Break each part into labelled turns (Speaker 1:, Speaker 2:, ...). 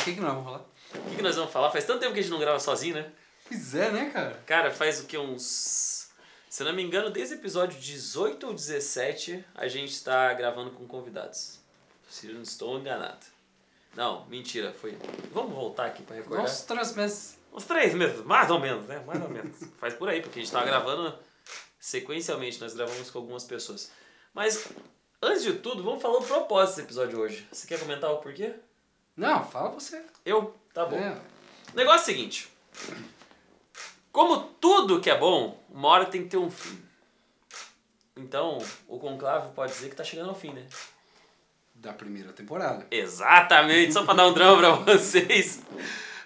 Speaker 1: O que, que nós vamos falar?
Speaker 2: O que, que nós vamos falar? Faz tanto tempo que a gente não grava sozinho, né?
Speaker 1: Pois é, né, cara?
Speaker 2: Cara, faz o que? Uns. Se não me engano, desde o episódio 18 ou 17, a gente está gravando com convidados. Se eu não estou enganado. Não, mentira, foi. Vamos voltar aqui para recordar.
Speaker 1: Nossa, três meses.
Speaker 2: Uns três meses, mais ou menos, né? Mais ou menos. Faz por aí, porque a gente tava gravando sequencialmente, nós gravamos com algumas pessoas. Mas, antes de tudo, vamos falar o propósito desse episódio hoje. Você quer comentar o porquê?
Speaker 1: Não, fala você.
Speaker 2: Eu? Tá bom.
Speaker 1: É.
Speaker 2: O negócio é o seguinte. Como tudo que é bom, uma hora tem que ter um fim. Então, o conclave pode dizer que tá chegando ao fim, né?
Speaker 1: Da primeira temporada.
Speaker 2: Exatamente, só pra dar um drama pra vocês.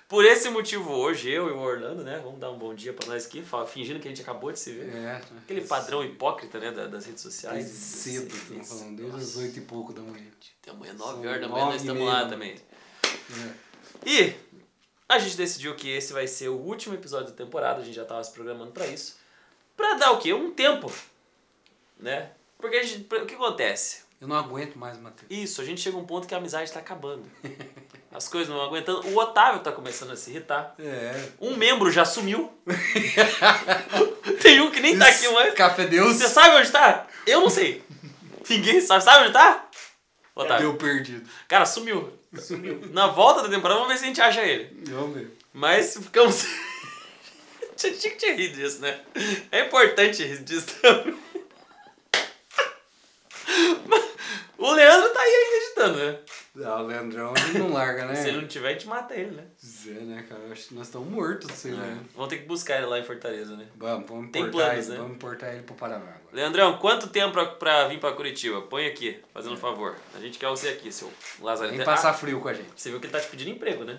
Speaker 2: Por esse motivo, hoje, eu e o Orlando, né? Vamos dar um bom dia pra nós aqui, fa- fingindo que a gente acabou de se ver.
Speaker 1: É.
Speaker 2: Aquele padrão hipócrita, né, da- das redes
Speaker 1: Desde
Speaker 2: sociais.
Speaker 1: cedo, estamos falando. Desde as oito e pouco da manhã.
Speaker 2: Até amanhã, 9
Speaker 1: São
Speaker 2: horas da manhã, nós
Speaker 1: nove e
Speaker 2: estamos
Speaker 1: meia
Speaker 2: lá
Speaker 1: da
Speaker 2: também.
Speaker 1: É.
Speaker 2: E a gente decidiu que esse vai ser o último episódio da temporada, a gente já tava se programando pra isso. Pra dar o quê? Um tempo. Né? Porque a gente, o que acontece?
Speaker 1: Eu não aguento mais, Matheus.
Speaker 2: Isso, a gente chega a um ponto que a amizade tá acabando. As coisas não aguentando. O Otávio tá começando a se irritar.
Speaker 1: É.
Speaker 2: Um membro já sumiu. Tem um que nem tá aqui mais.
Speaker 1: É. Café Deus.
Speaker 2: Você sabe onde tá? Eu não sei. Ninguém sabe. Sabe onde tá? Otávio.
Speaker 1: Deu perdido.
Speaker 2: Cara, sumiu. Sumiu. Na volta da temporada, vamos ver se a gente acha ele.
Speaker 1: Vamos ver.
Speaker 2: Mas ficamos. Tinha tinha que te rir disso, né? É importante rir disso também. Mas O Leandro tá aí acreditando, né?
Speaker 1: Ah, o Leandrão ele não larga, né?
Speaker 2: Se ele não tiver, a gente mata ele, né?
Speaker 1: Zé, né, cara? Eu Acho que nós estamos mortos, sei lá.
Speaker 2: Vamos ter que buscar ele lá em Fortaleza, né?
Speaker 1: Vamos, vamos
Speaker 2: É. Tem
Speaker 1: importar
Speaker 2: planos,
Speaker 1: ele.
Speaker 2: né?
Speaker 1: Vamos importar ele pro Paraná agora.
Speaker 2: Leandrão, quanto tempo pra, pra vir pra Curitiba? Põe aqui, fazendo um favor. A gente quer você aqui, seu Lazarento.
Speaker 1: Vem passar
Speaker 2: Ah,
Speaker 1: frio com a gente.
Speaker 2: você viu que ele tá te pedindo emprego, né?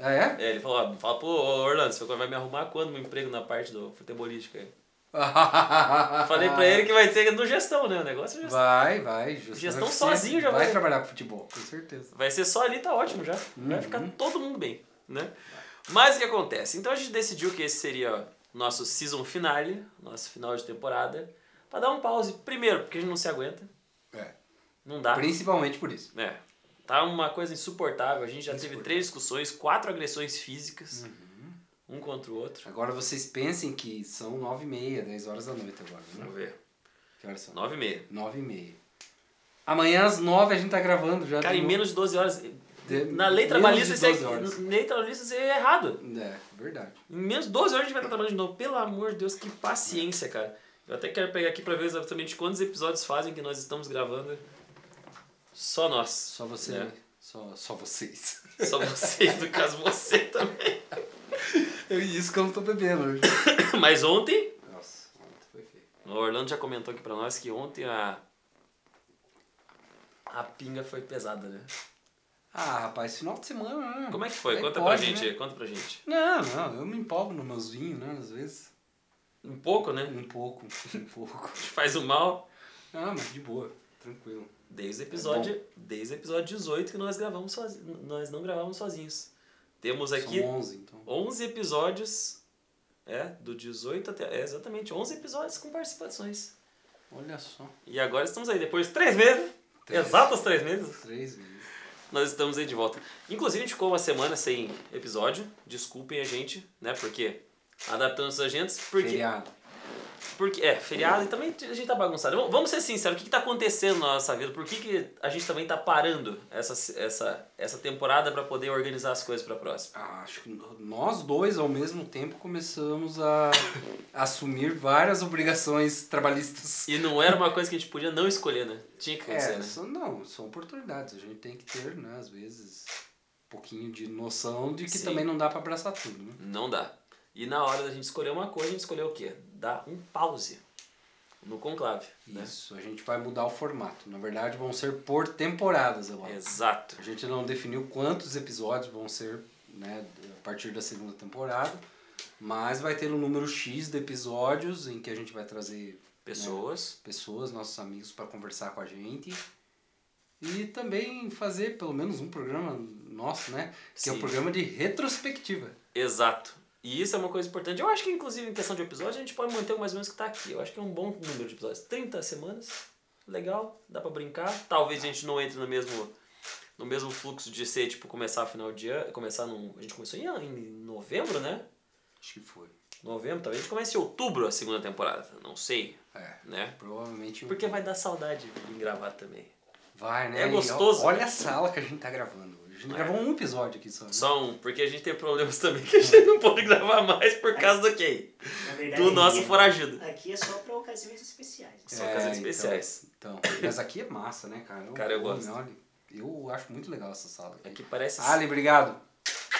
Speaker 1: Ah, é?
Speaker 2: É, ele falou, ó, fala pro ô, Orlando, você vai me arrumar quando meu emprego na parte do futebolístico aí?
Speaker 1: Ah.
Speaker 2: Falei pra ele que vai ser no gestão, né? O negócio é gestão.
Speaker 1: Vai, vai. Gestão,
Speaker 2: Gestão
Speaker 1: vai ser-
Speaker 2: sozinho já
Speaker 1: vai.
Speaker 2: vai-
Speaker 1: trabalhar com futebol, com certeza.
Speaker 2: Vai ser só ali, tá ótimo já. Vai
Speaker 1: Uhum.
Speaker 2: ficar todo mundo bem, né? Mas o que acontece? Então a gente decidiu que esse seria o nosso season finale, nosso final de temporada, pra dar um pause. Primeiro, porque a gente não se aguenta,
Speaker 1: É.
Speaker 2: não dá.
Speaker 1: Principalmente por isso.
Speaker 2: É. Tá uma coisa insuportável. A gente já teve três discussões, quatro agressões físicas,
Speaker 1: Uhum.
Speaker 2: um contra o outro.
Speaker 1: Agora vocês pensem que são nove e meia, dez horas da noite agora, né?
Speaker 2: Vamos ver.
Speaker 1: Que horas são?
Speaker 2: Nove e meia.
Speaker 1: Nove e meia. Amanhã às nove a gente tá gravando já.
Speaker 2: Cara,
Speaker 1: tem
Speaker 2: em
Speaker 1: um-
Speaker 2: menos de 12 horas.
Speaker 1: de-
Speaker 2: Na lei
Speaker 1: menos
Speaker 2: trabalhista,
Speaker 1: de
Speaker 2: isso é,
Speaker 1: 12 horas.
Speaker 2: na lei trabalhista isso é errado.
Speaker 1: É, verdade.
Speaker 2: Em menos 12 horas a gente vai estar trabalhando de novo. Pelo amor de Deus, que paciência, cara. Eu até quero pegar aqui pra ver exatamente quantos episódios fazem que nós estamos gravando. Só nós.
Speaker 1: Só você.
Speaker 2: É.
Speaker 1: Só, só vocês.
Speaker 2: Só vocês, no caso você também.
Speaker 1: É isso que eu não tô bebendo hoje.
Speaker 2: Mas ontem,
Speaker 1: Nossa, foi feio.
Speaker 2: o Orlando já comentou aqui pra nós que ontem a. A pinga foi pesada, né?
Speaker 1: Ah, rapaz, final de semana, né?
Speaker 2: Como é que foi?
Speaker 1: Aí
Speaker 2: Conta
Speaker 1: pode,
Speaker 2: pra gente,
Speaker 1: né?
Speaker 2: aí, conta pra gente.
Speaker 1: Não, não, eu me empolgo nos meus vinhos, né? Às vezes.
Speaker 2: Um pouco, né?
Speaker 1: Um pouco, um pouco.
Speaker 2: A gente faz o mal
Speaker 1: Ah, mas de boa, tranquilo.
Speaker 2: desde
Speaker 1: É
Speaker 2: o episódio, desde o episódio 18 que nós gravamos sozinhos. Nós não gravamos sozinhos. Temos aqui
Speaker 1: São 11, então.
Speaker 2: 11 episódios. É, do 18 até. É, exatamente, 11 episódios com participações.
Speaker 1: Olha só.
Speaker 2: E agora estamos aí, depois de 3 meses,
Speaker 1: Três.
Speaker 2: exatos 3 meses,
Speaker 1: Três vezes.
Speaker 2: nós estamos aí de volta. Inclusive, a gente ficou uma semana sem episódio, desculpem a gente, né? Porque adaptando os agentes, porque.
Speaker 1: Feriado.
Speaker 2: porque é, feriado e também a gente tá bagunçado. Vamos- Vamos ser sinceros, o que, que tá acontecendo na nossa vida? Por que, que a gente também tá parando essa, essa, essa temporada para poder organizar as coisas pra próxima?
Speaker 1: Ah, acho que nós dois, ao mesmo tempo, começamos a assumir várias obrigações trabalhistas.
Speaker 2: E não era uma coisa que a gente podia não escolher, né? Tinha que acontecer,
Speaker 1: É,
Speaker 2: né?
Speaker 1: são, não, são oportunidades. A gente tem que ter, né, às vezes, um pouquinho de noção de que
Speaker 2: Sim.
Speaker 1: também não dá pra abraçar tudo, né?
Speaker 2: Não dá. E na hora da gente escolher uma coisa, a gente escolheu o quê? Dar um pause no conclave. Né?
Speaker 1: Isso, a gente vai mudar o formato. Na verdade, vão ser por temporadas agora.
Speaker 2: Exato.
Speaker 1: A gente não definiu quantos episódios vão ser né, a partir da segunda temporada, mas vai ter um número X de episódios em que a gente vai trazer
Speaker 2: Pessoas.
Speaker 1: pessoas, nossos amigos, para conversar com a gente. E também fazer pelo menos um programa nosso, né? Que é um
Speaker 2: Sim.
Speaker 1: programa de retrospectiva.
Speaker 2: Exato. E isso é uma coisa importante. Eu acho que, inclusive, em questão de episódio, a gente pode manter o mais ou menos que tá aqui. Eu acho que é um bom número de episódios. 30 semanas. Legal. Dá pra brincar. Talvez a gente não entre no mesmo no mesmo fluxo de ser, tipo, começar final de ano. Começar num. A gente começou em, em novembro, né?
Speaker 1: Acho que foi.
Speaker 2: Novembro, talvez a gente comece em outubro a segunda temporada. Não sei,
Speaker 1: É.
Speaker 2: né?
Speaker 1: Provavelmente.
Speaker 2: Porque vai dar saudade em gravar também.
Speaker 1: Vai, né?
Speaker 2: É
Speaker 1: E, ó,
Speaker 2: gostoso.
Speaker 1: olha a sala que a gente tá gravando hoje. A gente
Speaker 2: É.
Speaker 1: gravou um episódio aqui só. né?
Speaker 2: Só um, porque a gente tem problemas também que a gente não pode gravar mais por causa do quem?
Speaker 3: Na verdade,
Speaker 2: Do nosso
Speaker 3: aqui é-
Speaker 2: foragido.
Speaker 3: Aqui é só pra ocasiões especiais. né?
Speaker 2: São
Speaker 1: É,
Speaker 2: casas
Speaker 1: então.
Speaker 2: especiais.
Speaker 1: Então, mas aqui é massa, né, cara?
Speaker 2: Cara, eu gosto.
Speaker 1: olha, eu acho muito legal essa sala aqui.
Speaker 2: Aqui É parece.
Speaker 1: Ali, obrigado.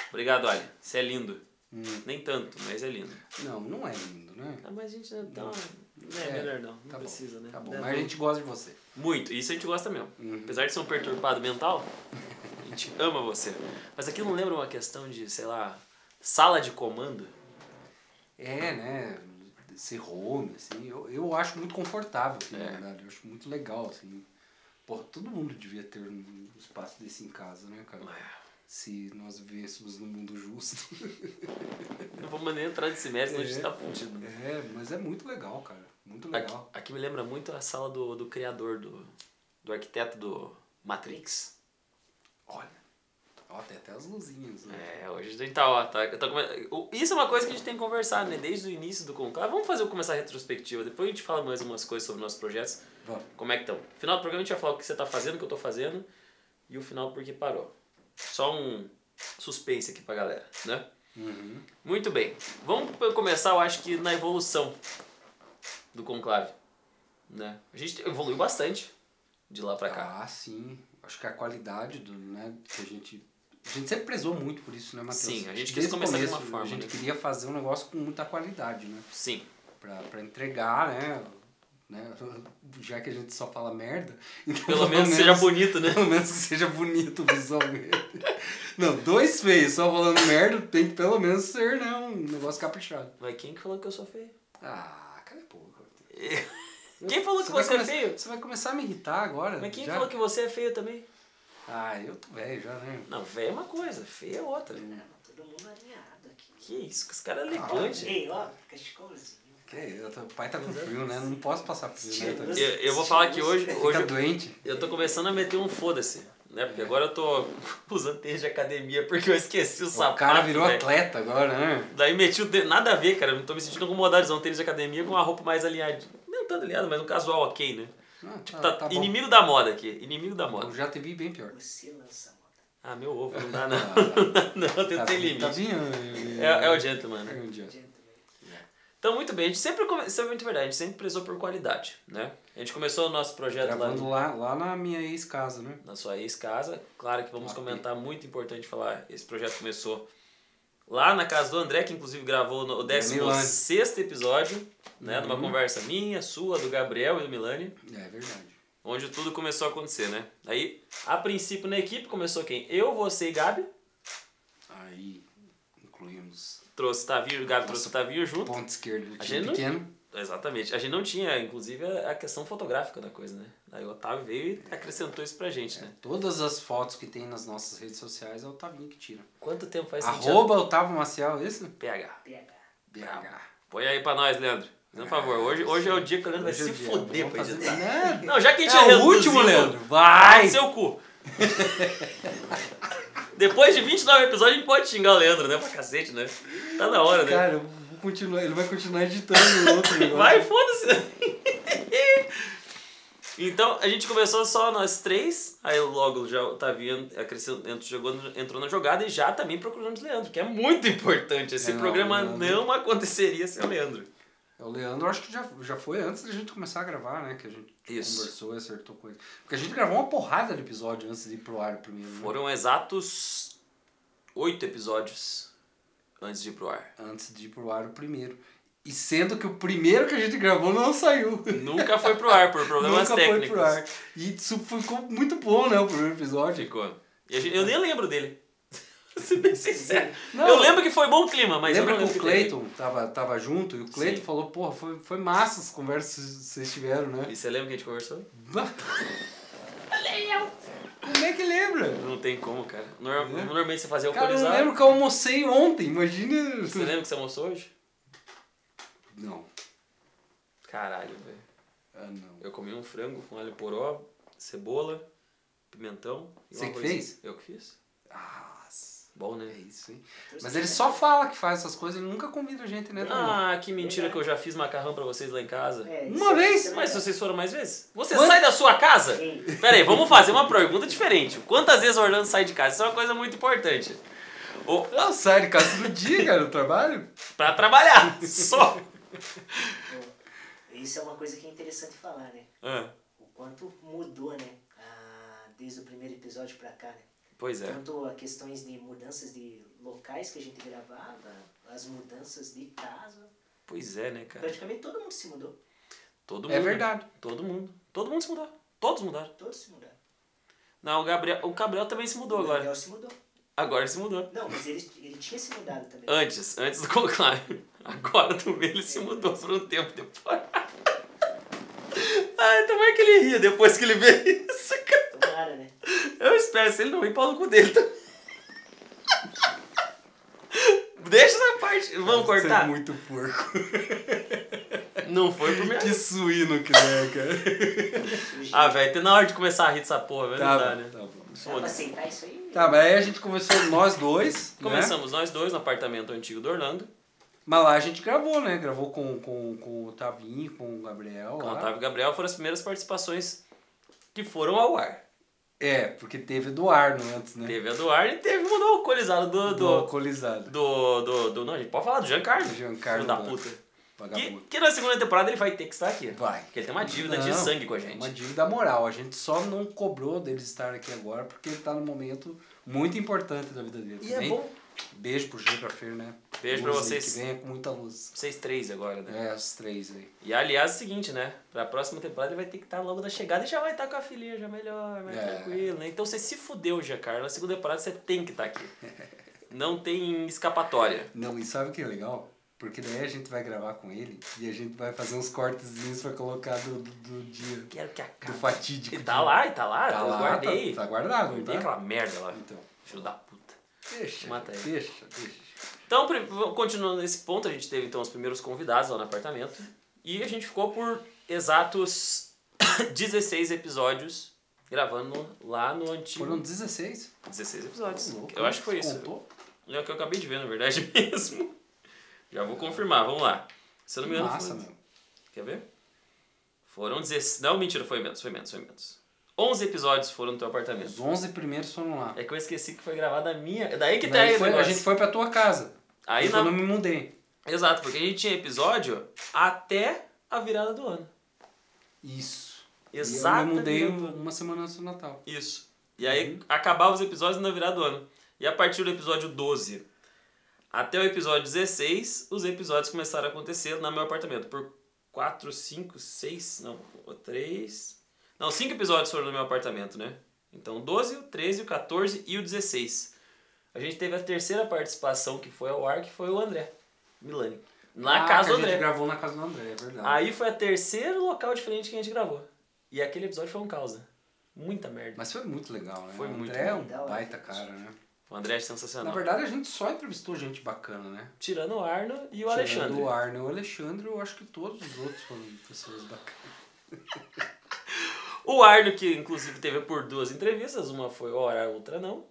Speaker 2: Obrigado, Ali. Você é lindo.
Speaker 1: Hum,
Speaker 2: Nem tanto, mas é lindo.
Speaker 1: Não, não é lindo, né?
Speaker 2: Ah, mas a gente não
Speaker 1: dá
Speaker 2: dá
Speaker 1: uma-
Speaker 2: É,
Speaker 1: É,
Speaker 2: melhor não. Não
Speaker 1: tá bom,
Speaker 2: precisa, né?
Speaker 1: Tá bom,
Speaker 2: Dá
Speaker 1: mas a
Speaker 2: não.
Speaker 1: gente gosta de você.
Speaker 2: Muito. Isso a gente gosta mesmo.
Speaker 1: Uhum.
Speaker 2: Apesar de ser um perturbado mental, a gente ama você. Mas aquilo não lembra uma questão de, sei lá, sala de comando?
Speaker 1: É, né? Esse home, assim, eu, eu acho muito confortável, assim, na
Speaker 2: É.
Speaker 1: verdade. Eu acho muito legal, assim. Pô, todo mundo devia ter um espaço desse em casa, né, cara? Se nós vivêssemos num mundo justo.
Speaker 2: Não vou nem entrar nesse mérito, senão a gente
Speaker 1: É.
Speaker 2: tá fudido. né?
Speaker 1: É, mas é muito legal, cara. Muito
Speaker 2: Aqui,
Speaker 1: legal.
Speaker 2: aqui me lembra muito a sala do, do criador, do, do arquiteto do Matrix.
Speaker 1: Olha. Ó, tem até as luzinhas, né?
Speaker 2: É, hoje a gente tá, ó, tá, tá come- o- Isso é uma coisa que a gente tem que conversar, né? Desde o início do conclave. Vamos fazer começar a retrospectiva, depois a gente fala mais umas coisas sobre nossos projetos.
Speaker 1: Vamos.
Speaker 2: Como é que estão? No final do programa a gente vai falar o que você tá fazendo, o que eu tô fazendo e o final porque parou. Só um suspense aqui pra galera, né?
Speaker 1: Uhum.
Speaker 2: Muito bem. Vamos p- começar, eu acho que na evolução do conclave, né? A gente evoluiu bastante de lá pra cá.
Speaker 1: Ah, sim. Acho que a qualidade do, né, que a gente... A gente sempre prezou muito por isso, né, Matheus?
Speaker 2: Sim, a gente quis
Speaker 1: Desde o
Speaker 2: começar de uma
Speaker 1: começo,
Speaker 2: forma,
Speaker 1: A gente
Speaker 2: né?
Speaker 1: queria fazer um negócio com muita qualidade, né?
Speaker 2: Sim.
Speaker 1: Pra, pra entregar, né? né? Já que a gente só fala merda... então
Speaker 2: Pelo menos seja bonito, né?
Speaker 1: Pelo menos que seja bonito visualmente. Não, dois feios só falando merda tem que pelo menos ser, né? Um negócio caprichado.
Speaker 2: Mas quem que falou que eu sou feio?
Speaker 1: Ah, cala a boca.
Speaker 2: Quem falou que
Speaker 1: vai
Speaker 2: você é
Speaker 1: começar-
Speaker 2: feio?
Speaker 1: Você vai começar a me irritar agora.
Speaker 2: Mas quem
Speaker 1: já?
Speaker 2: falou que você é feio também?
Speaker 1: Ah, eu tô velho já, né?
Speaker 2: Não, feio é uma coisa, feio é outra.
Speaker 3: Ah, mas todo mundo alinhado aqui.
Speaker 2: Que isso, que esse cara é elegante.
Speaker 1: Ah,
Speaker 3: Ei, ó, cachecolzinho.
Speaker 1: Que é, eu tô- o pai tá com frio, né? Não posso passar frio, né? Tá-
Speaker 2: Eu, eu vou falar que hoje, hoje
Speaker 1: Fica doente.
Speaker 2: Eu tô começando a meter um foda-se, né? Porque agora eu tô usando tênis de academia porque eu esqueci o Um sapato. né?
Speaker 1: o cara virou
Speaker 2: velho.
Speaker 1: atleta agora, né?
Speaker 2: Daí meti o tênis, nada a ver, cara. Eu não tô me sentindo incomodado de usar um tênis de academia com uma roupa mais alinhada. Não tanto alinhada, mas um casual ok, né?
Speaker 1: Ah,
Speaker 2: Tipo, tá, inimigo da moda aqui. Inimigo da
Speaker 1: Eu
Speaker 2: moda.
Speaker 1: já te vi bem pior.
Speaker 3: Você lança a moda.
Speaker 2: Ah, meu ovo, não dá não.
Speaker 1: Ah,
Speaker 2: não, tem,
Speaker 1: tá,
Speaker 2: tem
Speaker 1: tá
Speaker 2: limite.
Speaker 1: vindo.
Speaker 2: É, é o gentleman, né?
Speaker 1: É o dia.
Speaker 3: Gentleman.
Speaker 2: Então, muito bem. A gente sempre, come... isso é muito verdade, a gente sempre prezou por qualidade, né? A gente começou o nosso projeto lá...
Speaker 1: Gravando lá, lá na minha ex-casa, né?
Speaker 2: na sua ex-casa. Claro que vamos
Speaker 1: Ok.
Speaker 2: comentar, muito importante falar, esse projeto começou lá na casa do André, que inclusive gravou no- o 16 episódio, né, numa
Speaker 1: Uhum.
Speaker 2: conversa minha, sua, do Gabriel e do Milani,
Speaker 1: É verdade.
Speaker 2: onde tudo começou a acontecer, né? Aí, a princípio na equipe começou quem? Eu, você e Gabi.
Speaker 1: Aí incluímos
Speaker 2: Trouxe Tavio, o Gabi trouxe o Tavio junto.
Speaker 1: ponto esquerdo do
Speaker 2: A
Speaker 1: time
Speaker 2: gente não-
Speaker 1: pequeno.
Speaker 2: Exatamente. A gente não tinha, inclusive, a a questão fotográfica da coisa, né? Aí o Otávio veio
Speaker 1: É.
Speaker 2: e acrescentou isso pra gente, né?
Speaker 1: Todas as fotos que tem nas nossas redes sociais é o Tavinho que tira.
Speaker 2: Quanto tempo faz Ah, que a gente-
Speaker 1: Arroba Otávio Maciel, esse?
Speaker 2: PH.
Speaker 3: PH.
Speaker 1: BH.
Speaker 2: Põe aí pra nós, Leandro. Fazendo um favor. Hoje, hoje é o dia que o Leandro vai
Speaker 1: Hoje
Speaker 2: se
Speaker 1: o dia,
Speaker 2: fuder
Speaker 1: vamos
Speaker 2: pra
Speaker 1: fazer-
Speaker 2: editar.
Speaker 1: Né?
Speaker 2: Não, já que a gente
Speaker 1: É o
Speaker 2: reduziu-
Speaker 1: último, Leandro. Vai!
Speaker 2: Seu cu. Depois de 29 episódios, a gente pode xingar o Leandro, né? Pra cacete, né? Tá na hora, né?
Speaker 1: Cara, eu vou continuar, ele vai continuar editando o outro negócio.
Speaker 2: Vai, foda-se. né? então, a gente começou só nós três. Aí logo já o Tavinho acrescentou- jogou- entrou na jogada e já tá também procuramos o Leandro, que é muito importante. Esse
Speaker 1: É, não,
Speaker 2: programa
Speaker 1: o Leandro-
Speaker 2: não aconteceria sem o Leandro.
Speaker 1: É, O Leandro, acho que já, já foi antes da gente começar a gravar, né? Que a gente
Speaker 2: Isso.
Speaker 1: conversou e acertou coisa. Porque a gente gravou uma porrada de episódio antes de ir pro ar primeiro. né?
Speaker 2: Foram exatos oito episódios antes de ir pro ar.
Speaker 1: Antes de ir pro ar o primeiro. E sendo que o primeiro que a gente gravou não saiu.
Speaker 2: Nunca foi pro ar por problemas
Speaker 1: Nunca
Speaker 2: técnicos.
Speaker 1: foi pro ar. E isso ficou muito bom, né? O primeiro episódio.
Speaker 2: Ficou. E a gente- eu nem lembro dele. Ser bem sincero.
Speaker 1: Não.
Speaker 2: eu lembro que foi bom o clima, mas eu
Speaker 1: Lembra
Speaker 2: não
Speaker 1: que o
Speaker 2: lembro que teve.
Speaker 1: Cleiton tava, tava junto e o Cleiton
Speaker 2: Sim.
Speaker 1: falou, porra, foi, foi massa as conversas que vocês tiveram, né?
Speaker 2: E você lembra que a gente conversou?
Speaker 1: Como é que lembra?
Speaker 2: Não tem como, cara. Norm-
Speaker 1: É.
Speaker 2: Normalmente você fazia
Speaker 1: Cara, eu não
Speaker 2: alcoolizado.
Speaker 1: lembro que eu almocei ontem, imagina.
Speaker 2: Você lembra que você almoçou hoje?
Speaker 1: Não.
Speaker 2: Caralho, velho.
Speaker 1: Ah, não.
Speaker 2: Eu comi um frango com alho poró, cebola, pimentão. e um
Speaker 1: Você que
Speaker 2: arrozinho.
Speaker 1: fez?
Speaker 2: Eu que fiz.
Speaker 1: Ah,
Speaker 2: Bom,
Speaker 1: é
Speaker 2: né?
Speaker 1: isso, hein?
Speaker 3: Trouxe
Speaker 1: Mas
Speaker 3: pra
Speaker 1: ele
Speaker 3: cá.
Speaker 1: só fala que faz essas coisas e nunca convida a gente, né? Danilo?
Speaker 2: Ah, que mentira que eu já fiz macarrão pra vocês lá em casa.
Speaker 3: É,
Speaker 1: Uma
Speaker 3: isso é
Speaker 1: vez,
Speaker 3: estranho.
Speaker 2: Mas se vocês foram mais vezes, você
Speaker 1: Quant-
Speaker 2: sai da sua casa?
Speaker 3: Sim.
Speaker 2: Pera aí, vamos fazer uma pergunta diferente. Quantas vezes o Orlando sai de casa? Isso é uma coisa muito importante. O-
Speaker 1: Não, sai de casa todo dia, cara, no trabalho.
Speaker 2: Pra trabalhar, só.
Speaker 3: Isso é uma coisa que é interessante falar, né?
Speaker 2: Ah,
Speaker 3: O quanto mudou, né? Ah, desde o primeiro episódio pra cá, né?
Speaker 2: pois é.
Speaker 3: Tanto a questões de mudanças de locais que a gente gravava, as mudanças de casa.
Speaker 2: Pois é, né, cara?
Speaker 3: Praticamente todo mundo se mudou.
Speaker 2: Todo mundo.
Speaker 1: É verdade.
Speaker 2: Todo mundo. Todo mundo se mudou. Todos mudaram.
Speaker 3: Todos se mudaram.
Speaker 2: Não, o Gabriel, o Gabriel também se mudou
Speaker 3: O
Speaker 2: agora.
Speaker 3: Daniel se mudou.
Speaker 2: Agora se mudou.
Speaker 3: Não, mas ele, ele tinha se mudado também.
Speaker 2: Antes, antes do conclave. Agora do meio ele se mudou por um tempo depois. Ai, tomara que ele ria depois que ele vê isso, cara.
Speaker 3: Tomara, né?
Speaker 2: Eu espero, se ele não rir, pau no cu dele também. Deixa essa parte. Vamos
Speaker 1: Você é
Speaker 2: cortar?
Speaker 1: muito porco.
Speaker 2: Não foi pro meu.
Speaker 1: Que suíno que é, cara.
Speaker 3: Surgiu.
Speaker 2: Ah, velho, tem na hora de começar a rir dessa porra, velho. não dá,
Speaker 1: bom,
Speaker 2: né?
Speaker 1: tá bom.
Speaker 3: Dá pra
Speaker 2: Foda-se.
Speaker 3: aceitar isso aí?
Speaker 1: Tá, mas aí a gente começou nós dois, né?
Speaker 2: Começamos nós dois no apartamento antigo do Orlando,
Speaker 1: Mas lá a gente gravou, né? Gravou com, com, com o Tavinho, com o Gabriel.
Speaker 2: com o
Speaker 1: lá.
Speaker 2: Então, Otávio e Gabriel, foram as primeiras participações que foram ao ar.
Speaker 1: É, porque teve Eduardo antes, né?
Speaker 2: Teve a do ar e teve uma do alcoolizado do.
Speaker 1: Do
Speaker 2: do.
Speaker 1: alcoolizado.
Speaker 2: do. do, do- não, a gente pode falar do Giancarlo.
Speaker 1: Do Giancarlo
Speaker 2: Filho da
Speaker 1: Blanco.
Speaker 2: puta. Que,
Speaker 1: Vagabundo.
Speaker 2: que na segunda temporada ele vai ter que estar aqui.
Speaker 1: Vai.
Speaker 2: Porque ele tem uma dívida de
Speaker 1: Não,
Speaker 2: sangue com a gente.
Speaker 1: Uma dívida moral. A gente só não cobrou dele estar aqui agora porque ele tá num momento muito importante da vida dele.
Speaker 2: E é
Speaker 1: também.
Speaker 2: bom.
Speaker 1: Beijo pro Gil Grafeiro, né?
Speaker 2: Beijo pra
Speaker 1: Luz aí,
Speaker 2: vocês.
Speaker 1: Que venha com muita luz.
Speaker 2: Vocês três agora, né?
Speaker 1: É, os três aí.
Speaker 2: E aliás, é o seguinte, né? Pra próxima temporada ele vai ter que estar logo da chegada e já vai estar com a filhinha já melhor, mais
Speaker 1: É.
Speaker 2: tranquilo, né? Então você se fudeu, Giancarlo. Na segunda temporada você tem que estar aqui. Não tem escapatória.
Speaker 1: Não, e sabe o que é legal? Porque daí a gente vai gravar com ele e a gente vai fazer uns cortezinhos pra colocar do, do, do dia.
Speaker 2: Quero que
Speaker 1: Do
Speaker 2: acabe.
Speaker 1: fatídico.
Speaker 2: E
Speaker 1: dia.
Speaker 2: tá lá, e tá lá,
Speaker 1: Tá
Speaker 2: eu
Speaker 1: lá,
Speaker 2: guardei.
Speaker 1: Tá, tá guardado,
Speaker 2: Guardei
Speaker 1: tá?
Speaker 2: aquela merda lá.
Speaker 1: Então,
Speaker 2: Filho da puta.
Speaker 1: deixa.
Speaker 2: Mata ele.
Speaker 1: Deixa, deixa.
Speaker 2: Então, pri- continuando nesse ponto, a gente teve então os primeiros convidados lá no apartamento. E a gente ficou por exatos 16 episódios gravando lá no antigo.
Speaker 1: Foram 16?
Speaker 2: 16
Speaker 1: Tá
Speaker 2: episódios.
Speaker 1: louco,
Speaker 2: Tipo, eu acho que foi
Speaker 1: você
Speaker 2: isso.
Speaker 1: Contou?
Speaker 2: É o que eu acabei de ver, na verdade mesmo. Já vou confirmar, vamos lá. Se eu não me engano.
Speaker 1: Massa,
Speaker 2: foi-
Speaker 1: meu.
Speaker 2: Quer ver? Foram 16. Não, mentira, foi menos, foi menos, foi menos. 11 episódios foram no teu apartamento.
Speaker 1: Os 11 primeiros foram lá.
Speaker 2: É que eu esqueci que foi gravada a minha. É daí que tá
Speaker 1: Daí
Speaker 2: aí o
Speaker 1: foi- a
Speaker 2: negócio.
Speaker 1: gente foi pra tua casa.
Speaker 2: Aí
Speaker 1: Porque eu
Speaker 2: na-
Speaker 1: não me mudei.
Speaker 2: Exato, porque a gente tinha episódio até a virada do ano.
Speaker 1: Isso.
Speaker 2: Exato.
Speaker 1: E eu me mudei uma semana antes do Natal.
Speaker 2: Isso. E aí
Speaker 1: Uhum.
Speaker 2: acabava os episódios na virada do ano. E a partir do episódio 12 até o episódio 16, os episódios começaram a acontecer no meu apartamento. Por 4, 5, 6, não, 3. Não, 5 episódios foram no meu apartamento, né? Então 12, o 13, o 14 e o 16. A gente teve a terceira participação que foi ao ar, que foi o André Milani. Na
Speaker 1: Ah,
Speaker 2: casa
Speaker 1: que
Speaker 2: do
Speaker 1: A
Speaker 2: André.
Speaker 1: gente gravou na casa do André, é verdade.
Speaker 2: Aí foi a terceiro local diferente que a gente gravou. E aquele episódio foi um causa. Muita merda.
Speaker 1: Mas foi muito legal, né?
Speaker 2: Foi
Speaker 1: o
Speaker 2: muito
Speaker 1: André é um
Speaker 3: legal,
Speaker 1: baita
Speaker 3: né?
Speaker 1: cara, né?
Speaker 2: O André é
Speaker 1: Na
Speaker 2: sensacional.
Speaker 1: verdade, a gente só entrevistou gente bacana, né?
Speaker 2: Tirando o Arno e o
Speaker 1: Tirando
Speaker 2: Alexandre.
Speaker 1: O Arno e o Alexandre, eu acho que todos os outros foram pessoas bacanas.
Speaker 2: O Arno, que inclusive teve por duas entrevistas, uma foi hora, a outra não.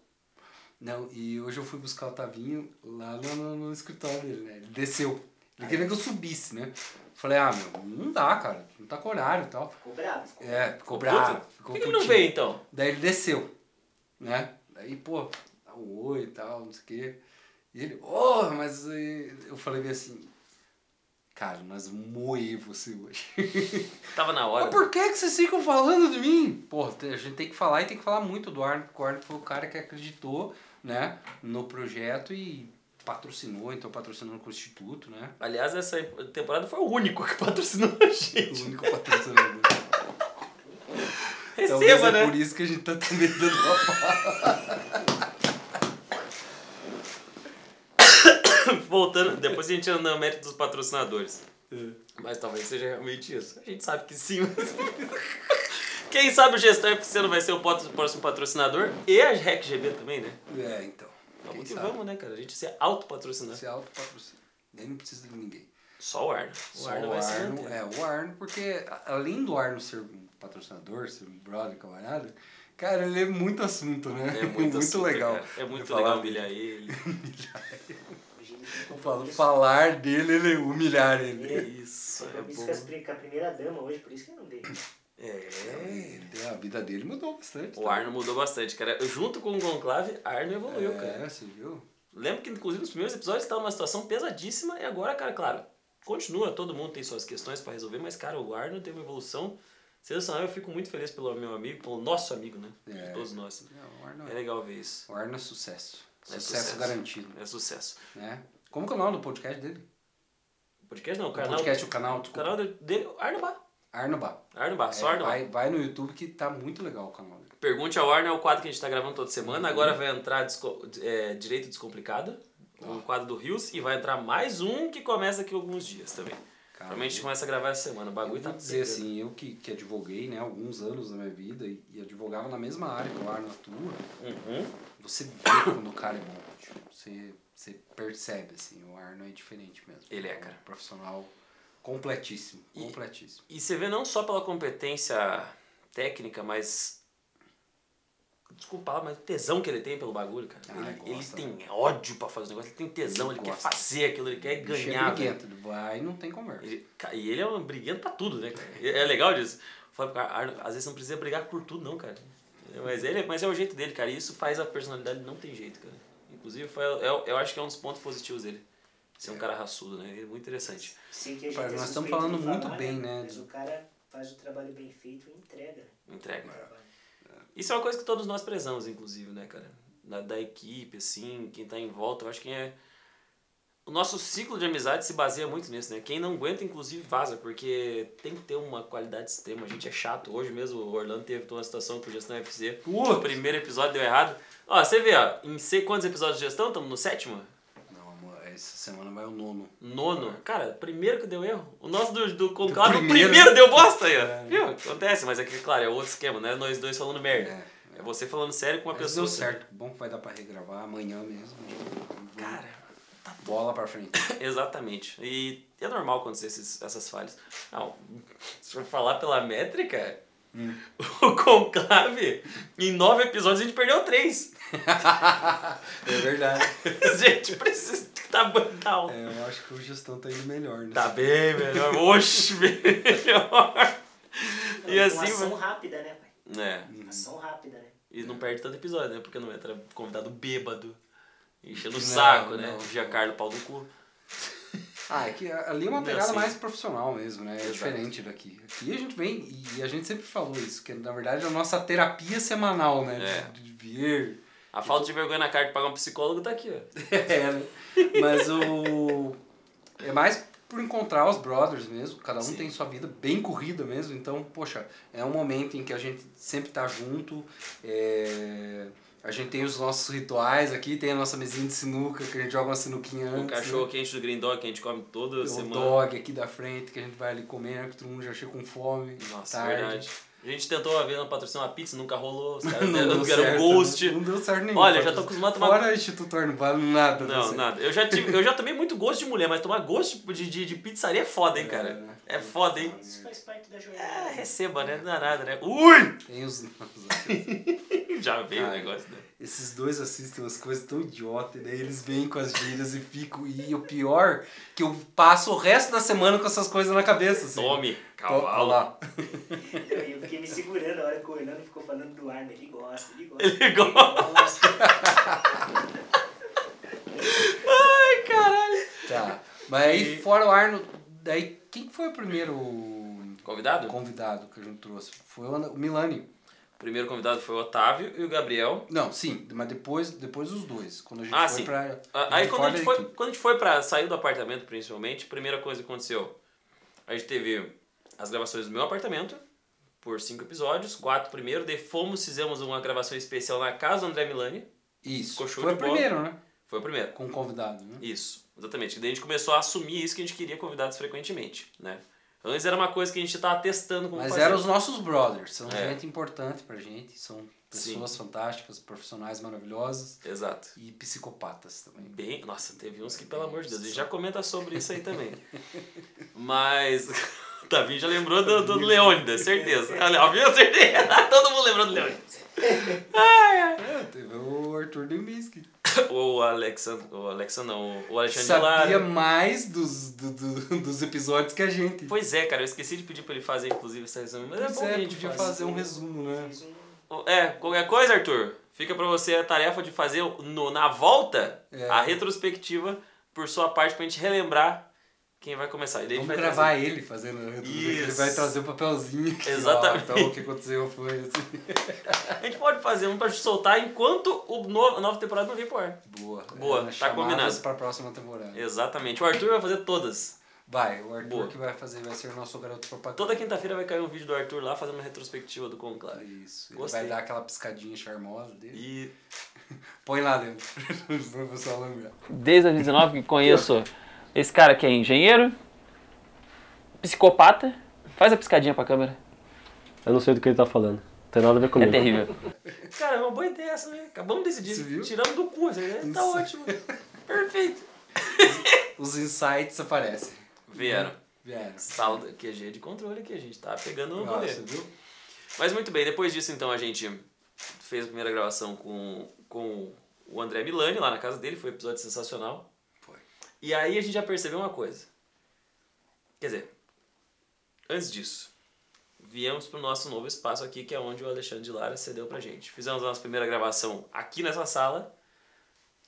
Speaker 1: Não, e hoje eu fui buscar o Tavinho lá no, no- no escritório dele, né? Ele desceu. Ele queria que eu subisse, né? Falei, ah, meu, não dá, cara. Não tá com horário e tal.
Speaker 3: Ficou bravo. Ficou...
Speaker 1: É, ficou
Speaker 2: Puta,
Speaker 1: bravo.
Speaker 2: Por
Speaker 1: Ficou
Speaker 2: que, que ele não
Speaker 1: putinho.
Speaker 2: veio então?
Speaker 1: Daí ele desceu, né? Daí, pô, dá um oi e tal, não sei o quê. E ele, oh, mas eh, eu falei bem assim, cara, nós vamos moer você hoje.
Speaker 2: Tava na hora.
Speaker 1: Mas por que, que vocês ficam falando de mim? Porra, te- a gente tem que falar e tem que falar muito do Arno, porque o Arno foi o cara que acreditou, né, no projeto e patrocinou, então patrocinou no Instituto, né?
Speaker 2: Aliás, essa temporada foi o único que patrocinou a gente.
Speaker 1: O único patrocinador. Talvez
Speaker 2: Receba,
Speaker 1: é
Speaker 2: né?
Speaker 1: por isso que a gente tá também dando uma pausa.
Speaker 2: Voltando, depois a gente anda no mérito dos patrocinadores.
Speaker 1: É.
Speaker 2: Mas talvez seja realmente isso. A gente sabe que sim. mas- Quem sabe o gestão FC não vai ser o pot- próximo patrocinador e a RecGB também, né?
Speaker 1: É, então.
Speaker 2: Vamos que
Speaker 1: quem sabe?
Speaker 2: vamos, né, cara? A gente ser autopatrocinar.
Speaker 1: Se autopatrocina. Daí não precisa de ninguém.
Speaker 2: Só o Arno. O
Speaker 1: Só
Speaker 2: Arno vai ser.
Speaker 1: é, Arno, É, o Arno, porque a- além do Arno ser um patrocinador, ser um brother, camarada, Cara, ele é muito assunto, né?
Speaker 2: É muito, assunto,
Speaker 1: legal.
Speaker 2: cara. É muito
Speaker 1: Falar
Speaker 2: legal
Speaker 1: dele.
Speaker 2: humilhar ele.
Speaker 3: Hoje ele tem
Speaker 1: Eu falo,
Speaker 3: compromisso-
Speaker 1: falar dele, ele humilhar ele.
Speaker 3: É.
Speaker 2: Isso, é
Speaker 3: compromisso com as
Speaker 2: bom.
Speaker 3: pri- com a primeira dama hoje, por isso que eu não dei.
Speaker 2: É.
Speaker 1: É, a vida dele mudou bastante. tá?
Speaker 2: O Arno mudou bastante, cara. Junto com o Conclave, Arno evoluiu,
Speaker 1: é,
Speaker 2: cara.
Speaker 1: você viu?
Speaker 2: Lembro que, inclusive, nos primeiros episódios estava numa situação pesadíssima e agora, cara, claro, continua, todo mundo tem suas questões pra resolver, mas, cara, o Arno tem uma evolução sensacional. Eu fico muito feliz pelo meu amigo, pelo nosso amigo, né?
Speaker 1: É.
Speaker 2: De todos nós.
Speaker 1: Não, o Arno
Speaker 2: É
Speaker 1: é,
Speaker 2: legal ver isso.
Speaker 1: o Arno é sucesso.
Speaker 2: É
Speaker 1: sucesso.
Speaker 2: sucesso.
Speaker 1: garantido,
Speaker 2: É sucesso.
Speaker 1: né? Como que é o nome do podcast dele?
Speaker 2: O podcast não, o
Speaker 1: O
Speaker 2: canal,
Speaker 1: podcast, o canal,
Speaker 2: o
Speaker 1: desculpa.
Speaker 2: canal tipo, É, dele, Arno Bar.
Speaker 1: Arno Bar.
Speaker 2: Arno Bar, só Arno Bar.
Speaker 1: É, vai, vai no YouTube que tá muito legal o canal dele.
Speaker 2: Pergunte ao Arno é o quadro que a gente tá gravando toda semana.
Speaker 1: Uhum.
Speaker 2: Agora vai entrar Desco- é, Direito Descomplicado,
Speaker 1: Ah.
Speaker 2: o quadro do Rios, e vai entrar mais um que começa aqui alguns dias também.
Speaker 1: Cara,
Speaker 2: Provavelmente a gente começa a gravar essa semana. O bagulho
Speaker 1: Eu
Speaker 2: tá
Speaker 1: vou dizer
Speaker 2: pegando.
Speaker 1: assim, eu que, que advoguei, né, alguns anos da minha vida e, e advogava na mesma área que o Arno atua,
Speaker 2: Uhum.
Speaker 1: você vê quando o cara é bom, tipo, você, você percebe, assim, o Arno é diferente mesmo.
Speaker 2: Ele é, cara.
Speaker 1: Um profissional completíssimo,
Speaker 2: E-
Speaker 1: completíssimo.
Speaker 2: E você vê não só pela competência técnica, mas. Desculpa falar, mas o tesão que ele tem pelo bagulho, cara.
Speaker 1: Ah,
Speaker 2: ele,
Speaker 1: gosta,
Speaker 2: ele tem ódio pra fazer o negócio, ele tem tesão,
Speaker 1: Ele
Speaker 2: ele, quer
Speaker 1: gosta.
Speaker 2: fazer aquilo, ele quer
Speaker 1: Ele chega
Speaker 2: ganhar. velho.
Speaker 1: é briguento, ele vai e não tem conversa.
Speaker 2: é né? Ele- ca- e ele é um briguento pra tudo, né, cara? E É legal disso. Fala pro cara, "Arno, às vezes não precisa brigar por tudo, não, cara. É, Mas, ele, mas é o jeito dele, cara. E isso faz a personalidade não tem jeito, cara. Inclusive, foi, eu, eu acho que é um dos pontos positivos dele. Ser um cara raçudo, né? Ele é muito interessante.
Speaker 3: Sei que a gente
Speaker 1: Pai,
Speaker 3: é
Speaker 1: nós estamos
Speaker 3: suspeito de
Speaker 1: falando muito
Speaker 3: falar,
Speaker 1: bem, né,
Speaker 3: Mas
Speaker 1: do-
Speaker 3: o cara faz o trabalho bem feito e entrega. né?
Speaker 2: Entrega.
Speaker 3: o trabalho.
Speaker 2: Isso é uma coisa que todos nós prezamos, inclusive, né, cara? Da, da equipe, assim, quem tá em volta. Eu acho que é. O nosso ciclo de amizade se baseia muito nisso, né? Quem não aguenta, inclusive, vaza, porque tem que ter uma qualidade extrema. A gente é chato. Hoje mesmo, o Orlando teve uma situação com o Gestão FC. Uh, O
Speaker 1: Putz!
Speaker 2: primeiro episódio deu errado. Ó, você vê, ó, em sei quantos episódios de gestão? Estamos no sétimo?
Speaker 1: Não, amor, essa semana vai o nono.
Speaker 2: Nono. Cara, primeiro que deu erro. O nosso do, do conclave,
Speaker 1: É.
Speaker 2: o
Speaker 1: primeiro.
Speaker 2: primeiro. deu bosta aí, ó. Viu? Acontece, mas é que, claro, é outro esquema, né? Nós dois falando merda.
Speaker 1: É.
Speaker 2: É você falando sério com uma
Speaker 1: Mas
Speaker 2: pessoa.
Speaker 1: deu certo, bom que vai dar pra regravar amanhã mesmo.
Speaker 2: Cara,
Speaker 1: Bola pra frente.
Speaker 2: exatamente. E é normal acontecer esses, essas falhas. Não, se for falar pela métrica,
Speaker 1: Hum.
Speaker 2: o Conclave, em nove episódios a gente perdeu três.
Speaker 1: é verdade.
Speaker 2: A gente precisa tá bancal.
Speaker 1: É, eu acho que o gestão tá indo melhor, né?
Speaker 2: Tá bem melhor. Oxe, melhor. E
Speaker 3: Uma
Speaker 2: assim
Speaker 3: Então, ação
Speaker 2: vai.
Speaker 3: rápida, né, pai?
Speaker 2: É,
Speaker 1: Uhum.
Speaker 3: Ação rápida, né?
Speaker 2: e não perde tanto episódio, né? Porque não entra convidado bêbado, enchendo o
Speaker 1: Não,
Speaker 2: saco, né?
Speaker 1: não.
Speaker 2: Giancarlo pau no cu.
Speaker 1: Ah, é que ali é uma
Speaker 2: Não,
Speaker 1: pegada
Speaker 2: sim.
Speaker 1: mais profissional mesmo, né? É
Speaker 2: Exato.
Speaker 1: diferente daqui. Aqui a gente vem, e a gente sempre falou isso, que na verdade é a nossa terapia semanal, né?
Speaker 2: É.
Speaker 1: De, de vir.
Speaker 2: A falta de vergonha na cara de pagar um psicólogo tá aqui, ó.
Speaker 1: É, né? Mas o. É mais por encontrar os brothers mesmo, cada um
Speaker 2: Sim.
Speaker 1: tem sua vida bem corrida mesmo, então, poxa, é um momento em que a gente sempre tá junto, é, a gente tem os nossos rituais aqui, tem a nossa mesinha de sinuca, que a gente joga uma sinuquinha antes.
Speaker 2: O
Speaker 1: né?
Speaker 2: cachorro quente do Green Dog que a gente come toda
Speaker 1: o
Speaker 2: semana.
Speaker 1: um dog aqui da frente que a gente vai ali comer, né, que todo mundo já chega com fome.
Speaker 2: Nossa,
Speaker 1: tarde.
Speaker 2: verdade. A gente tentou uma vez na patrocinar uma pizza, nunca rolou. Os caras
Speaker 1: Não
Speaker 2: deram,
Speaker 1: deu
Speaker 2: deram
Speaker 1: certo,
Speaker 2: ghost.
Speaker 1: Não deu certo nenhum.
Speaker 2: Olha, eu já
Speaker 1: Fora
Speaker 2: tô acostumado a tomar.
Speaker 1: Fora o Instituto Orno, vale nada. deu
Speaker 2: Não,
Speaker 1: certo.
Speaker 2: nada. Eu já, tive, eu já tomei muito gosto de mulher, mas tomar gosto de, de, de pizzaria é foda, hein,
Speaker 1: É,
Speaker 2: cara?
Speaker 1: né?
Speaker 2: É foda, hein?
Speaker 3: Isso faz parte da
Speaker 2: Ah,
Speaker 3: jornada.
Speaker 2: receba, né? Não dá nada, né? Ui!
Speaker 1: Tem os...
Speaker 2: Já veio o
Speaker 1: Cara.
Speaker 2: negócio, né?
Speaker 1: Esses dois assistem umas coisas tão idiota, e daí eles vêm com as gírias e ficam. E o pior, que eu passo o resto da semana com essas coisas na cabeça. Assim.
Speaker 2: Tome,
Speaker 1: Tô- olha
Speaker 2: cavalo.
Speaker 1: lá.
Speaker 3: Eu, eu fiquei me segurando a hora que o Orlando ficou falando do Arno. Ele gosta, ele gosta.
Speaker 2: Ele gosta. Ai, caralho.
Speaker 1: Tá. Mas aí,
Speaker 2: E-
Speaker 1: fora o Arno, daí quem foi o primeiro
Speaker 2: Convidado?
Speaker 1: convidado que a gente trouxe? Foi o Ana- o Milani.
Speaker 2: O primeiro convidado foi o Otávio e o Gabriel.
Speaker 1: Não, sim, mas depois, depois os dois. Quando a gente
Speaker 2: Ah,
Speaker 1: foi
Speaker 2: sim.
Speaker 1: pra.
Speaker 2: Ah, Aí quando a gente
Speaker 1: fora
Speaker 2: foi,
Speaker 1: da equipe.
Speaker 2: quando a gente foi pra sair do apartamento, principalmente, a primeira coisa que aconteceu, a gente teve as gravações do meu apartamento, por cinco episódios, quatro primeiro, daí fomos, fizemos uma gravação especial na casa do André Milani,
Speaker 1: Isso.
Speaker 2: Ficou show
Speaker 1: Foi o
Speaker 2: de bola.
Speaker 1: primeiro, né?
Speaker 2: foi o primeiro.
Speaker 1: Com o convidado, né?
Speaker 2: Isso, exatamente. Daí a gente começou a assumir isso que a gente queria convidados frequentemente, né? Antes era uma coisa que a gente tava testando como
Speaker 1: Mas
Speaker 2: fazer. um-
Speaker 1: eram os nossos brothers, são
Speaker 2: É.
Speaker 1: gente importante pra gente, são Pessoas fantásticas, profissionais maravilhosas
Speaker 2: Exato.
Speaker 1: e psicopatas também.
Speaker 2: Bem, nossa, teve uns que, pelo amor de Deus, ele já comenta sobre isso aí também. Mas. o Davi já lembrou do, do Leônidas, certeza. Olha, viu? Certeza. Todo mundo lembrou do Leônidas.
Speaker 1: É, teve o Arthur Dembinski.
Speaker 2: O Alexandre. O Alexandre não, o Alexandre
Speaker 1: Sabia
Speaker 2: Lara.
Speaker 1: mais dos, do- do- dos episódios que a gente.
Speaker 2: Pois é, cara, eu esqueci de pedir pra ele fazer, inclusive, essa resumo. Mas é
Speaker 1: Pois
Speaker 2: bom que
Speaker 1: é,
Speaker 2: a gente
Speaker 1: podia
Speaker 2: faz.
Speaker 1: fazer um resumo, né?
Speaker 3: Fiz um-
Speaker 2: É, qualquer coisa, Arthur, fica pra você a tarefa de fazer no, na volta
Speaker 1: É.
Speaker 2: a retrospectiva por sua parte pra gente relembrar quem vai começar. E daí a gente
Speaker 1: Vamos
Speaker 2: vai
Speaker 1: gravar ele fazendo a retrospectiva. Ele
Speaker 2: Isso.
Speaker 1: vai trazer o papelzinho. aqui, ó,
Speaker 2: Exatamente.
Speaker 1: então o que aconteceu foi assim.
Speaker 2: A gente pode fazer um pra soltar enquanto o novo, a nova temporada não vem pro ar.
Speaker 1: Boa.
Speaker 2: Boa, tá combinado.
Speaker 1: Para a próxima temporada.
Speaker 2: Exatamente. O Arthur vai fazer todas.
Speaker 1: Vai, o Arthur
Speaker 2: Boa.
Speaker 1: que vai fazer, vai ser o nosso garoto propaganda.
Speaker 2: Toda quinta-feira vai cair um vídeo do Arthur lá fazendo uma retrospectiva do Conclave.
Speaker 1: Isso. Ele
Speaker 2: Gostei.
Speaker 1: vai dar aquela piscadinha charmosa dele.
Speaker 2: E
Speaker 1: Põe lá dentro. Pro pessoal lembrar.
Speaker 4: desde 2019 que conheço esse cara que é engenheiro, psicopata. Faz a piscadinha pra câmera.
Speaker 5: Eu não sei do que ele tá falando. Não tem nada a ver
Speaker 4: É
Speaker 5: comigo.
Speaker 4: terrível.
Speaker 2: Cara, é uma boa ideia essa, né? Acabamos de
Speaker 1: Você
Speaker 2: decidir.
Speaker 1: viu?
Speaker 2: Tiramos do cu essa ideia. Tá
Speaker 1: Isso.
Speaker 2: ótimo. Perfeito.
Speaker 1: Os insights aparecem.
Speaker 2: Vieram.
Speaker 1: Vieram.
Speaker 2: Sala da QG de controle que a gente tá pegando no
Speaker 1: Ó,
Speaker 2: rolê.
Speaker 1: você viu?
Speaker 2: Mas muito bem, depois disso então a gente fez a primeira gravação com, com o André Milani lá na casa dele, foi um episódio sensacional.
Speaker 1: Foi.
Speaker 2: E aí a gente já percebeu uma coisa. Quer dizer, antes disso, viemos pro nosso novo espaço aqui, que é onde o Alexandre de Lara cedeu pra gente. Fizemos a nossa primeira gravação aqui nessa sala.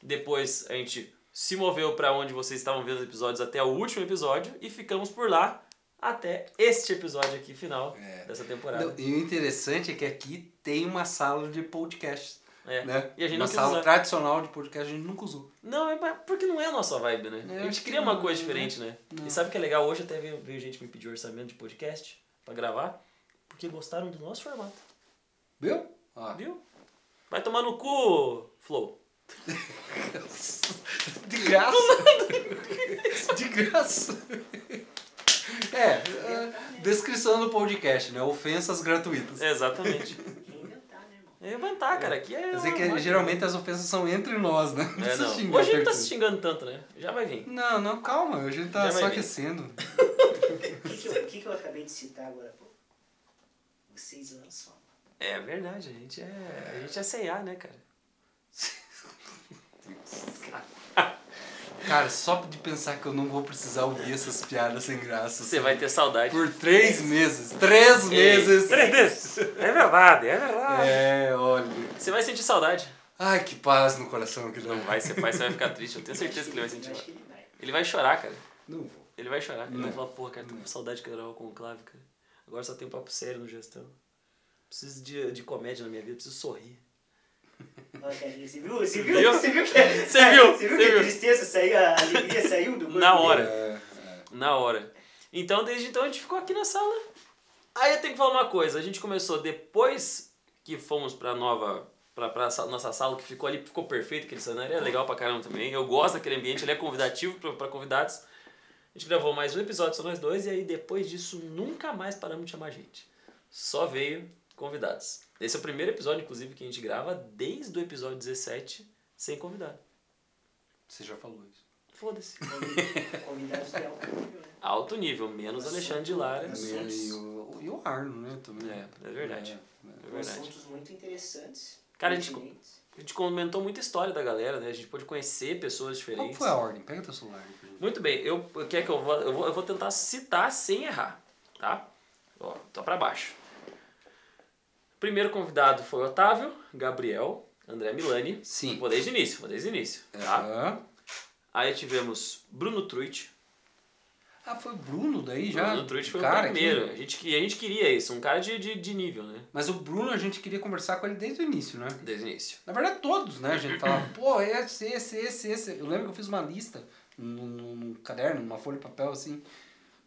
Speaker 2: Depois a gente se moveu pra onde vocês estavam vendo os episódios até o último episódio e ficamos por lá até este episódio aqui final
Speaker 1: É.
Speaker 2: dessa temporada.
Speaker 1: Não, e o interessante é que aqui tem uma sala de podcast.
Speaker 2: É.
Speaker 1: Né?
Speaker 2: E a gente
Speaker 1: uma
Speaker 2: não quis
Speaker 1: sala
Speaker 2: usar.
Speaker 1: tradicional de podcast a gente nunca usou.
Speaker 2: Não, é pra- porque não é a nossa vibe, né?
Speaker 1: É,
Speaker 2: a gente
Speaker 1: acho que
Speaker 2: cria uma
Speaker 1: não,
Speaker 2: coisa
Speaker 1: né?
Speaker 2: diferente, né? E sabe o que é legal? Hoje até veio, veio gente me pedir orçamento de podcast pra gravar, porque gostaram do nosso formato,
Speaker 1: Viu? Ó.
Speaker 2: viu? Vai tomar no cu, Flow.
Speaker 1: De graça. De graça. É, é, descrição do podcast, né? Ofensas gratuitas.
Speaker 2: É, Exatamente.
Speaker 3: Reinventar, né, irmão?
Speaker 2: É inventar, cara. Aqui é.
Speaker 1: Quer dizer
Speaker 2: uma-
Speaker 1: que geralmente as ofensas são entre nós, né? Não
Speaker 2: É,
Speaker 1: precisa
Speaker 2: não.
Speaker 1: xingar
Speaker 2: Hoje a gente tá
Speaker 1: tanto.
Speaker 2: se xingando tanto, né? Já vai vir.
Speaker 1: Não, não, calma, a gente tá
Speaker 2: Já vai
Speaker 1: só
Speaker 2: vir.
Speaker 1: aquecendo.
Speaker 3: O que, que eu- o que, que eu acabei de citar agora, pô? Vocês lançam.
Speaker 2: É verdade, a gente é. A gente é CA, né, cara?
Speaker 1: Cara, só de pensar que eu não vou precisar ouvir essas piadas sem graça.
Speaker 2: Você
Speaker 1: assim,
Speaker 2: vai ter saudade. É
Speaker 1: Por três meses. Três
Speaker 2: Ei,
Speaker 1: meses!
Speaker 2: Três vezes! É verdade, é verdade.
Speaker 1: É, olha.
Speaker 2: Você vai sentir saudade.
Speaker 1: Ai, que paz no coração que não
Speaker 2: Não vai ser pai, você vai ficar triste. Eu tenho certeza que é ele vai sentir.
Speaker 3: Eu acho
Speaker 2: saudade.
Speaker 3: que ele vai.
Speaker 2: Ele vai chorar, cara.
Speaker 1: Não vou.
Speaker 2: Ele vai chorar. Ele
Speaker 1: Não.
Speaker 2: vai falar, porra, cara, tô com saudade que eu gravava com o Clave, cara. Agora só tem um papo sério no gestão. Preciso de, de comédia na minha vida, preciso sorrir.
Speaker 3: Olha, cara, Você viu? Você viu?
Speaker 2: Viu?
Speaker 3: Você viu que, é-
Speaker 2: Você viu? Você
Speaker 3: Você viu que
Speaker 2: viu?
Speaker 3: a tristeza saiu, a alegria saiu do corpo
Speaker 2: Na
Speaker 3: dele?
Speaker 2: hora.
Speaker 1: É,
Speaker 2: Na hora. Então, desde então, a gente ficou aqui na sala. Aí eu tenho que falar uma coisa. A gente começou depois que fomos pra nova... Pra, pra sa- nossa sala que ficou ali, ficou perfeito aquele cenário. É legal pra caramba também. Eu gosto daquele ambiente, ele é convidativo pra, pra convidados. A gente gravou mais um episódio, só nós dois. E aí, depois disso, nunca mais paramos de chamar gente. Só veio convidados. Esse é o primeiro episódio, inclusive, que a gente grava desde o episódio 17 sem convidado.
Speaker 1: você já falou isso.
Speaker 2: Foda-se.
Speaker 3: Convidados de alto nível, né?
Speaker 2: Alto nível, menos Alexandre de Lara.
Speaker 1: É, E o, e o Arno, né? Também.
Speaker 2: É, é verdade.
Speaker 1: É, é.
Speaker 2: É
Speaker 3: Com
Speaker 2: verdade.
Speaker 3: assuntos muito interessantes.
Speaker 2: Cara, a gente-
Speaker 3: pertinentes.
Speaker 2: A gente comentou muita história da galera, né? A gente pôde conhecer pessoas
Speaker 1: Qual que
Speaker 2: diferentes.
Speaker 1: foi a ordem? Pega teu celular. aí pra gente.
Speaker 2: Muito bem, eu quer que eu vou, eu vou eu vou tentar citar sem errar, tá? Ó, tô pra baixo. Primeiro convidado foi Otávio, Gabriel, André Milani.
Speaker 1: Sim. É.
Speaker 2: Vou desde o início, vou desde o início, tá?
Speaker 1: Aham.
Speaker 2: Aí tivemos Bruno Truitt.
Speaker 1: Ah, foi o Bruno daí já?
Speaker 2: Bruno Truitt foi
Speaker 1: Cara,
Speaker 2: o primeiro.
Speaker 1: que-
Speaker 2: A gente, que- a gente queria isso, um cara de, de, de nível, né?
Speaker 1: Mas o Bruno a gente queria conversar com ele desde o início, né?
Speaker 2: Desde o início.
Speaker 1: Na verdade, todos, né? A gente falava, pô, esse, esse, esse, esse. Eu lembro que eu fiz uma lista num, num- num caderno, numa folha de papel, assim.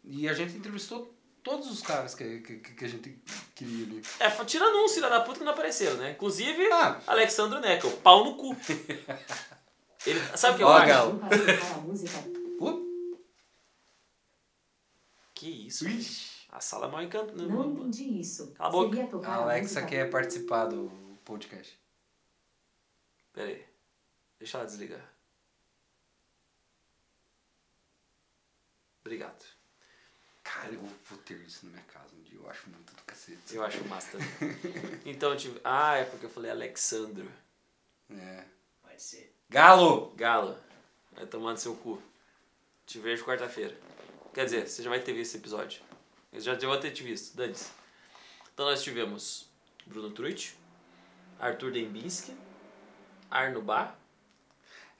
Speaker 1: E a gente entrevistou todos os caras que, que, que a gente queria ali.
Speaker 2: É, fa- tirando uns filha da puta que não apareceram, né? Inclusive,
Speaker 1: Ah.
Speaker 2: Alexandre Neckel, pau no cu. Ele, sabe o que eu
Speaker 1: Ó,
Speaker 2: acho?
Speaker 1: Galo. Uh,
Speaker 2: Que isso?
Speaker 1: Ixi.
Speaker 2: A sala é mal encantada.
Speaker 6: Não entendi isso.
Speaker 2: Cala a boca.
Speaker 6: Seria tocar
Speaker 1: a Alexa
Speaker 6: música-
Speaker 1: quer participar do podcast.
Speaker 2: Pera aí. Deixa ela desligar. Obrigado.
Speaker 1: Cara, eu vou ter isso na minha casa um dia. Eu acho muito do cacete.
Speaker 2: Eu acho massa também. Então, tive... Ah, é porque eu falei Alexandro.
Speaker 1: É.
Speaker 3: Vai ser.
Speaker 1: Galo!
Speaker 2: Galo, vai tomar no seu cu. Te vejo quarta-feira. Quer dizer, você já vai ter visto esse episódio. Eu já, já vou ter te visto, dane-se. Então nós tivemos Bruno Truitt, Arthur Dembinski, Arno Bar.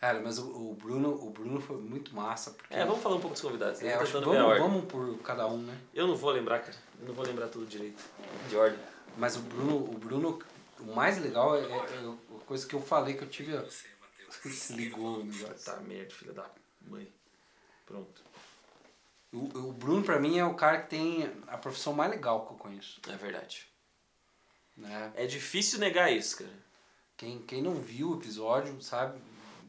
Speaker 1: Cara, mas o, o Bruno, o Bruno foi muito massa. Porque,
Speaker 2: É, vamos falar um pouco dos convidados.
Speaker 1: É,
Speaker 2: eu, tô
Speaker 1: acho que
Speaker 2: tentando ver a
Speaker 1: vamos,
Speaker 2: ordem.
Speaker 1: vamos por cada um, né?
Speaker 2: eu não vou lembrar, cara. Eu não vou lembrar tudo direito. De ordem.
Speaker 1: Mas o Bruno, o Bruno, o mais legal é, é a coisa que eu falei que eu tive. ó. Se ligou né? o negócio.
Speaker 2: Tá merda, filha da mãe. Pronto.
Speaker 1: O, o Bruno, pra mim, é o cara que tem a profissão mais legal que eu conheço.
Speaker 2: É verdade.
Speaker 1: Né?
Speaker 2: É difícil negar isso, cara.
Speaker 1: Quem, quem não viu o episódio, sabe?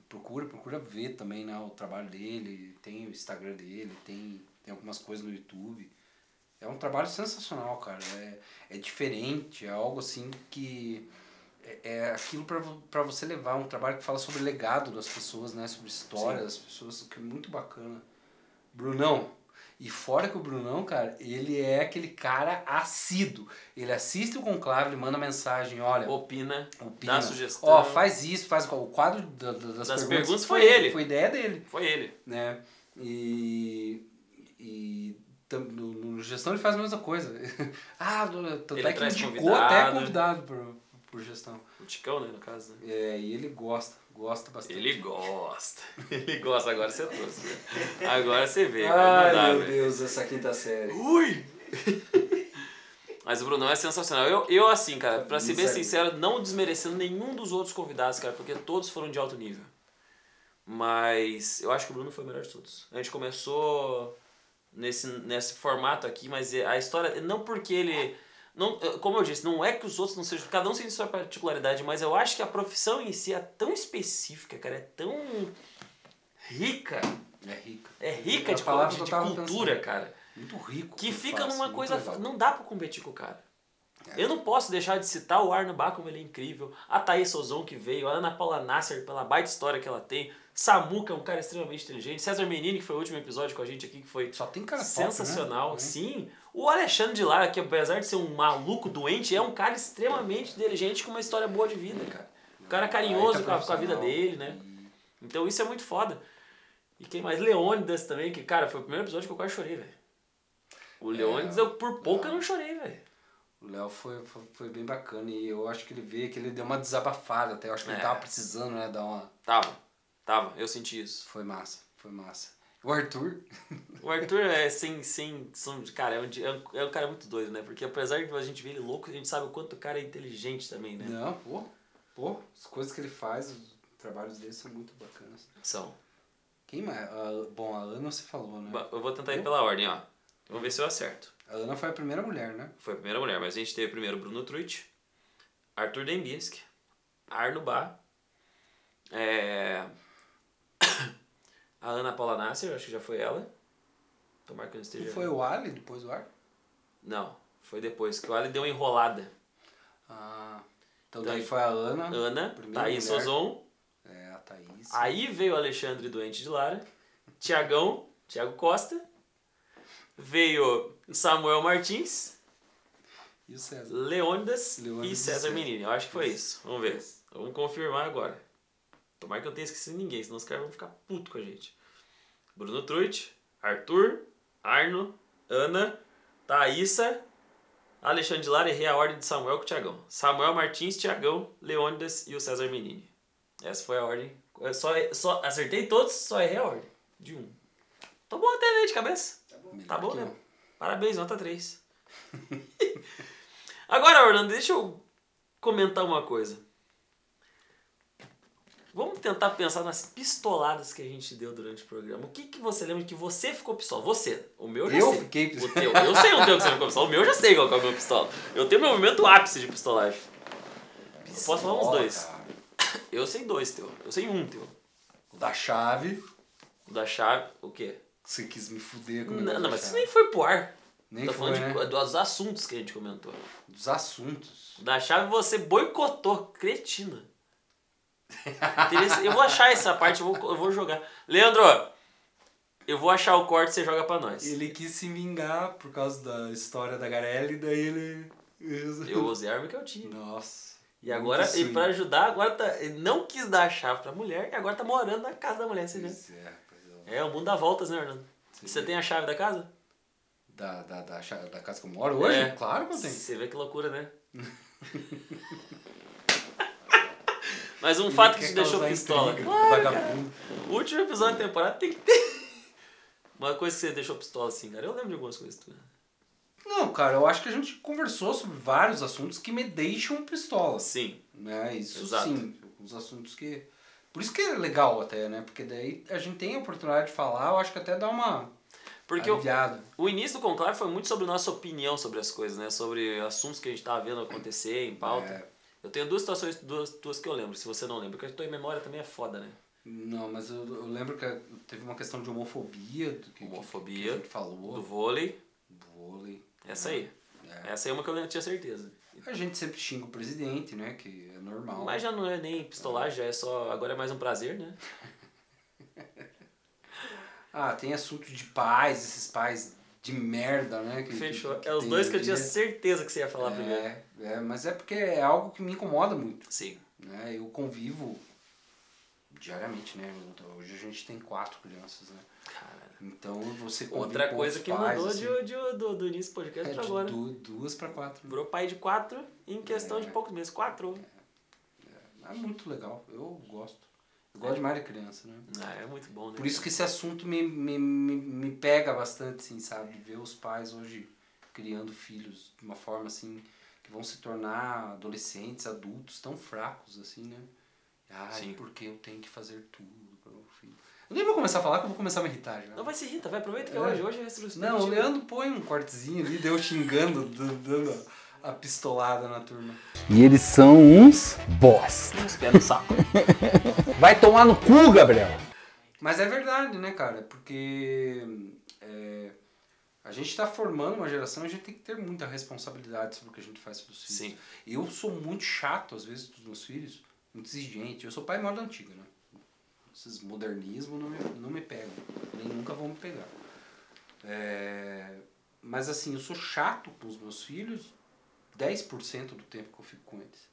Speaker 1: Procura, procura ver também né, o trabalho dele. Tem o Instagram dele, tem, tem algumas coisas no YouTube. É um trabalho sensacional, cara. É, é diferente, é algo assim que. É, é aquilo pra vo- pra você levar. Um trabalho que fala sobre legado das pessoas, né? Sobre história das pessoas, que é muito bacana. Brunão. E fora que o Brunão, cara, ele é aquele cara assíduo. Ele assiste o conclave, ele manda mensagem, olha,
Speaker 2: Opina,
Speaker 1: Opina.
Speaker 2: dá sugestão.
Speaker 1: Ó, faz isso, faz qual. O quadro da- da- das,
Speaker 2: Das
Speaker 1: perguntas,
Speaker 2: perguntas foi ele.
Speaker 1: Foi ideia dele,
Speaker 2: Foi ele.
Speaker 1: né? E. E. tam- No, no gestão ele faz a mesma coisa. ah, do- tanto
Speaker 2: Ele
Speaker 1: é que
Speaker 2: traz
Speaker 1: indicou
Speaker 2: convidado.
Speaker 1: até convidado por, por gestão.
Speaker 2: O Ticão, né, no caso, né?
Speaker 1: É, e ele gosta, gosta bastante.
Speaker 2: Ele gosta. Ele gosta. Agora você trouxe. né? Agora você vê. vai
Speaker 1: Ai,
Speaker 2: mandar,
Speaker 1: meu
Speaker 2: velho.
Speaker 1: Deus, essa quinta série.
Speaker 2: Ui! Mas o Brunão é sensacional. Eu, eu assim, cara, pra ser bem
Speaker 1: Misericórdia.
Speaker 2: sincero, não desmerecendo nenhum dos outros convidados, cara, porque todos foram de alto nível. Mas eu acho que o Bruno foi o melhor de todos. A gente começou nesse, nesse formato aqui, mas a história. Não porque ele. Não, como eu disse, não é que os outros não sejam. Cada um tem sua particularidade, mas eu acho que a profissão em si é tão específica, cara, é tão rica.
Speaker 1: É rica.
Speaker 2: É rica
Speaker 1: A
Speaker 2: de,
Speaker 1: palavra
Speaker 2: de,
Speaker 1: que eu
Speaker 2: de
Speaker 1: tava
Speaker 2: cultura,
Speaker 1: pensando.
Speaker 2: cara.
Speaker 1: Muito rico.
Speaker 2: Que
Speaker 1: eu
Speaker 2: fica
Speaker 1: faço,
Speaker 2: numa
Speaker 1: muito
Speaker 2: coisa.
Speaker 1: legal. É.
Speaker 2: Não dá pra competir com o cara. Eu não posso deixar de citar o Arno Bar como ele é incrível, a Thaís Sozon que veio, a Ana Paula Nasser pela baita história que ela tem, Samu, que é um cara extremamente inteligente, César Menini, que foi o último episódio com a gente aqui, que foi
Speaker 1: Só tem cara top, né?
Speaker 2: sensacional,
Speaker 1: É.
Speaker 2: sim. O Alexandre de Lara, que apesar de ser um maluco doente, é um cara extremamente inteligente com uma história boa de vida, cara. Um cara carinhoso
Speaker 1: é Baita
Speaker 2: com a, com a vida
Speaker 1: profissional.
Speaker 2: dele, né? Então isso é muito foda. E quem mais? Leônidas também, que, cara, foi o primeiro episódio que eu quase chorei, velho. O Leônidas, eu por pouco eu não chorei, velho.
Speaker 1: O Léo foi, foi, foi bem bacana e eu acho que ele veio que ele deu uma desabafada até. Eu acho que
Speaker 2: É.
Speaker 1: ele tava precisando, né? Dar uma.
Speaker 2: Tava, tava, eu senti isso.
Speaker 1: Foi massa, foi massa. O Arthur.
Speaker 2: O Arthur é sem, sem som de cara, é um, di- é, um, é um cara muito doido, né? Porque apesar de a gente ver ele louco, a gente sabe o quanto o cara é inteligente também, né?
Speaker 1: Não, pô. Pô, as coisas que ele faz, os trabalhos dele são muito bacanas.
Speaker 2: São.
Speaker 1: Quem mais? A- bom, a Ana você falou, né?
Speaker 2: Ba- Eu vou tentar ir pela ordem, ó. Vamos ver se eu acerto.
Speaker 1: A Ana foi a primeira mulher, né?
Speaker 2: Foi a primeira mulher, mas a gente teve primeiro Bruno Truitt, Arthur Dembinski, Arno Bar, é, a Ana Paula Nasser, acho que já foi ela. Tomara que eu não
Speaker 1: E
Speaker 2: esteja...
Speaker 1: foi o Ali depois do ar?
Speaker 2: Não, foi depois, que o Ali deu uma enrolada.
Speaker 1: Ah. Então
Speaker 2: Daí-
Speaker 1: daí foi a Ana.
Speaker 2: Ana, Ah,
Speaker 1: primeira
Speaker 2: Thaís
Speaker 1: mulher.
Speaker 2: Sozon,
Speaker 1: É, a Thaís.
Speaker 2: Aí veio o Alexandre doente de Lara, Tiagão, Tiago Costa, veio Samuel Martins,
Speaker 1: E o César.
Speaker 2: Leônidas,
Speaker 1: Leônidas
Speaker 2: e
Speaker 1: e
Speaker 2: César
Speaker 1: César.
Speaker 2: Menino. Eu acho que foi isso. Vamos ver. Vamos confirmar agora. Tomara que eu não tenha esquecido ninguém, senão os caras vão ficar puto com a gente. Bruno Truitt, Arthur, Arno, Ana, Thaísa, Alexandre de Lara, errei a ordem de Samuel com o Tiagão. Samuel Martins, Tiagão, Leônidas e o César Menini. Essa foi a ordem. Eu só, só acertei todos, só errei a ordem. De um. Tô bom até, né, de cabeça?
Speaker 1: Melhor
Speaker 2: Tá bom,
Speaker 1: que
Speaker 2: né?
Speaker 1: não.
Speaker 2: Parabéns, nota 3. Agora, Orlando, deixa eu comentar uma coisa. Vamos tentar pensar nas pistoladas que a gente deu durante o programa. O que, que você lembra que você ficou pistola? Você. O meu eu já
Speaker 1: Eu
Speaker 2: sei.
Speaker 1: fiquei
Speaker 2: O
Speaker 1: pistola.
Speaker 2: teu. Eu sei o teu que você ficou pistola. O meu eu já sei qual que é o meu pistola. Eu tenho meu momento ápice de pistolagem. Eu posso falar uns
Speaker 1: Ó,
Speaker 2: dois.
Speaker 1: cara.
Speaker 2: Eu sei dois, teu. Eu sei um, teu.
Speaker 1: O da chave.
Speaker 2: O da chave. O quê?
Speaker 1: Você quis me fuder com o
Speaker 2: Não,
Speaker 1: negócio
Speaker 2: não,
Speaker 1: é da
Speaker 2: mas isso
Speaker 1: chave.
Speaker 2: nem foi pro ar.
Speaker 1: Nem
Speaker 2: Tô
Speaker 1: foi,
Speaker 2: Tá falando de-
Speaker 1: né?
Speaker 2: dos assuntos que a gente comentou.
Speaker 1: Dos assuntos.
Speaker 2: Da chave você boicotou, cretina. Interessa- eu vou achar essa parte, eu vou, eu vou jogar. Leandro, eu vou achar o corte e você joga pra nós.
Speaker 1: Ele quis se vingar por causa da história da Garelli, daí ele...
Speaker 2: Eu usei a arma que eu tinha.
Speaker 1: Nossa.
Speaker 2: E agora,
Speaker 1: Muito
Speaker 2: e pra
Speaker 1: swing.
Speaker 2: ajudar, agora tá, ele não quis dar a chave pra mulher e agora tá morando na casa da mulher, você vê.
Speaker 1: Pois é, rapaz, eu-
Speaker 2: É, o mundo dá voltas, né, Orlando?
Speaker 1: Sim.
Speaker 2: Você tem a chave da casa?
Speaker 1: Da, da, da, cha- da casa que eu moro hoje?
Speaker 2: É.
Speaker 1: Claro que eu tenho.
Speaker 2: Você vê que loucura, né? Mas um fato que
Speaker 1: Ele
Speaker 2: te
Speaker 1: quer
Speaker 2: deixou
Speaker 1: causar
Speaker 2: pistola.
Speaker 1: intriga, Vagabundo.
Speaker 2: O último episódio da temporada tem que ter. Uma coisa que você deixou pistola assim, cara. Eu lembro de algumas coisas tuas.
Speaker 1: Não, cara, eu acho que a gente conversou sobre vários assuntos que me deixam pistola.
Speaker 2: Sim.
Speaker 1: Né? Isso
Speaker 2: Exato.
Speaker 1: sim. Os assuntos que. Por isso que é legal até, né? Porque daí a gente tem a oportunidade de falar, eu acho que até dá uma
Speaker 2: Porque o,
Speaker 1: aliviada.
Speaker 2: o início do Conclave foi muito sobre nossa opinião sobre as coisas, né? Sobre assuntos que a gente tava vendo acontecer em pauta.
Speaker 1: É.
Speaker 2: Eu tenho duas situações, duas, duas que eu lembro, se você não lembra. Porque a tua memória também é foda, né?
Speaker 1: Não, mas eu, eu lembro que teve uma questão de homofobia. Do que,
Speaker 2: Homofobia,
Speaker 1: Que a gente
Speaker 2: Do
Speaker 1: falou.
Speaker 2: vôlei.
Speaker 1: Do vôlei.
Speaker 2: Essa aí.
Speaker 1: É.
Speaker 2: Essa aí é uma que eu não tinha certeza.
Speaker 1: A gente sempre xinga o presidente, né? Que é normal.
Speaker 2: Mas já não é nem pistolagem, já é só. Agora é mais um prazer, né?
Speaker 1: Ah, tem assunto de pais, esses pais de merda, né? que- que-
Speaker 2: Fechou.
Speaker 1: que
Speaker 2: É os
Speaker 1: tem
Speaker 2: dois
Speaker 1: hoje
Speaker 2: que eu
Speaker 1: em
Speaker 2: tinha
Speaker 1: dia.
Speaker 2: certeza que você ia falar primeiro.
Speaker 1: É, é, mas é porque é algo que me incomoda muito,
Speaker 2: Sim.
Speaker 1: né? Eu convivo diariamente, né? Hoje a gente tem quatro crianças, né?
Speaker 2: Caralho.
Speaker 1: Então você convive
Speaker 2: Outra
Speaker 1: com
Speaker 2: coisa
Speaker 1: outros
Speaker 2: que
Speaker 1: pais,
Speaker 2: mudou
Speaker 1: assim.
Speaker 2: de, de- do, do início do podcast
Speaker 1: É,
Speaker 2: pra
Speaker 1: de
Speaker 2: agora. né?
Speaker 1: du- duas para quatro. né?
Speaker 2: Virou pai de quatro em questão de
Speaker 1: É.
Speaker 2: poucos meses. Quatro.
Speaker 1: É muito legal, eu gosto. Eu gosto demais de criança, né?
Speaker 2: Ah, é muito bom, né?
Speaker 1: Por isso que esse assunto me, me, me, me pega bastante, assim, sabe?
Speaker 2: É.
Speaker 1: Ver os pais hoje criando filhos de uma forma, assim, que vão se tornar adolescentes, adultos, tão fracos, assim, né? Ai,
Speaker 2: Sim.
Speaker 1: porque eu tenho que fazer tudo para meu filho. Eu nem vou começar a falar que eu vou começar a me irritar já.
Speaker 2: Não vai se irrita, vai, aproveita que
Speaker 1: É.
Speaker 2: é hoje. Hoje é restritivo.
Speaker 1: Não, o Leandro põe um cortezinho ali, deu xingando, dando dando a pistolada na turma.
Speaker 5: E eles são uns bosta.
Speaker 4: Os pés no saco.
Speaker 5: Vai tomar no cu, Gabriel.
Speaker 1: Mas é verdade, né, cara? Porque é, a gente tá formando uma geração, a gente tem que ter muita responsabilidade sobre o que a gente faz pelos filhos.
Speaker 2: Sim.
Speaker 1: Eu sou muito chato, às vezes, dos meus filhos, muito exigente. Eu sou pai moda antiga, né? Esses modernismos não me, não me pegam, nem nunca vão me pegar. É, mas assim, eu sou chato com os meus filhos 10% do tempo que eu fico com eles.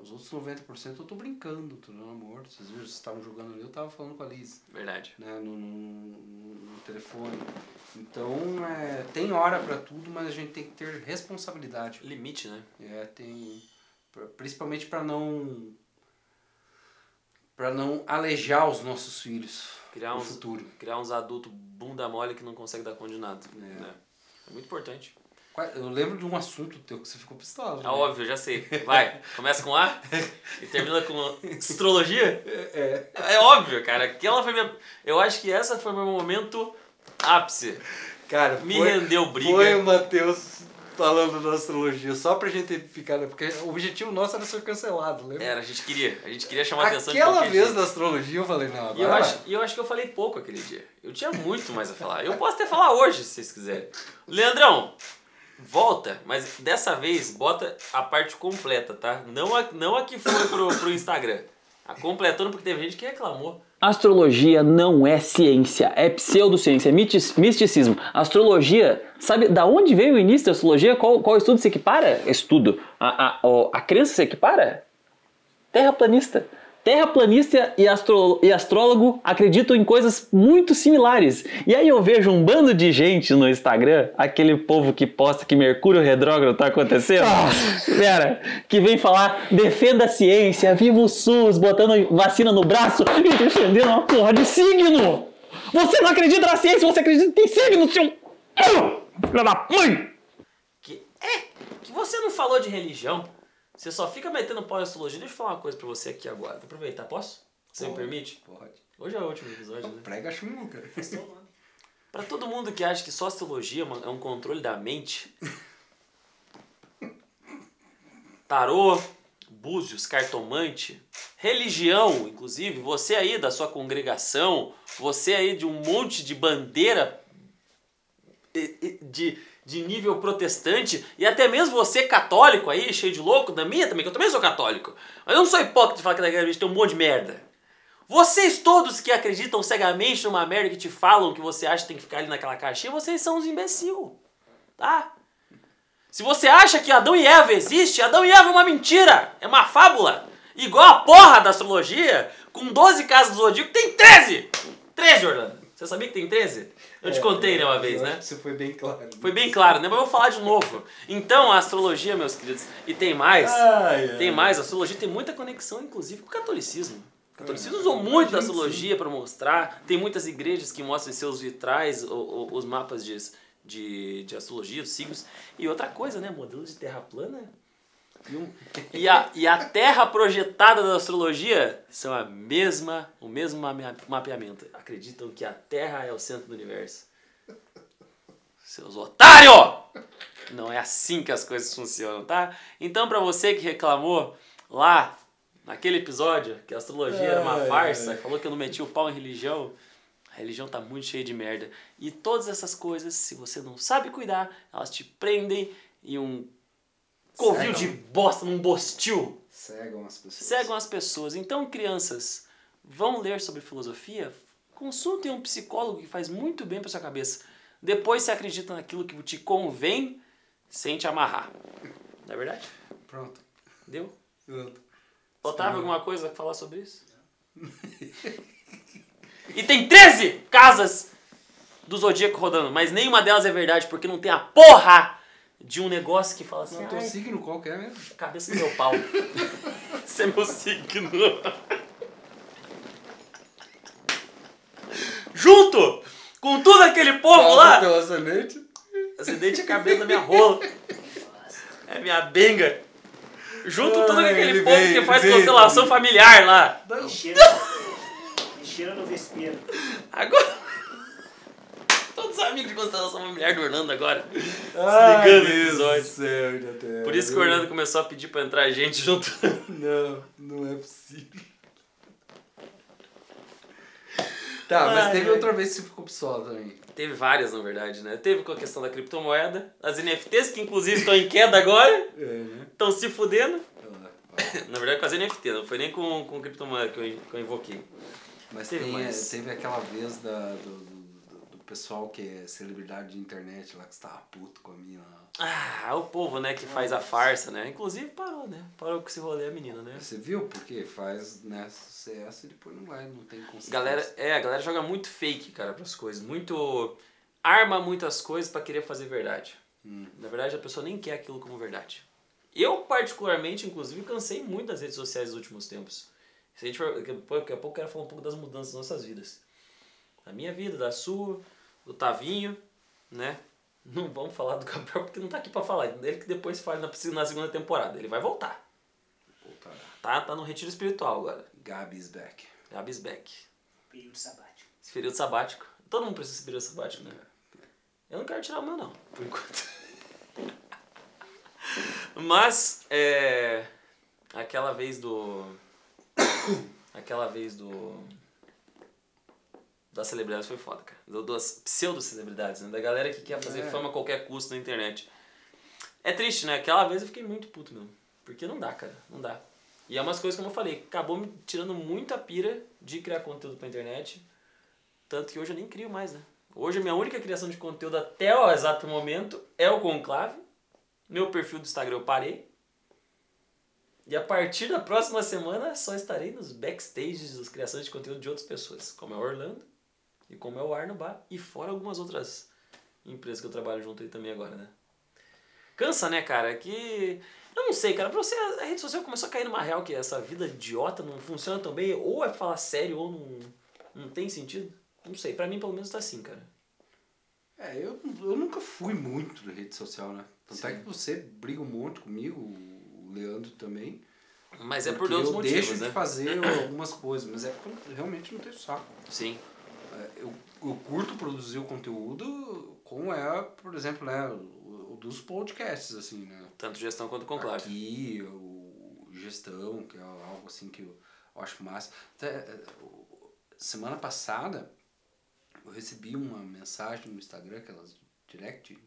Speaker 1: Os outros 90% eu tô brincando, tô dando amor. Vocês viram, vocês estavam jogando ali, eu tava falando com a Liz
Speaker 2: Verdade.
Speaker 1: né, no, no- no- no telefone. Então, é, tem hora para tudo, mas a gente tem que ter responsabilidade.
Speaker 2: Limite, né?
Speaker 1: É, tem, pra- principalmente para não para não alejar os nossos filhos
Speaker 2: Criar
Speaker 1: no
Speaker 2: uns-
Speaker 1: futuro.
Speaker 2: Criar uns adultos bunda mole que não consegue dar conta de nada.
Speaker 1: É.
Speaker 2: né? É muito importante.
Speaker 1: Qua- Eu lembro de um assunto teu que você ficou pistola. né?
Speaker 2: Ah, óbvio, já sei. Vai, começa com A e termina com astrologia? É. É óbvio, cara. Aquela foi minha... Eu acho que essa foi meu momento ápice.
Speaker 1: Cara,
Speaker 2: Me
Speaker 1: foi,
Speaker 2: rendeu briga.
Speaker 1: foi um- o Matheus falando da astrologia, só pra gente ficar, né? porque o objetivo nosso era ser cancelado, lembra?
Speaker 2: Era, a gente queria. A gente queria chamar a atenção É, de
Speaker 1: Aquela
Speaker 2: qualquer
Speaker 1: vez
Speaker 2: jeito.
Speaker 1: da astrologia eu falei, não, agora
Speaker 2: E eu,
Speaker 1: vai.
Speaker 2: acho, e eu acho que eu falei pouco aquele dia. Eu tinha muito mais a falar. Eu posso até falar hoje, se vocês quiserem. Leandrão, volta, mas dessa vez bota a parte completa, tá? Não a, não a que foi pro, pro Instagram. A completando, porque teve gente que reclamou.
Speaker 4: Astrologia não é ciência, é pseudociência, é mitis- misticismo. Astrologia, sabe da onde veio o início da astrologia? Qual, qual estudo se equipara? Estudo. A, a, o- a crença se equipara? Terraplanista. Terraplanista e, astro- e astrólogo acreditam em coisas muito similares. E aí eu vejo um bando de gente no Instagram, aquele povo que posta que Mercúrio retrógrado tá acontecendo. Pera, que vem falar, defenda a ciência, viva o SUS, botando vacina no braço e defendendo uma porra de signo! Você não acredita na ciência, você acredita em signo, seu. Filha da mãe!
Speaker 2: Que, é, que você não falou de religião. Você só fica metendo pau na astrologia. Deixa eu falar uma coisa pra você aqui agora. Vou aproveitar, posso? Você me
Speaker 1: Pode,
Speaker 2: permite?
Speaker 1: Pode.
Speaker 2: Hoje é o último episódio, né?
Speaker 1: Prega chumbo, cara.
Speaker 3: Esse é o nome.
Speaker 2: Pra todo mundo que acha que só astrologia mano, é um controle da mente, tarô, búzios, cartomante, religião, inclusive, você aí da sua congregação, você aí de um monte de bandeira e- e- de, de nível protestante, e até mesmo você católico aí, cheio de louco, da minha também, que eu também sou católico. Mas eu não sou hipócrita de falar que na igreja tem um monte de merda. Vocês todos que acreditam cegamente numa merda que te falam que você acha que tem que ficar ali naquela caixinha, vocês são uns imbecil. Tá? Se você acha que Adão e Eva existe, Adão e Eva é uma mentira, é uma fábula. Igual a porra da astrologia, com 12 casas do zodíaco, tem 13! 13, Orlando. Você sabia que tem 13? Eu
Speaker 1: É,
Speaker 2: te contei né, uma vez, né?
Speaker 1: Isso foi bem claro.
Speaker 2: Foi bem claro, né? Mas eu vou falar de novo. Então, a astrologia, meus queridos, e tem mais,
Speaker 1: Ai, ai.
Speaker 2: tem mais, a astrologia tem muita conexão, inclusive, com o catolicismo. O catolicismo usou muito da astrologia para mostrar, tem muitas igrejas que mostram em seus vitrais o- o- os mapas de, de, de astrologia, os signos. E outra coisa, né? Modelo de terra plana. E, um- e a, e a terra projetada da astrologia são a mesma, o mesmo mame- mapeamento. Acreditam que a terra é o centro do universo. Seus otários! Não é assim que as coisas funcionam, tá? Então, pra você que reclamou lá naquele episódio que a astrologia era uma
Speaker 1: Ai,
Speaker 2: farsa,
Speaker 1: ai.
Speaker 2: falou que eu não meti o pau em religião, a religião tá muito cheia de merda. E todas essas coisas, se você não sabe cuidar, elas te prendem em um covil
Speaker 1: Cegam.
Speaker 2: de bosta, num bostil.
Speaker 1: Cegam as pessoas.
Speaker 2: Cegam as pessoas. Então, crianças, vão ler sobre filosofia? Consultem um psicólogo que faz muito bem pra sua cabeça. Depois você acredita naquilo que te convém sem te amarrar. Não é verdade?
Speaker 1: Pronto.
Speaker 2: Deu?
Speaker 1: Pronto.
Speaker 2: Otávio, alguma coisa pra falar sobre isso? e tem 13 casas do Zodíaco rodando, mas nenhuma delas é verdade, porque não tem a porra de um negócio que fala assim,
Speaker 1: Não,
Speaker 2: "Ai,
Speaker 1: Tá teu signo qualquer mesmo.
Speaker 2: Cabeça do meu pau. Esse é meu signo. Junto com todo aquele povo
Speaker 1: Fala do
Speaker 2: lá.
Speaker 1: teu ascendente.
Speaker 2: Acidente a cabeça da minha rola. É minha benga. Ah, Junto com todo
Speaker 1: Ai,
Speaker 2: aquele
Speaker 1: ele
Speaker 2: povo
Speaker 1: veio,
Speaker 2: que
Speaker 1: ele
Speaker 2: faz
Speaker 1: veio.
Speaker 2: constelação familiar lá.
Speaker 1: Não.
Speaker 3: Encheram, encheram no vespeiro.
Speaker 2: Agora. Todos os amigos de constelação familiar do Orlando agora.
Speaker 1: Ai,
Speaker 2: Desligando o
Speaker 1: Ah, Deus
Speaker 2: episódio.
Speaker 1: do céu, minha terra.
Speaker 2: Por isso que o Orlando começou a pedir pra entrar gente junto.
Speaker 1: Não, não é possível. Tá, mas
Speaker 2: Ai,
Speaker 1: teve
Speaker 2: ai.
Speaker 1: outra vez que você ficou pistola também.
Speaker 2: Teve várias, na verdade, né? Teve com a questão da criptomoeda, as NFTs, que inclusive estão em queda agora,
Speaker 1: É, né?
Speaker 2: estão se fudendo.
Speaker 1: Olha lá.
Speaker 2: Na verdade, com as NFTs, não foi nem com, com criptomoeda que eu, in- que eu invoquei.
Speaker 1: Mas
Speaker 2: Teve
Speaker 1: teve,
Speaker 2: mais.
Speaker 1: teve aquela vez da, do, do, do- do pessoal que é celebridade de internet lá que estava puto com a mina lá.
Speaker 2: Ah, o povo, né, que faz a farsa, né? Inclusive parou, né? Parou com esse rolê a menina, né?
Speaker 1: Você viu? Porque faz né, sucesso e depois não vai, não tem consciência.
Speaker 2: Galera, é, a galera joga muito fake, cara, pras coisas. Muito. Arma muitas coisas pra querer fazer verdade. Na verdade, a pessoa nem quer aquilo como verdade. Eu, particularmente, inclusive, cansei muito das redes sociais nos últimos tempos. Se a gente for, daqui a pouco daqui a pouco eu quero falar um pouco das mudanças nas nossas vidas. Da minha vida, da sua, do Tavinho, né? Não vamos falar do Gabriel porque não tá aqui pra falar. Ele que depois fale na, na segunda temporada. Ele vai voltar.
Speaker 1: Voltará.
Speaker 2: Tá, tá no retiro espiritual agora. É
Speaker 1: Gabi is back.
Speaker 2: Gabs Beck.
Speaker 3: Período sabático.
Speaker 2: Esse período sabático. Todo mundo precisa desse período sabático, né? Eu não quero tirar o meu, não, por enquanto. Mas, é. Aquela vez do. Aquela vez do. Das celebridades foi foda, cara. Do- Das pseudo-celebridades, né? Da galera que quer fazer
Speaker 1: É.
Speaker 2: fama a qualquer custo na internet. É triste, né? Aquela vez eu fiquei muito puto mesmo. Porque não dá, cara. Não dá. E é umas coisas, como eu falei, acabou me tirando muita pira de criar conteúdo pra internet. Tanto que hoje eu nem crio mais, né? Hoje a minha única criação de conteúdo até o exato momento é o Conclave. Meu perfil do Instagram eu parei. E a partir da próxima semana só estarei nos backstages das criações de conteúdo de outras pessoas, como é o Orlando e como é o Ar no Bar, e fora algumas outras empresas que eu trabalho junto aí também agora, né? Cansa, né, cara? Que. Eu não sei, cara. Pra você, a rede social começou a cair numa real que essa vida idiota não funciona tão bem, ou é falar sério, ou não, não tem sentido. Não sei, pra mim pelo menos tá assim, cara.
Speaker 1: É, eu, eu nunca fui muito de rede social, né? Tanto é
Speaker 2: Sim.
Speaker 1: que você briga um monte comigo, o Leandro também.
Speaker 2: Mas é por
Speaker 1: porque
Speaker 2: outros
Speaker 1: eu
Speaker 2: motivos,
Speaker 1: deixo
Speaker 2: né?
Speaker 1: de fazer algumas coisas, mas é porque eu realmente não tenho saco. É,
Speaker 2: Sim.
Speaker 1: eu, eu curto produzir o conteúdo como é, por exemplo, né, o, o dos podcasts, assim, né?
Speaker 2: Tanto gestão quanto conclave.
Speaker 1: Aqui, o gestão, que é algo assim que eu, eu acho massa. Até, eh, o- semana passada, eu recebi uma mensagem no Instagram, aquelas direct,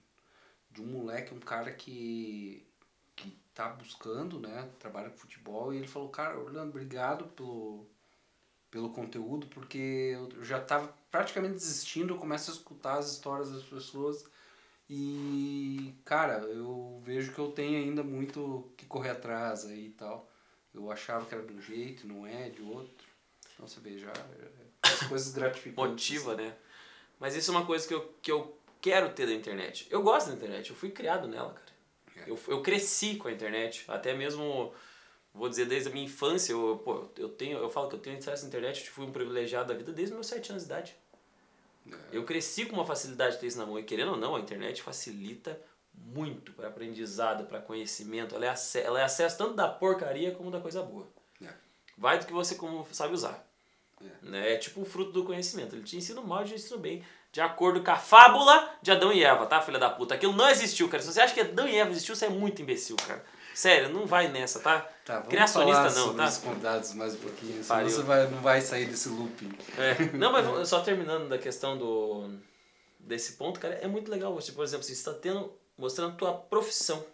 Speaker 1: de um moleque, um cara que, que tá buscando, né? Trabalha com futebol, e ele falou, cara, Orlando, obrigado pelo, pelo conteúdo, porque eu já tava praticamente desistindo, eu começo a escutar as histórias das pessoas. E, cara, eu vejo que eu tenho ainda muito que correr atrás aí e tal. Eu achava que era de um jeito, não é, de outro. Então você vê, já. As coisas gratificantes.
Speaker 2: Motiva, né? Mas isso é uma coisa que eu, que eu quero ter da internet. Eu gosto da internet, eu fui criado nela, cara.
Speaker 1: É.
Speaker 2: Eu, eu cresci com a internet, até mesmo, vou dizer, desde a minha infância. Eu, pô, eu, tenho, eu falo que eu tenho acesso à internet, eu fui um privilegiado da vida desde meus 7 anos de idade.
Speaker 1: É.
Speaker 2: Eu cresci com uma facilidade de ter isso na mão, e querendo ou não, a internet facilita muito para aprendizado, para conhecimento. Ela é, ace- ela é acesso tanto da porcaria como da coisa boa.
Speaker 1: É.
Speaker 2: Vai do que você como sabe usar.
Speaker 1: É.
Speaker 2: Né? É tipo o fruto do conhecimento. Ele te ensina o mal, ele te ensina o bem. De acordo com a fábula de Adão e Eva, tá, filha da puta? Aquilo não existiu, cara. Se você acha que Adão e Eva existiu, você é muito imbecil, cara. Sério, não vai nessa, tá?
Speaker 1: Tá, vamos
Speaker 2: Criacionista
Speaker 1: falar
Speaker 2: não,
Speaker 1: sobre
Speaker 2: tá?
Speaker 1: os convidados mais um pouquinho, senão
Speaker 2: Pariu.
Speaker 1: você vai, não vai sair desse looping.
Speaker 2: É. Não, mas vamos- só terminando da questão do desse ponto, cara, é muito legal você, por exemplo, você está tendo mostrando tua profissão,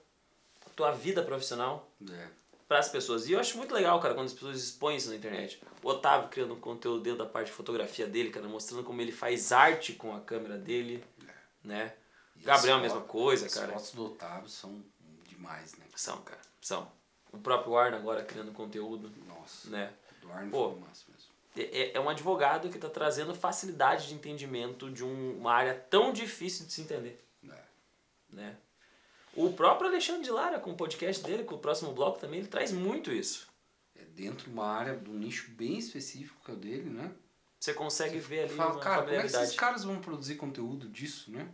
Speaker 2: tua vida profissional
Speaker 1: É.
Speaker 2: para as pessoas. E eu acho muito legal, cara, quando as pessoas expõem isso na internet. O Otávio criando um conteúdo dentro da parte de fotografia dele, cara, mostrando como ele faz arte com a câmera dele, né?
Speaker 1: E
Speaker 2: Gabriel, a
Speaker 1: as
Speaker 2: mesma
Speaker 1: fotos-
Speaker 2: coisa,
Speaker 1: as
Speaker 2: cara.
Speaker 1: fotos do Otávio são demais, né?
Speaker 2: São, cara, são. O próprio Arno agora criando conteúdo,
Speaker 1: Nossa,
Speaker 2: né?
Speaker 1: do Arno
Speaker 2: Pô.
Speaker 1: foi massa mesmo.
Speaker 2: é, é um advogado que está trazendo facilidade de entendimento de um- uma área tão difícil de se entender,
Speaker 1: É.
Speaker 2: né? O próprio Alexandre de Lara, com o podcast dele, com o próximo bloco também, ele traz muito isso.
Speaker 1: É dentro de uma área, de um nicho bem específico que é o dele, né?
Speaker 2: Você consegue ver
Speaker 1: Eu
Speaker 2: ali
Speaker 1: falo,
Speaker 2: uma
Speaker 1: cara, como é que esses
Speaker 2: familiaridade.
Speaker 1: caras vão produzir conteúdo disso, né?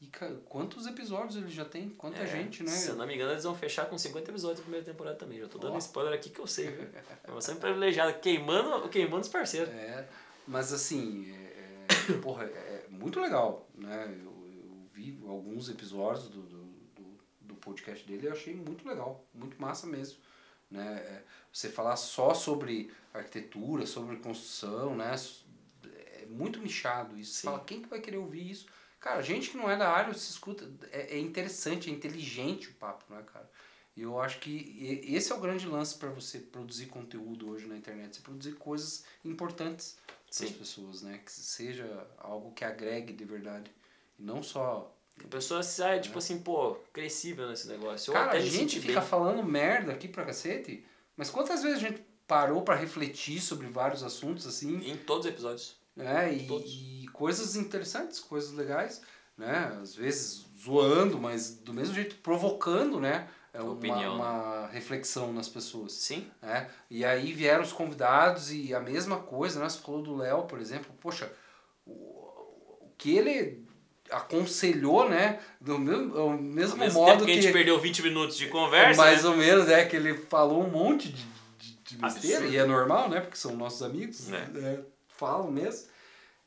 Speaker 1: E cara, quantos episódios ele já tem? Quanta
Speaker 2: É,
Speaker 1: gente, né?
Speaker 2: Se eu não me engano, eles vão fechar com 50 episódios da primeira temporada também. Já tô dando
Speaker 1: Ó.
Speaker 2: spoiler aqui que eu sei, viu? Informação privilegiada, queimando, queimando os parceiros.
Speaker 1: É, mas assim, é, é, porra, é muito legal, né? Eu, eu vi alguns episódios do, do, do, do podcast dele e eu achei muito legal, muito massa mesmo. Né? É, Você falar só sobre arquitetura, sobre construção, né? S- É muito nichado isso. Você
Speaker 2: Sim.
Speaker 1: fala, quem que vai querer ouvir isso? Cara, gente que não é da área se escuta, é, é interessante, é inteligente o papo, né, cara? E eu acho que e- esse é o grande lance para você produzir conteúdo hoje na internet, você produzir coisas importantes para as
Speaker 2: Sim.
Speaker 1: pessoas, né? Que seja algo que agregue de verdade. E não só.
Speaker 2: A pessoa sai, tipo assim, pô, crescível nesse negócio. Ou
Speaker 1: É. Cara,
Speaker 2: até
Speaker 1: a
Speaker 2: me
Speaker 1: gente
Speaker 2: senti
Speaker 1: fica
Speaker 2: bem.
Speaker 1: falando merda aqui pra cacete, mas quantas vezes a gente parou para refletir sobre vários assuntos assim?
Speaker 2: em todos os episódios.
Speaker 1: né?
Speaker 2: Todos.
Speaker 1: E, e coisas interessantes, coisas legais, né? Às vezes zoando, mas do mesmo jeito provocando, né? É uma,
Speaker 2: Opinião, né?
Speaker 1: uma reflexão nas pessoas,
Speaker 2: Sim.
Speaker 1: né? E aí vieram os convidados e a mesma coisa, né? Você falou do Léo, por exemplo, poxa, o, o que ele aconselhou, né? Do mesmo, ao
Speaker 2: Ao
Speaker 1: mesmo
Speaker 2: mesmo
Speaker 1: é modo
Speaker 2: tempo que a
Speaker 1: que,
Speaker 2: gente perdeu 20 minutos de conversa,
Speaker 1: mais
Speaker 2: né?
Speaker 1: ou menos, é que ele falou um monte de, de, de besteira,
Speaker 2: Absurdo.
Speaker 1: e é normal, né? Porque são nossos amigos,
Speaker 2: É.
Speaker 1: né, falam mesmo.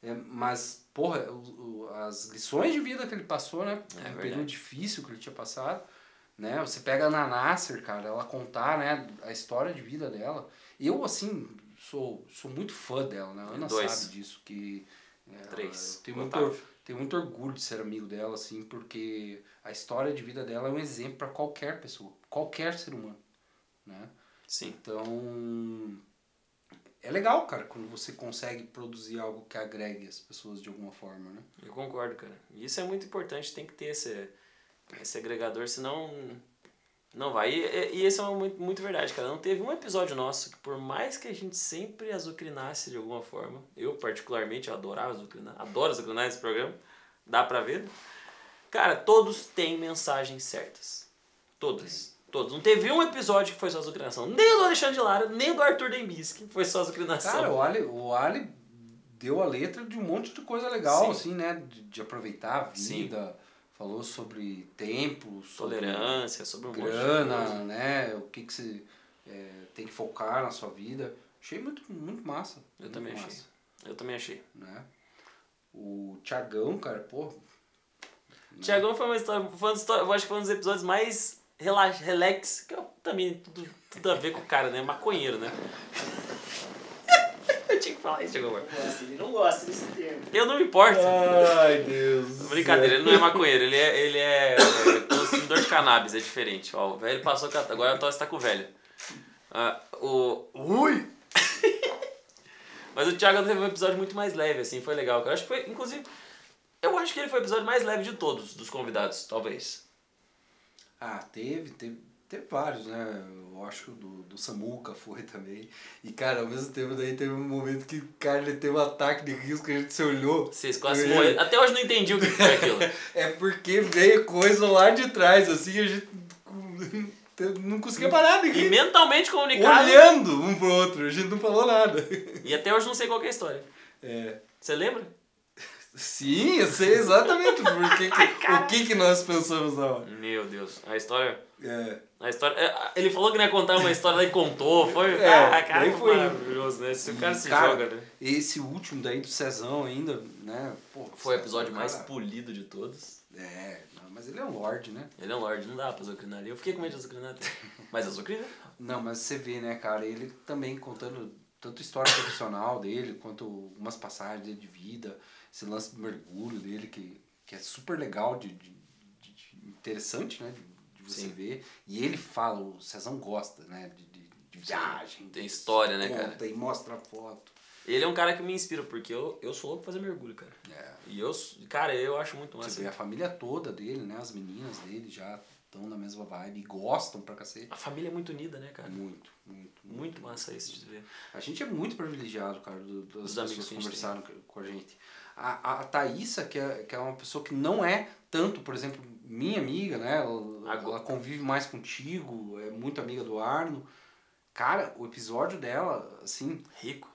Speaker 1: É, mas, porra, o- o- as lições de vida que ele passou, né?
Speaker 2: É
Speaker 1: um
Speaker 2: verdade.
Speaker 1: período difícil que ele tinha passado, né? Você pega a Nanasser, cara, ela contar, né, a história de vida dela. Eu, assim, sou, sou muito fã dela, né? A Ana
Speaker 2: Dois.
Speaker 1: sabe disso, que... é,
Speaker 2: Três.
Speaker 1: Eu tenho muito,
Speaker 2: Otávio.
Speaker 1: or- tenho muito orgulho de ser amigo dela, assim, porque a história de vida dela é um exemplo para qualquer pessoa, qualquer ser humano, né?
Speaker 2: Sim.
Speaker 1: Então, é legal, cara, quando você consegue produzir algo que agregue as pessoas de alguma forma, né?
Speaker 2: Eu concordo, cara. Isso é muito importante, tem que ter esse, esse agregador, senão não vai. E, e- e isso é uma muito, muito verdade, cara. Não teve um episódio nosso que, por mais que a gente sempre azucrinasse de alguma forma, eu particularmente eu adorava azucrinar, adoro azucrinar esse programa, dá pra ver. Cara, todos têm mensagens certas. Todas. Todos. Não teve um episódio que foi só azucrinação. Nem do Alexandre de Lara, nem do Arthur Dembisky, que foi só azucrinação.
Speaker 1: Cara, o Ali, o Ali deu a letra de um monte de coisa legal,
Speaker 2: Sim.
Speaker 1: assim, né? De, de aproveitar a vida, falou sobre tempo, sobre
Speaker 2: tolerância, sobre um monte de coisa.
Speaker 1: grana, né? O que, que você é, tem que focar na sua vida. Achei muito, muito massa.
Speaker 2: Eu
Speaker 1: muito
Speaker 2: também achei.
Speaker 1: massa,
Speaker 2: Eu também achei.
Speaker 1: né? O Thiagão, cara, pô,
Speaker 2: Tiagão foi uma história, foi uma história, eu acho que foi um dos episódios mais relax, relax que eu também tudo, tudo a ver com o cara, né? Maconheiro, né? eu tinha que falar isso de alguma
Speaker 3: Não gosta, ele não gosta desse termo.
Speaker 2: Eu não me importo.
Speaker 1: É. Ai, Deus.
Speaker 2: Brincadeira, ele não é maconheiro, ele é, ele é consumidor de cannabis, é diferente. Ó, o velho passou com a, Agora a tosse tá com o velho. Ah, o. Ui! Mas o Thiago teve um episódio muito mais leve, assim, foi legal. cara. Eu acho que foi, inclusive, eu acho que ele foi o episódio mais leve de todos, dos convidados, talvez.
Speaker 1: Ah, teve, teve, teve vários, né? Eu acho que o do, do Samuca foi também. E, cara, ao mesmo tempo daí teve um momento que, cara, ele teve um ataque de risco que a gente se olhou.
Speaker 2: Vocês quase morreram. Até hoje não entendi o que foi aquilo.
Speaker 1: É porque veio coisa lá de trás, assim, a gente não conseguia parar de
Speaker 2: E
Speaker 1: rir.
Speaker 2: mentalmente comunicado.
Speaker 1: Olhando um pro outro, a gente não falou nada.
Speaker 2: E até hoje não sei qual que é a história.
Speaker 1: É.
Speaker 2: Você lembra?
Speaker 1: Sim, eu sei exatamente por que que- o que, que nós pensamos na hora.
Speaker 2: Meu Deus, a história.
Speaker 1: É.
Speaker 2: A história. é, Ele falou que não ia contar uma história, daí contou. Foi.
Speaker 1: É,
Speaker 2: ah, cara,
Speaker 1: daí foi.
Speaker 2: maravilhoso, né? Se o cara se
Speaker 1: Cara,
Speaker 2: joga, né?
Speaker 1: Esse último daí do Cezão ainda, né? Pô,
Speaker 2: Foi o
Speaker 1: Cezão,
Speaker 2: episódio mais
Speaker 1: cara,
Speaker 2: polido de todos.
Speaker 1: É, não, mas ele é um Lorde, né?
Speaker 2: Ele é um Lorde, não dá pra azucrinar ali. Eu fiquei com medo de azucrinar até. Mas azucrina?
Speaker 1: Não, mas você vê, né, cara, ele também contando tanto a história profissional dele, quanto umas passagens dele de vida, esse lance do mergulho dele, que, que é super legal, de, de- de- de- interessante, né, de, de você
Speaker 2: Sim.
Speaker 1: ver. E ele fala, o Cezão gosta, né, de, de, de viagem.
Speaker 2: Tem história, né,
Speaker 1: conta
Speaker 2: cara?
Speaker 1: e mostra a foto.
Speaker 2: Ele é um cara que me inspira, porque eu, eu sou louco pra fazer mergulho, cara.
Speaker 1: É.
Speaker 2: E eu, s- cara, eu acho muito
Speaker 1: Você
Speaker 2: massa.
Speaker 1: vê a família toda dele, né, as meninas dele já estão na mesma vibe e gostam pra cacete.
Speaker 2: A família é muito unida, né, cara?
Speaker 1: Muito, muito, muito.
Speaker 2: Muito massa isso de ver.
Speaker 1: A gente é muito privilegiado, cara, do, das
Speaker 2: Dos
Speaker 1: pessoas
Speaker 2: amigos que
Speaker 1: que
Speaker 2: a gente
Speaker 1: conversaram com a gente. A, a, a Thaísa, que é, que é uma pessoa que não é tanto, por exemplo, minha amiga, né? Ela,
Speaker 2: Agora-
Speaker 1: ela convive mais contigo, é muito amiga do Arno. Cara, o episódio dela, assim,
Speaker 2: Rico.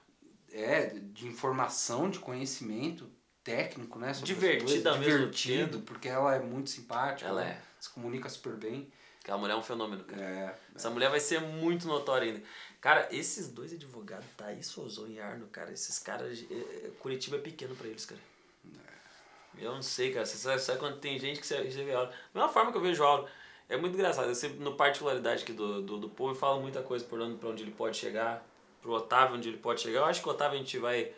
Speaker 1: é de informação, de conhecimento técnico, né? sobre as
Speaker 2: Divertida ao
Speaker 1: coisas,
Speaker 2: mesmo
Speaker 1: Divertido,
Speaker 2: tempo.
Speaker 1: porque ela é muito simpática.
Speaker 2: Ela é.
Speaker 1: né, Se comunica super bem.
Speaker 2: Aquela mulher é um fenômeno, cara.
Speaker 1: É,
Speaker 2: Essa mulher vai ser muito notória ainda. Cara, esses dois advogados, Thaís Sozon e Arno, cara, esses caras. é, é, Curitiba é pequeno pra eles, cara. Eu não sei, cara. Você sabe, sabe quando tem gente que você, você vê aula. Da mesma forma que eu vejo aula. É muito engraçado. Eu sempre, no particularidade aqui do, do, do povo, eu falo muita coisa por onde, pra onde ele pode chegar, pro Otávio onde ele pode chegar. Eu acho que o Otávio a gente vai,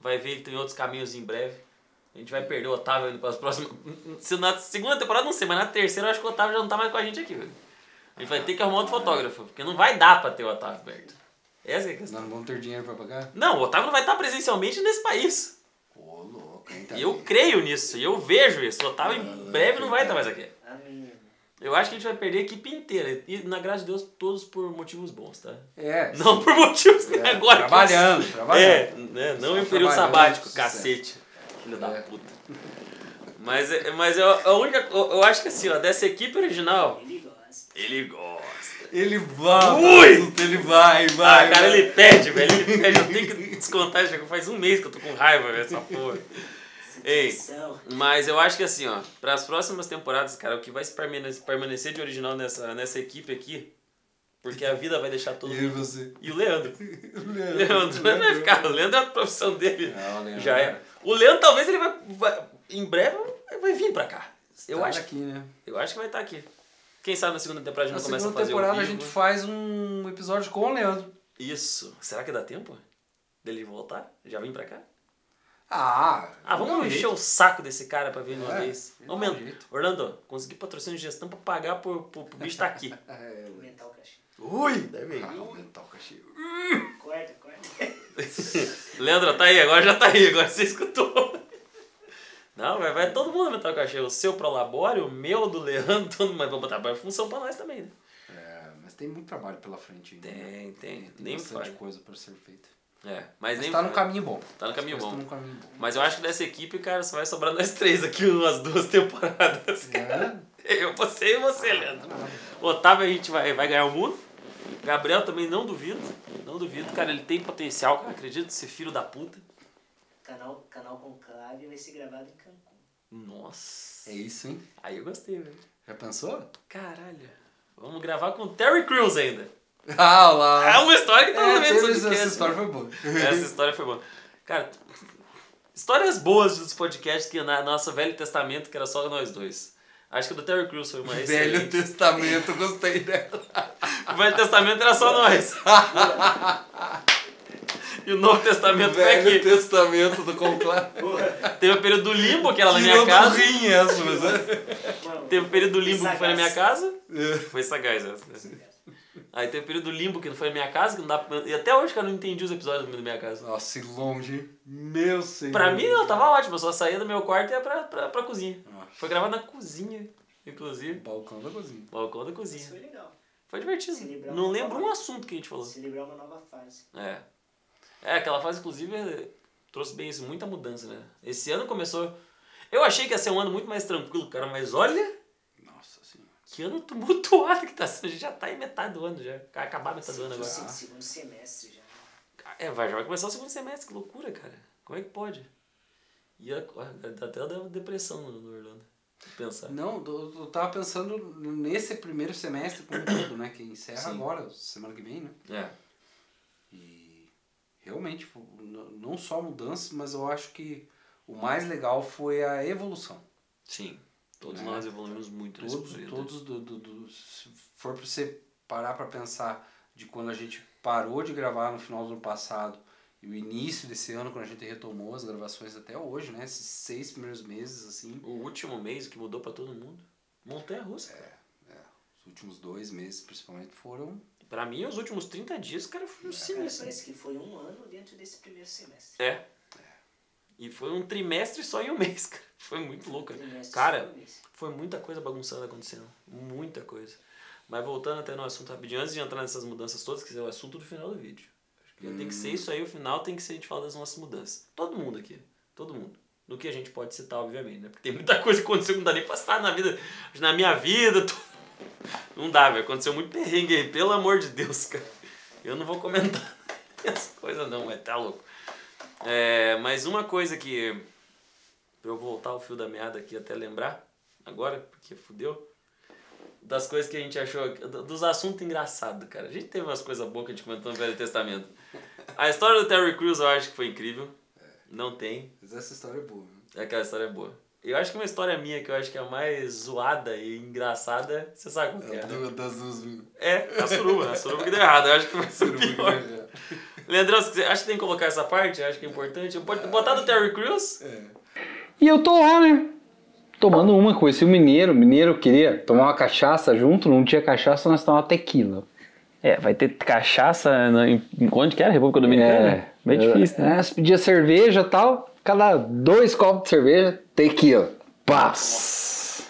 Speaker 2: vai ver ele tem outros caminhos em breve. A gente vai perder o Otávio indo pras próximas. Se na segunda temporada, não sei, mas na terceira eu acho que o Otávio já não tá mais com a gente aqui, velho. A gente vai ter que arrumar outro fotógrafo, porque não vai dar pra ter o Otávio perto. Essa é a
Speaker 1: nós
Speaker 2: questão.
Speaker 1: não vamos ter dinheiro pra pagar?
Speaker 2: Não, o Otávio não vai estar presencialmente nesse país.
Speaker 1: Ô, louco, hein,
Speaker 2: E
Speaker 1: Thaís?
Speaker 2: eu creio nisso, e eu vejo isso. O Otávio em breve não vai estar mais aqui.
Speaker 3: Amém.
Speaker 2: Eu acho que a gente vai perder a equipe inteira. E na graça de Deus, todos por motivos bons, tá?
Speaker 1: É,
Speaker 2: Não por motivos
Speaker 1: É,
Speaker 2: agora. que-
Speaker 1: trabalhando,
Speaker 2: É,
Speaker 1: trabalhando.
Speaker 2: né? Não
Speaker 1: Só
Speaker 2: em período
Speaker 1: trabalhando,
Speaker 2: sabático,
Speaker 1: sucesso.
Speaker 2: cacete. Filho da
Speaker 1: É.
Speaker 2: puta. Mas, é- mas eu, a única. Eu eu acho que assim, ó, dessa equipe original,
Speaker 3: Ele gosta.
Speaker 2: ele gosta.
Speaker 1: Ele vai,
Speaker 2: Ui!
Speaker 1: puta, ele vai, vai.
Speaker 2: Ah, cara,
Speaker 1: vai.
Speaker 2: ele pede, velho. Ele pede. Eu tenho que descontar, já que faz um mês que eu tô com raiva, velho, essa porra. Ei.
Speaker 3: São.
Speaker 2: Mas eu acho que assim, ó, para as próximas temporadas, cara, o que vai se permane- permanecer de original nessa, nessa equipe aqui, porque a vida vai deixar todo
Speaker 1: E
Speaker 2: mundo.
Speaker 1: você?
Speaker 2: E o Leandro. O
Speaker 1: Leandro.
Speaker 2: Leandro, não vai ficar. O Leandro é a profissão dele.
Speaker 1: Não, o Leandro-
Speaker 2: Já é. O Leandro talvez ele vai. vai- em breve vai vir pra cá. Eu
Speaker 1: Tá
Speaker 2: acho,
Speaker 1: aqui, né?
Speaker 2: eu acho que vai estar aqui. Quem sabe na segunda temporada a gente
Speaker 1: Na
Speaker 2: não começa a
Speaker 1: segunda
Speaker 2: fazer o
Speaker 1: temporada a
Speaker 2: vivo.
Speaker 1: gente faz um episódio com o Leandro.
Speaker 2: Isso. Será que dá tempo dele voltar? Já vem pra cá?
Speaker 1: Ah,
Speaker 2: Ah, vamos
Speaker 1: não,
Speaker 2: encher
Speaker 1: gente.
Speaker 2: o saco desse cara pra vir de uma
Speaker 1: É,
Speaker 2: vez.
Speaker 1: ele dá um
Speaker 2: Aumenta.
Speaker 1: jeito.
Speaker 2: Orlando, consegui patrocínio de gestão pra pagar pro, pro, pro bicho tá aqui.
Speaker 1: É, Leandro.
Speaker 3: Mental cachê.
Speaker 2: Ui, deve
Speaker 1: Ah, aumentar o cachê.
Speaker 3: Corta, corta.
Speaker 2: Leandro, tá aí, agora já tá aí, agora você escutou. Não, vai, vai todo mundo aumentar o cachê. O seu pro labório, o meu do Leandro, todo mundo. Mas vamos botar pra função pra nós também, né?
Speaker 1: É, mas tem muito trabalho pela frente ainda. né?
Speaker 2: Tem, tem.
Speaker 1: Tem
Speaker 2: Nem
Speaker 1: bastante
Speaker 2: faz.
Speaker 1: coisa pra ser feita.
Speaker 2: É,
Speaker 1: Mas
Speaker 2: mas, nem
Speaker 1: tá
Speaker 2: faz.
Speaker 1: no caminho bom.
Speaker 2: Tá no
Speaker 1: As
Speaker 2: caminho
Speaker 1: coisas
Speaker 2: bom.
Speaker 1: tão no caminho bom.
Speaker 2: Mas eu acho que dessa equipe, cara, só vai sobrar nós três aqui umas duas temporadas.
Speaker 1: É,
Speaker 2: Eu, você e você, Leandro. Otávio, a gente vai, vai ganhar o mundo. Gabriel também não duvido. Não duvido, cara. Ele tem potencial, cara. Acredito nesse filho da puta.
Speaker 3: Canal, canal Conclave vai ser gravado em Cancún.
Speaker 2: Nossa.
Speaker 1: é isso, hein?
Speaker 2: Aí eu gostei, velho.
Speaker 1: Já pensou?
Speaker 2: Caralho. Vamos gravar com o Terry Crews ainda.
Speaker 1: Ah lá.
Speaker 2: É uma história que tá no
Speaker 1: é,
Speaker 2: meio do
Speaker 1: teve essa,
Speaker 2: podcast,
Speaker 1: essa história
Speaker 2: né?
Speaker 1: foi boa.
Speaker 2: Essa história foi boa. Cara, histórias boas dos podcasts que na nossa Velho Testamento, que era só nós dois. Acho que o do Terry Crews foi uma
Speaker 1: Velho
Speaker 2: excelente.
Speaker 1: Testamento, gostei dela.
Speaker 2: O Velho Testamento era só nós. E o Novo Testamento foi
Speaker 6: Velho
Speaker 2: aqui.
Speaker 6: Testamento do conclave.
Speaker 2: Teve o período do limbo que era na minha
Speaker 6: Tirou do
Speaker 2: casa.
Speaker 6: rim essa, mas é.
Speaker 3: Mano,
Speaker 2: Teve o período do limbo que foi na
Speaker 3: Sagaz.
Speaker 2: minha casa. Foi sagaz essa. né? Aí teve o período do limbo que não foi na minha casa, que não dá pra... E até hoje, cara, eu não entendi os episódios da minha casa.
Speaker 6: Nossa, e longe, hein? Meu senhor.
Speaker 2: Pra mim, não, tava ótimo. Eu só saía do meu quarto e ia pra, pra, pra cozinha. Foi gravado na cozinha, inclusive.
Speaker 1: Um Balcão da cozinha.
Speaker 2: Balcão da
Speaker 3: Isso
Speaker 2: cozinha.
Speaker 3: foi legal.
Speaker 2: Foi
Speaker 3: Se
Speaker 2: divertido.
Speaker 3: liberar
Speaker 2: Não
Speaker 3: uma
Speaker 2: lembro
Speaker 3: palavra.
Speaker 2: um assunto que a gente falou.
Speaker 3: Se livrar uma nova fase.
Speaker 2: É. É, aquela fase, inclusive, trouxe bem isso, muita mudança, né? Esse ano começou. Eu achei que ia ser um ano muito mais tranquilo, cara, mas olha
Speaker 1: Nossa senhora.
Speaker 2: que ano tumultuado que tá sendo. A gente já tá em metade do ano, já. Vai acabar a metade do ano
Speaker 3: Sim,
Speaker 2: agora.
Speaker 3: segundo semestre já.
Speaker 2: É, vai, já vai começar o segundo semestre, que loucura, cara. Como é que pode? E a- a- dá até uma depressão no, no Orlando. Pensar.
Speaker 1: Não, eu, eu tava pensando nesse primeiro semestre como um todo, né? Que encerra
Speaker 2: Sim.
Speaker 1: agora, semana que vem, né?
Speaker 2: É.
Speaker 1: E realmente, tipo, n- não só mudanças, mas eu acho que o mais legal foi a evolução.
Speaker 2: Sim. Todos
Speaker 1: É.
Speaker 2: nós evoluímos muito nesse
Speaker 1: Todos,
Speaker 6: é.
Speaker 2: período.
Speaker 1: todos do, do, do- se for pra você parar pra pensar de quando a gente parou de gravar no final do ano passado e o início desse ano, quando a gente retomou as gravações até hoje, né? Esses seis primeiros meses, assim,
Speaker 2: O último mês que mudou pra todo mundo. Montanha russa.
Speaker 1: os últimos dois meses principalmente foram.
Speaker 2: Pra mim, os últimos 30 dias, cara,
Speaker 1: É,
Speaker 2: foi um
Speaker 3: Cara,
Speaker 2: sinistro.
Speaker 3: parece que foi um ano dentro desse primeiro semestre.
Speaker 2: É. E foi um trimestre só em um mês, cara. Foi muito louco. né? cara.
Speaker 3: Trimestre
Speaker 2: Cara,
Speaker 3: sobre isso.
Speaker 2: foi muita coisa bagunçando acontecendo. Muita coisa. Mas voltando até no assunto rapidinho, antes de entrar nessas mudanças todas, que é o assunto do final do vídeo. Acho que Tem que ser isso aí, o final tem que ser a gente falar das nossas mudanças. Todo mundo aqui. Todo mundo. No que a gente pode citar, obviamente, né? Porque tem muita coisa que aconteceu que não dá nem pra citar na vida. Na minha vida. tô- Não dá, velho. Aconteceu muito perrengue aí, pelo amor de Deus, cara. Eu não vou comentar essas coisas não, mas tá louco. É, mas uma coisa que pra eu voltar o fio da meada aqui até lembrar agora, porque fudeu. Das coisas que a gente achou, aqui- do- dos assuntos engraçados, cara. A gente teve umas coisas boas que a gente comentou no Velho Testamento. A história do Terry Crews eu acho que foi incrível. Não tem.
Speaker 1: Mas essa história é boa. né?
Speaker 2: Aquela história é boa. Eu acho que uma história minha que eu acho que é a mais zoada e engraçada, você sabe qual que é. né?
Speaker 6: Du- Das duas mil.
Speaker 2: É, a suruba, a suruba que deu errado. Eu acho que vai ser o pior. Leandrão, se quiser- acho que tem que colocar essa parte, acho que é importante. Pode botar do Terry Crews?
Speaker 6: é.
Speaker 5: E eu tô lá, né? Tomando uma, conheci o mineiro. O mineiro queria tomar uma cachaça junto, não tinha cachaça, nós tomávamos tequila.
Speaker 4: É, vai ter cachaça na, em, em- onde que era? República Dominicana? Bem difícil, né?
Speaker 5: É, você pedia cerveja e tal, cada dois copos de cerveja, tequila. Paz!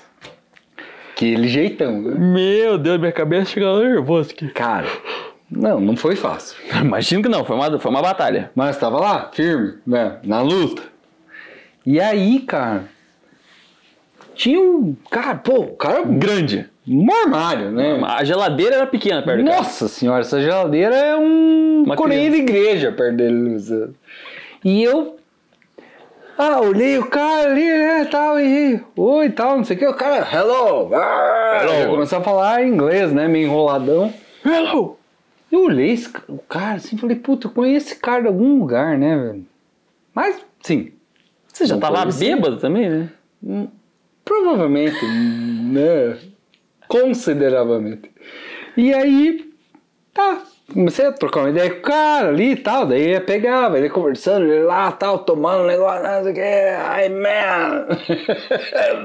Speaker 5: Aquele jeitão, né?
Speaker 4: Meu Deus, minha cabeça chega nervosa aqui.
Speaker 5: Cara, não, não foi fácil.
Speaker 4: Imagino que não, foi uma, foi uma batalha.
Speaker 5: Mas tava lá, firme, né? Na luta. E aí, cara, tinha um. Cara, pô, o cara.
Speaker 4: Grande.
Speaker 5: Um armário, né?
Speaker 4: A geladeira era pequena perto do cara.
Speaker 5: Nossa senhora, essa geladeira é um
Speaker 4: Uma
Speaker 5: coreia de igreja perto dele. Luciano. E eu. Ah, olhei o cara ali, né, tal, e oi, tal, não sei o que, o cara, hello, ah,
Speaker 4: Hello.
Speaker 5: já começou a falar em inglês, né, meio enroladão, hello, eu olhei esse ca- o cara assim, falei, puta, eu conheço esse cara de algum lugar, né, velho, mas, sim,
Speaker 4: Você já tá
Speaker 5: Não
Speaker 4: tava
Speaker 5: foi assim.
Speaker 4: bêbado também, né?
Speaker 5: Provavelmente, né? Consideravelmente. E aí, tá. Comecei a trocar uma ideia com o cara ali e tal. Daí ele pegava, ele conversando, ele lá tal, tomando um negócio, não sei o que. Ai, man!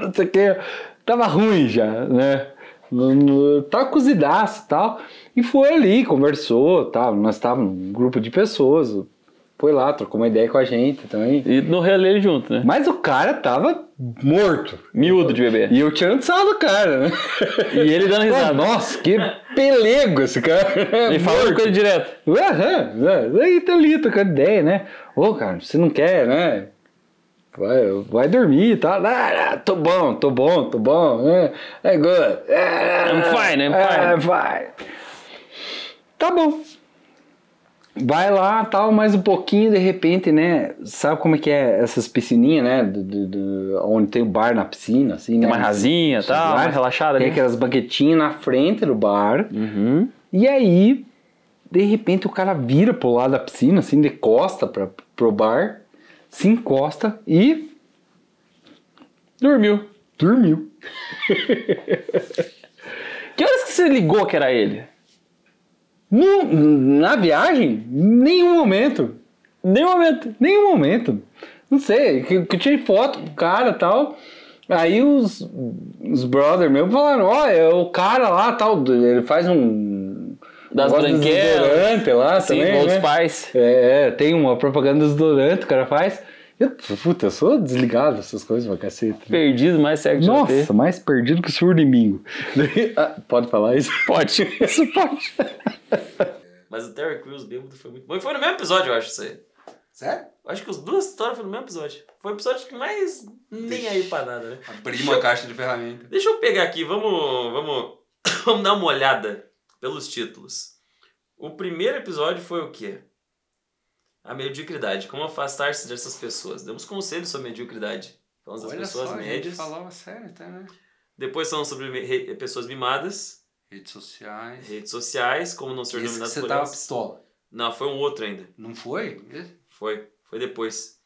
Speaker 5: não sei o que. Tava ruim já, né? No- no- Tava cozidaço e tal. E foi ali, conversou tal. Nós estávamos um grupo de pessoas. Foi lá, trocou uma ideia com a gente também.
Speaker 4: E no relé ele junto, né?
Speaker 5: Mas o cara tava morto.
Speaker 4: Miúdo de bebê.
Speaker 5: E eu tirando sal do cara, né?
Speaker 4: E ele dando risada.
Speaker 5: Nossa, que pelego esse cara.
Speaker 4: Ele falando com ele direto.
Speaker 5: Aham, é, aí tá ali tocando ideia, né? Ô, cara, você não quer, né? Vai, vai dormir e tal. Ah, ah, tô bom, tô bom, tô bom. né? É good.
Speaker 4: I'm
Speaker 5: Ah,
Speaker 4: É um fine, I'm
Speaker 5: ah, fine. Tá bom. Vai lá, tal, mais um pouquinho, de repente, né? Sabe como é que é essas piscininhas, né? Do, do- do- onde tem o bar na piscina, assim, né?
Speaker 4: Uma rasinha e tal,
Speaker 5: Bar,
Speaker 4: mais relaxada
Speaker 5: Tem
Speaker 4: ali.
Speaker 5: aquelas banquetinhas na frente do bar.
Speaker 4: Uhum.
Speaker 5: E aí, de repente, o cara vira pro lado da piscina, assim, de costa pra, pro bar, se encosta e
Speaker 4: Dormiu.
Speaker 5: dormiu.
Speaker 4: Que horas que você ligou que era ele?
Speaker 5: No- na viagem, nenhum momento.
Speaker 4: Nenhum momento.
Speaker 5: Nenhum momento. Não sei, que, que eu tirei foto pro cara e tal. Aí os, os brother meu falaram, ó, é o cara lá tal, ele faz um...
Speaker 4: Das
Speaker 5: negócio de
Speaker 4: branquelas.
Speaker 5: desodorante lá
Speaker 4: Sim,
Speaker 5: também,
Speaker 4: Gold
Speaker 5: né?
Speaker 4: Spice.
Speaker 5: É, é, tem uma propaganda do desodorante que o cara faz. Eu, puta, eu sou desligado dessas coisas, pra cacete.
Speaker 4: Perdido, mais cego que já teve.
Speaker 5: Nossa, mais perdido que o surdo domingo. pode falar isso?
Speaker 4: Pode.
Speaker 5: Isso pode.
Speaker 2: Mas o Terry Crews bêbado foi muito bom. E foi no mesmo episódio, eu acho, isso aí.
Speaker 1: Sério?
Speaker 2: Eu Acho que as duas histórias foram no mesmo episódio. Foi o episódio que mais nem aí pra nada, né?
Speaker 1: Abri uma caixa de ferramenta.
Speaker 2: Deixa eu pegar aqui, vamos, vamos, vamos dar uma olhada pelos títulos. O primeiro episódio foi o quê? A mediocridade, como afastar-se dessas pessoas. Demos conselhos sobre mediocridade. Falamos das
Speaker 1: Olha
Speaker 2: pessoas
Speaker 1: só, a gente
Speaker 2: médias.
Speaker 1: falava sério até, né?
Speaker 2: Depois falamos sobre mi- re- pessoas mimadas,
Speaker 1: Redes sociais.
Speaker 2: redes sociais, como não ser
Speaker 1: Esse que
Speaker 2: dominado
Speaker 1: você
Speaker 2: por
Speaker 1: tava
Speaker 2: elas.
Speaker 1: pistola.
Speaker 2: Não, foi um outro ainda.
Speaker 1: Não foi?
Speaker 2: Foi. Foi depois.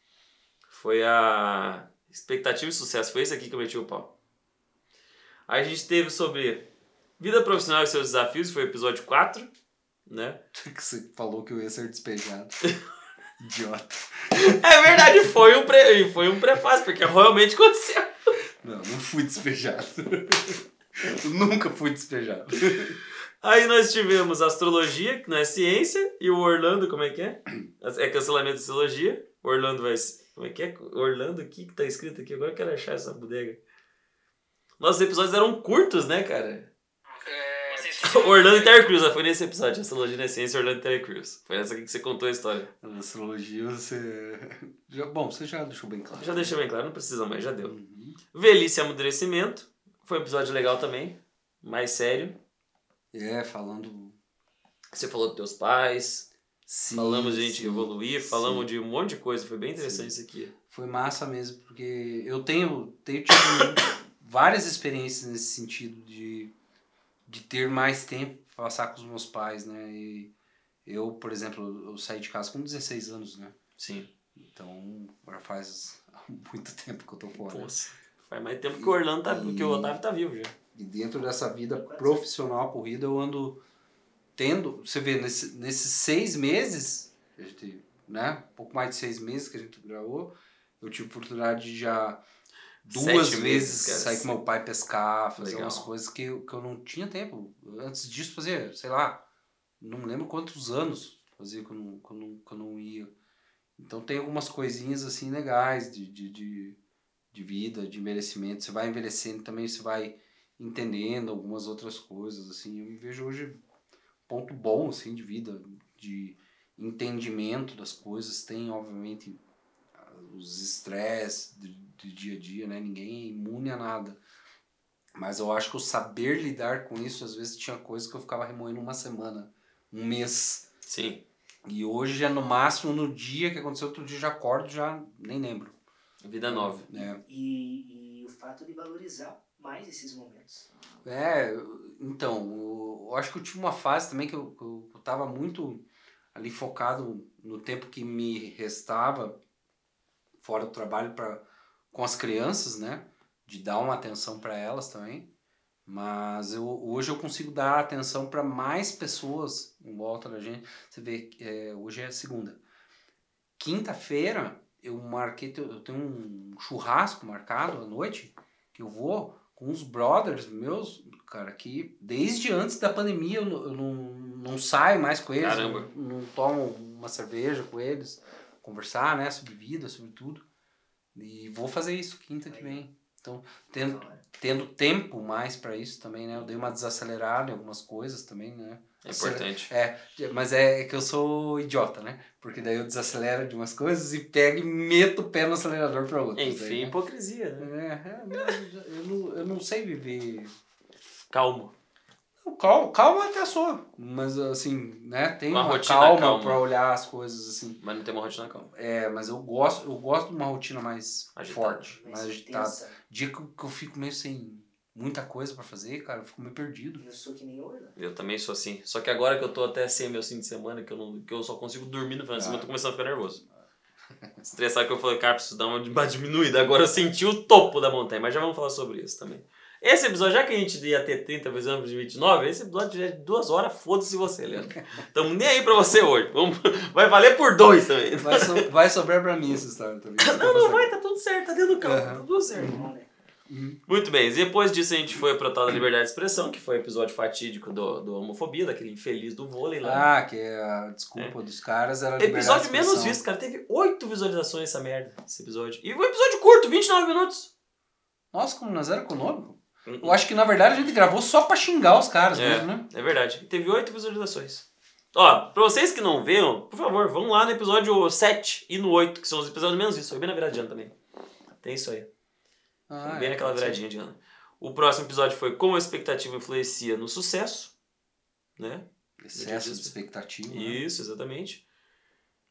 Speaker 2: Foi a expectativa de sucesso. Foi esse aqui que eu meti o pau. Aí a gente teve sobre vida profissional e seus desafios, foi o episódio 4, né?
Speaker 1: Que você falou que eu ia ser despejado. Idiota.
Speaker 2: É verdade, foi um, pre... foi um prefácio, porque realmente aconteceu.
Speaker 1: Não, não fui despejado. Eu nunca fui despejado.
Speaker 2: Aí nós tivemos astrologia, que não é ciência, e o Orlando, como é que é? É cancelamento de astrologia. O Orlando vai. se- Como é que é? O Orlando, o que, que tá escrito aqui? Agora eu quero achar essa bodega. Nossos episódios eram curtos, né, cara? Orlando e Terry Crews, ah, foi nesse episódio. Astrologia na ciência, Orlando e Terry Crews. Foi nessa aqui que você contou a história.
Speaker 1: Na astrologia você. já- bom, você já deixou bem claro.
Speaker 2: Já deixei bem claro, não precisa mais, já deu.
Speaker 1: Uhum.
Speaker 2: Velhice e amadurecimento. Foi um episódio legal também, mais sério.
Speaker 1: É, falando.
Speaker 2: Você falou dos teus pais,
Speaker 1: Sim, assim,
Speaker 2: Falamos de gente
Speaker 1: sim.
Speaker 2: evoluir,
Speaker 1: sim.
Speaker 2: falamos de um monte de coisa, foi bem interessante isso aqui.
Speaker 1: Foi massa mesmo, porque eu tenho, tenho tido várias experiências nesse sentido de, de ter mais tempo pra passar com os meus pais, né? E eu, por exemplo, eu saí de casa com 16 anos, né?
Speaker 2: Sim.
Speaker 1: Então, já faz muito tempo que eu tô fora.
Speaker 2: Nossa. Faz mais tempo que o Orlando tá.
Speaker 1: E-
Speaker 2: que o Otávio tá vivo já.
Speaker 1: E dentro dessa vida profissional corrida, eu ando tendo. Você vê, nesse, nesses seis meses, a gente, né? Pouco mais de seis meses que a gente gravou, eu tive oportunidade de já duas
Speaker 2: Sete
Speaker 1: vezes
Speaker 2: meses, cara.
Speaker 1: sair com meu pai pescar, fazer
Speaker 2: Legal.
Speaker 1: umas coisas que, eu- que eu não tinha tempo. Antes disso, fazia, sei lá, não me lembro quantos anos fazia que eu não, que eu não, que eu não ia. Então tem algumas coisinhas assim legais de, de, de, de vida, de envelhecimento. Você vai envelhecendo também, você vai entendendo algumas outras coisas. assim Eu me vejo hoje ponto bom assim de vida, de entendimento das coisas. Tem, obviamente, os estresses do, do dia a dia, né? Ninguém é imune a nada. Mas eu acho que o saber lidar com isso, às vezes tinha coisa que eu ficava remoendo uma semana, um mês.
Speaker 2: Sim.
Speaker 1: E hoje já no máximo no dia que aconteceu, outro dia eu já acordo, já nem lembro.
Speaker 2: Vida nova.
Speaker 1: É,
Speaker 3: E, e o fato de valorizar mais esses momentos.
Speaker 1: É, então, eu, eu acho que eu tive uma fase também que eu, que eu, eu tava muito ali focado no tempo que me restava fora do trabalho para com as crianças, né? De dar uma atenção para elas também. Mas eu, hoje eu consigo dar atenção para mais pessoas em volta da gente. Você vê, é, hoje é segunda. Quinta-feira eu marquei, te- eu tenho um churrasco marcado à noite que eu vou com uns brothers meus, cara, que desde antes da pandemia eu, não- eu não, não saio mais com eles, não,
Speaker 2: Caramba.
Speaker 1: não tomo uma cerveja com eles, conversar, né, sobre vida, sobre tudo. E vou fazer isso quinta que vem. Então, tendo,
Speaker 3: Da hora.
Speaker 1: tendo tempo mais para isso também, né? Eu dei uma desacelerada em algumas coisas também, né?
Speaker 2: É importante.
Speaker 1: É, mas é que eu sou idiota, né? Porque daí eu desacelero de umas coisas e pego e meto o pé no acelerador para outras.
Speaker 2: Enfim,
Speaker 1: daí,
Speaker 2: hipocrisia, né?
Speaker 1: né? É, é, não, eu, não, eu não sei viver.
Speaker 2: Calmo.
Speaker 1: Não, Calma, calma até sou. Mas assim, né? Tem
Speaker 2: Uma
Speaker 1: uma,
Speaker 2: rotina
Speaker 1: calma,
Speaker 2: calma.
Speaker 1: pra olhar as coisas assim.
Speaker 2: Mas não tem uma rotina calma.
Speaker 1: É, mas eu gosto, eu gosto de uma rotina mais
Speaker 2: Agitada.
Speaker 1: forte, mais,
Speaker 3: Mais
Speaker 1: agitada.
Speaker 3: intensa.
Speaker 1: Dia que eu, que eu fico meio sem muita coisa pra fazer, cara, eu fico meio perdido.
Speaker 3: Eu sou que nem o Orlando.
Speaker 2: Eu também sou assim. Só que agora que eu tô até sem meu fim de semana, que eu, não, que eu só consigo dormir no final de semana, eu tô começando a ficar nervoso. Ah. Estressar que eu falei, cara, preciso dar uma, uma diminuída. Agora eu senti o topo da montanha, mas já vamos falar sobre isso também. Esse episódio, já que a gente ia ter 30, precisamos de 29, esse episódio já é de duas horas, foda-se você, Leandro. Tamo nem aí pra você hoje. Vamos- vai valer por dois também.
Speaker 1: Vai, so- vai sobrar pra mim essa história também. isso que eu
Speaker 2: Não, não
Speaker 1: vou
Speaker 2: vai,
Speaker 1: fazer.
Speaker 2: tá tudo certo, tá dentro do carro, tá tudo certo.
Speaker 3: Bom, né?
Speaker 2: Muito bem, depois disso a gente foi pro tal da liberdade de expressão, que foi o episódio fatídico do, do homofobia, daquele infeliz do vôlei lá.
Speaker 1: Ah, que é a desculpa dos caras era liberdade de
Speaker 2: episódio menos
Speaker 1: expressão.
Speaker 2: visto, cara. Teve oito visualizações essa merda, esse episódio. E um episódio curto, 29 minutos.
Speaker 1: Nossa, como nós era econômico. Eu acho que na verdade a gente gravou só pra xingar os caras
Speaker 2: É.
Speaker 1: mesmo, né?
Speaker 2: É verdade. Teve oito visualizações. Ó, pra vocês que não viram, por favor, vão lá no episódio 7 e no 8, que são os episódios menos vistos. Foi bem na virada de ano também. Tem isso aí.
Speaker 1: Ah,
Speaker 2: bem
Speaker 1: é,
Speaker 2: naquela
Speaker 1: pode ser.
Speaker 2: viradinha de ano. O próximo episódio foi Como a Expectativa Influencia no Sucesso. Né?
Speaker 1: Excesso de expectativa. né?
Speaker 2: Isso, exatamente.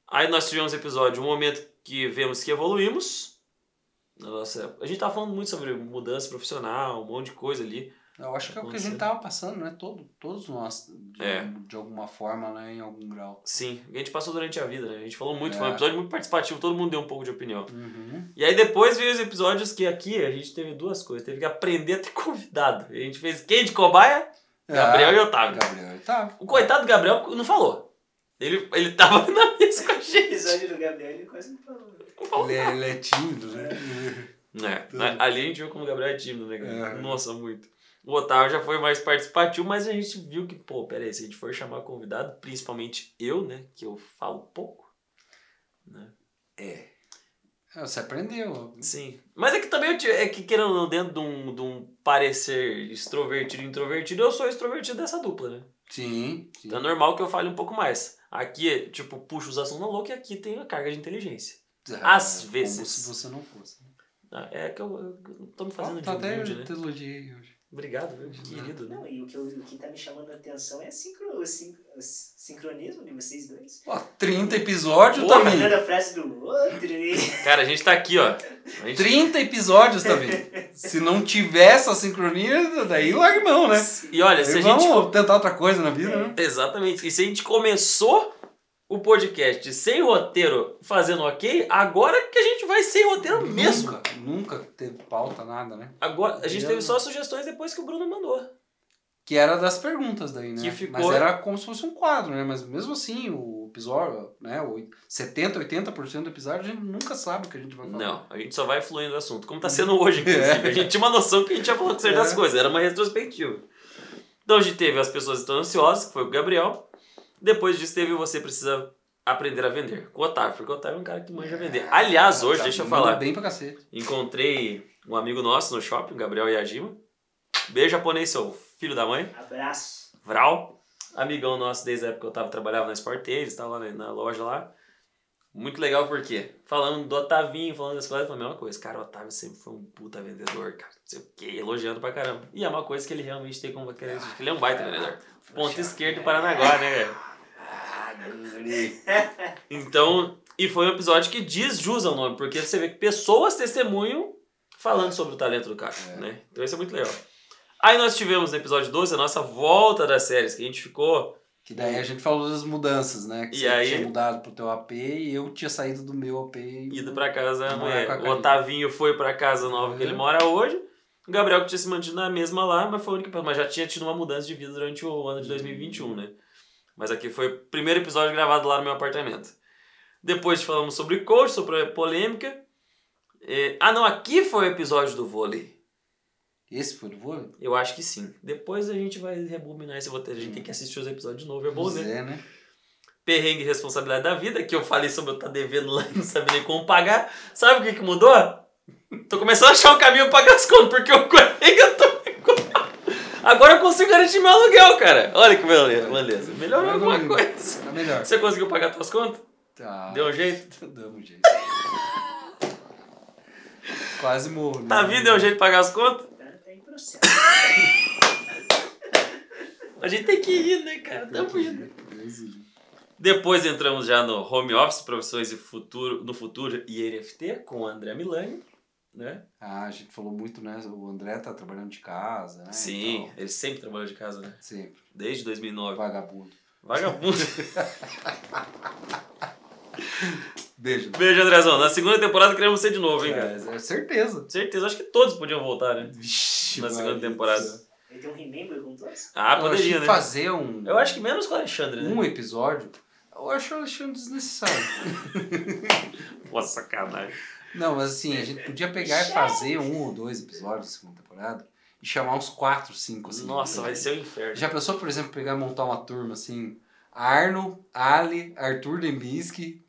Speaker 2: Aí nós tivemos episódio, um momento que vemos que evoluímos. Na nossa, a gente tava falando muito sobre mudança profissional, um monte de coisa ali.
Speaker 1: Eu acho que é o que a
Speaker 2: Aconteceu.
Speaker 1: gente tava passando, né? Todo, todos nós, de,
Speaker 2: É.
Speaker 1: de alguma forma, né? Em algum grau.
Speaker 2: Sim, a gente passou durante a vida, né? A gente falou muito, foi um
Speaker 1: É.
Speaker 2: episódio muito participativo, todo mundo deu um pouco de opinião.
Speaker 1: Uhum.
Speaker 2: E aí depois veio os episódios que aqui a gente teve duas coisas, teve que aprender a ter convidado. A gente fez quem de cobaia?
Speaker 1: É.
Speaker 2: Gabriel e Otávio.
Speaker 1: Ah, Gabriel e Otávio.
Speaker 2: O coitado do Gabriel não falou. Ele, ele tava na mesa com a
Speaker 3: O
Speaker 2: gente.
Speaker 3: episódio do Gabriel, ele quase não
Speaker 2: né?
Speaker 3: falou.
Speaker 1: Ele, é- ele é tímido, né?
Speaker 2: É,
Speaker 1: Tudo.
Speaker 2: a- ali a gente viu como o Gabriel é tímido, né, cara?
Speaker 1: É.
Speaker 2: Nossa, muito. O Otávio já foi mais participativo, mas a gente viu que, pô, peraí, se a gente for chamar convidado, principalmente eu, né, que eu falo pouco.
Speaker 1: É, Você aprendeu.
Speaker 2: Sim. Mas é que também, eu te- é que querendo ou não, dentro de um, de um parecer extrovertido e introvertido, eu sou extrovertido dessa dupla, né?
Speaker 1: Sim. sim.
Speaker 2: Então é normal que eu fale um pouco mais. Aqui, tipo, puxo os assuntos na louca e aqui tem a carga de inteligência. às
Speaker 1: É, como
Speaker 2: vezes.
Speaker 1: se você não fosse. né?
Speaker 2: Ah, É que eu, eu tô me fazendo
Speaker 1: Ah,
Speaker 2: de
Speaker 1: tá até
Speaker 2: humilde, né?
Speaker 1: te elogiei hoje.
Speaker 2: Obrigado, meu querido. né?
Speaker 3: Não, e o que, eu- o que tá me chamando a atenção é sincro, o sin- o s- sincronismo de vocês dois.
Speaker 1: Ó, 30 episódios,
Speaker 2: Porra, né?
Speaker 1: Tavinho.
Speaker 3: Falando a frase do outro. e-
Speaker 2: Cara, a gente tá aqui, ó. A gente
Speaker 1: 30 episódios, Tavinho. Se não tiver essa sincronia, daí larga mão, né?
Speaker 2: E olha, se
Speaker 1: Daí
Speaker 2: a gente.
Speaker 1: Vamos tentar outra coisa na vida, né?
Speaker 2: Exatamente. E se a gente começou o podcast sem roteiro fazendo ok, agora que a gente vai sem roteiro mesmo.
Speaker 1: Nunca, nunca teve pauta, nada, né?
Speaker 2: Agora, a gente
Speaker 1: Eu
Speaker 2: teve
Speaker 1: não-
Speaker 2: só sugestões depois que o Bruno mandou.
Speaker 1: Que era das perguntas daí, né?
Speaker 2: Que ficou-
Speaker 1: Mas era como se fosse um quadro, né? Mas mesmo assim, o episódio, né? O 70, 80% do episódio, a gente nunca sabe o que a gente vai falar.
Speaker 2: Não, a gente só vai fluindo o assunto, como tá sendo hoje, inclusive. A gente tinha uma noção que a gente ia falando certas
Speaker 1: É.
Speaker 2: coisas, era uma retrospectiva. Então a gente teve As Pessoas Estão Ansiosas, que foi com o Gabriel. Depois disso teve Você Precisa Aprender a Vender, com o Otávio, porque o Otávio é um cara que manja vender. Aliás, hoje,
Speaker 1: Tá,
Speaker 2: deixa eu
Speaker 1: manda
Speaker 2: falar.
Speaker 1: bem pra cacete.
Speaker 2: Encontrei um amigo nosso no shopping, o Gabriel Yajima. Beijo japonês, seu filho da mãe.
Speaker 3: Abraço.
Speaker 2: Vral. Amigão nosso desde a época que eu tava, trabalhava na Sport Tales, tava lá né, na, na loja lá. Muito legal porque, falando do Otavinho, falando das coisas, foi a mesma coisa. Cara, o Otávio sempre foi um puta vendedor, cara. Não sei o quê, elogiando pra caramba. E é uma coisa que ele realmente tem como característica. Ele é um baita vendedor. Ponto esquerdo do Paranaguá, né, velho? Então, e foi um episódio que diz jus ao nome, porque você vê que pessoas testemunham falando sobre o talento do cara,
Speaker 1: É.
Speaker 2: né? Então isso é muito legal. Aí nós tivemos no episódio 12 a nossa volta das séries, que a gente ficou.
Speaker 1: Que daí a gente falou das mudanças, né? Que
Speaker 2: E
Speaker 1: você
Speaker 2: aí-
Speaker 1: tinha mudado pro teu AP e eu tinha saído do meu AP. e-
Speaker 2: ido pra casa da
Speaker 1: Morar
Speaker 2: mulher.
Speaker 1: com a
Speaker 2: O
Speaker 1: Karine.
Speaker 2: Otavinho foi pra casa nova que ele
Speaker 1: Uhum.
Speaker 2: mora hoje. O Gabriel que tinha se mantido na mesma lá, mas foi a única, mas já tinha tido uma mudança de vida durante o ano de
Speaker 1: Uhum.
Speaker 2: 2021, né? Mas aqui foi o primeiro episódio gravado lá no meu apartamento. Depois falamos sobre coach, sobre a polêmica. Eh, ah, não, aqui foi o episódio do vôlei.
Speaker 1: Esse foi do vôlei?
Speaker 2: Eu acho que sim. Depois a gente vai rebobinar esse roteiro. A gente tem que assistir os episódios de novo, é bom,
Speaker 1: Pois
Speaker 2: né?
Speaker 1: é, né?
Speaker 2: Perrengue e responsabilidade da vida, que eu falei sobre eu estar devendo lá e não saber nem como pagar. Sabe o que, que mudou? Tô começando a achar o caminho pra pagar as contas, porque o perrengue eu tô. Agora eu consigo garantir meu aluguel, cara. Olha que beleza. beleza. Melhorou
Speaker 1: Mais ou
Speaker 2: alguma
Speaker 1: menos.
Speaker 2: coisa.
Speaker 1: Tá melhor.
Speaker 2: Você conseguiu pagar suas contas?
Speaker 1: Tá.
Speaker 2: Deu um jeito?
Speaker 1: Damos um jeito. Quase morro. né?
Speaker 2: Tá vindo, deu um jeito de pagar as contas?
Speaker 3: Tá, tá em processo.
Speaker 2: A gente tem que ir, né,
Speaker 1: Tá
Speaker 2: cara? Tamo indo.
Speaker 1: Deus o livre.
Speaker 2: Depois entramos já no home office, profissões e futuro, no futuro e NFT com o André Milani, né?
Speaker 1: Ah, a gente falou muito, né? O André tá trabalhando de casa, né?
Speaker 2: Sim,
Speaker 1: Então,
Speaker 2: ele sempre trabalhou de casa, né?
Speaker 1: sempre.
Speaker 2: Desde 2009.
Speaker 1: Vagabundo.
Speaker 2: Vagabundo.
Speaker 6: Beijo.
Speaker 2: Beijo, Andrezão. Na segunda temporada queremos você de novo, hein, cara?
Speaker 1: né? É certeza.
Speaker 2: Certeza, acho que todos podiam voltar, né?
Speaker 6: Vixe,
Speaker 2: Na segunda
Speaker 6: Maria.
Speaker 2: temporada.
Speaker 3: Ele tem um remember com todos?
Speaker 2: Ah,
Speaker 1: Eu achei
Speaker 2: poderia, né?
Speaker 1: fazer um,
Speaker 2: Eu acho que menos com o Alexandre, né?
Speaker 1: um episódio, eu acho, eu acho um desnecessário.
Speaker 2: Pô, sacanagem.
Speaker 1: Não, mas assim, a gente podia pegar e fazer um ou dois episódios da segunda temporada e chamar uns quatro, cinco, assim.
Speaker 2: Nossa, vai ser o inferno.
Speaker 1: Já pensou, por exemplo, pegar e montar uma turma assim? Arno, Ali, Arthur Dembinski,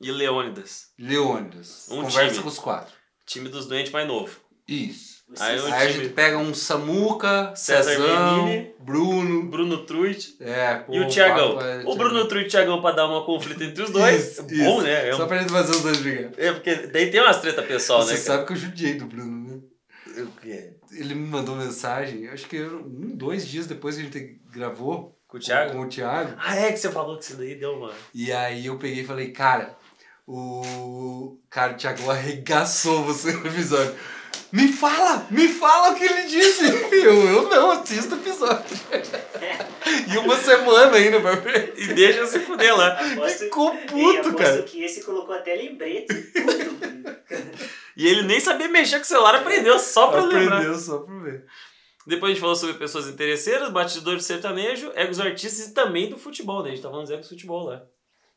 Speaker 2: E Leônidas.
Speaker 1: Leônidas.
Speaker 2: Um
Speaker 1: Conversa
Speaker 2: time.
Speaker 1: com os quatro.
Speaker 2: Time dos doentes mais novo.
Speaker 1: Isso.
Speaker 2: Aí
Speaker 3: Vocês-
Speaker 2: Um
Speaker 1: Aí
Speaker 2: eu-
Speaker 1: a
Speaker 2: time.
Speaker 1: gente pega um Samuca,
Speaker 2: César
Speaker 1: Cezão,
Speaker 2: Menini.
Speaker 1: Bruno.
Speaker 2: Bruno Truitt
Speaker 1: É, pô,
Speaker 2: e o Thiagão.
Speaker 1: papo é-
Speaker 2: O Bruno Truitt e o Thiagão pra dar uma conflito entre os dois.
Speaker 6: Isso,
Speaker 2: Bom,
Speaker 6: isso.
Speaker 2: né? É, um-
Speaker 1: Só pra gente fazer os dois brigar.
Speaker 2: é porque daí tem umas treta pessoal,
Speaker 1: Você
Speaker 2: né, cara?
Speaker 1: sabe que eu judiei do Bruno, né?
Speaker 2: O quê?
Speaker 1: Ele me mandou mensagem, acho que era um, dois dias depois que a gente gravou
Speaker 2: Com o Thiago?
Speaker 1: com o Thiago.
Speaker 2: Ah, é que você falou que isso daí deu uma...
Speaker 1: E aí eu peguei e falei, cara, o. Cara, o Thiago arregaçou você no episódio. Me fala! Me fala o que ele disse! Eu, eu não assisto o episódio. E uma semana ainda pra ver.
Speaker 2: E deixa se fuder lá.
Speaker 3: aposto-
Speaker 1: Ficou
Speaker 3: Ei,
Speaker 1: puto,
Speaker 3: aposto
Speaker 1: cara.
Speaker 3: que esse colocou até lembrete. Puto.
Speaker 2: E ele nem sabia mexer com o celular, aprendeu só pra lembrar.
Speaker 1: Aprendeu só pra ver.
Speaker 2: Depois a gente falou sobre pessoas interesseiras, batidores do sertanejo, egos artistas e também do futebol, né? A gente tava falando dos egos do futebol lá.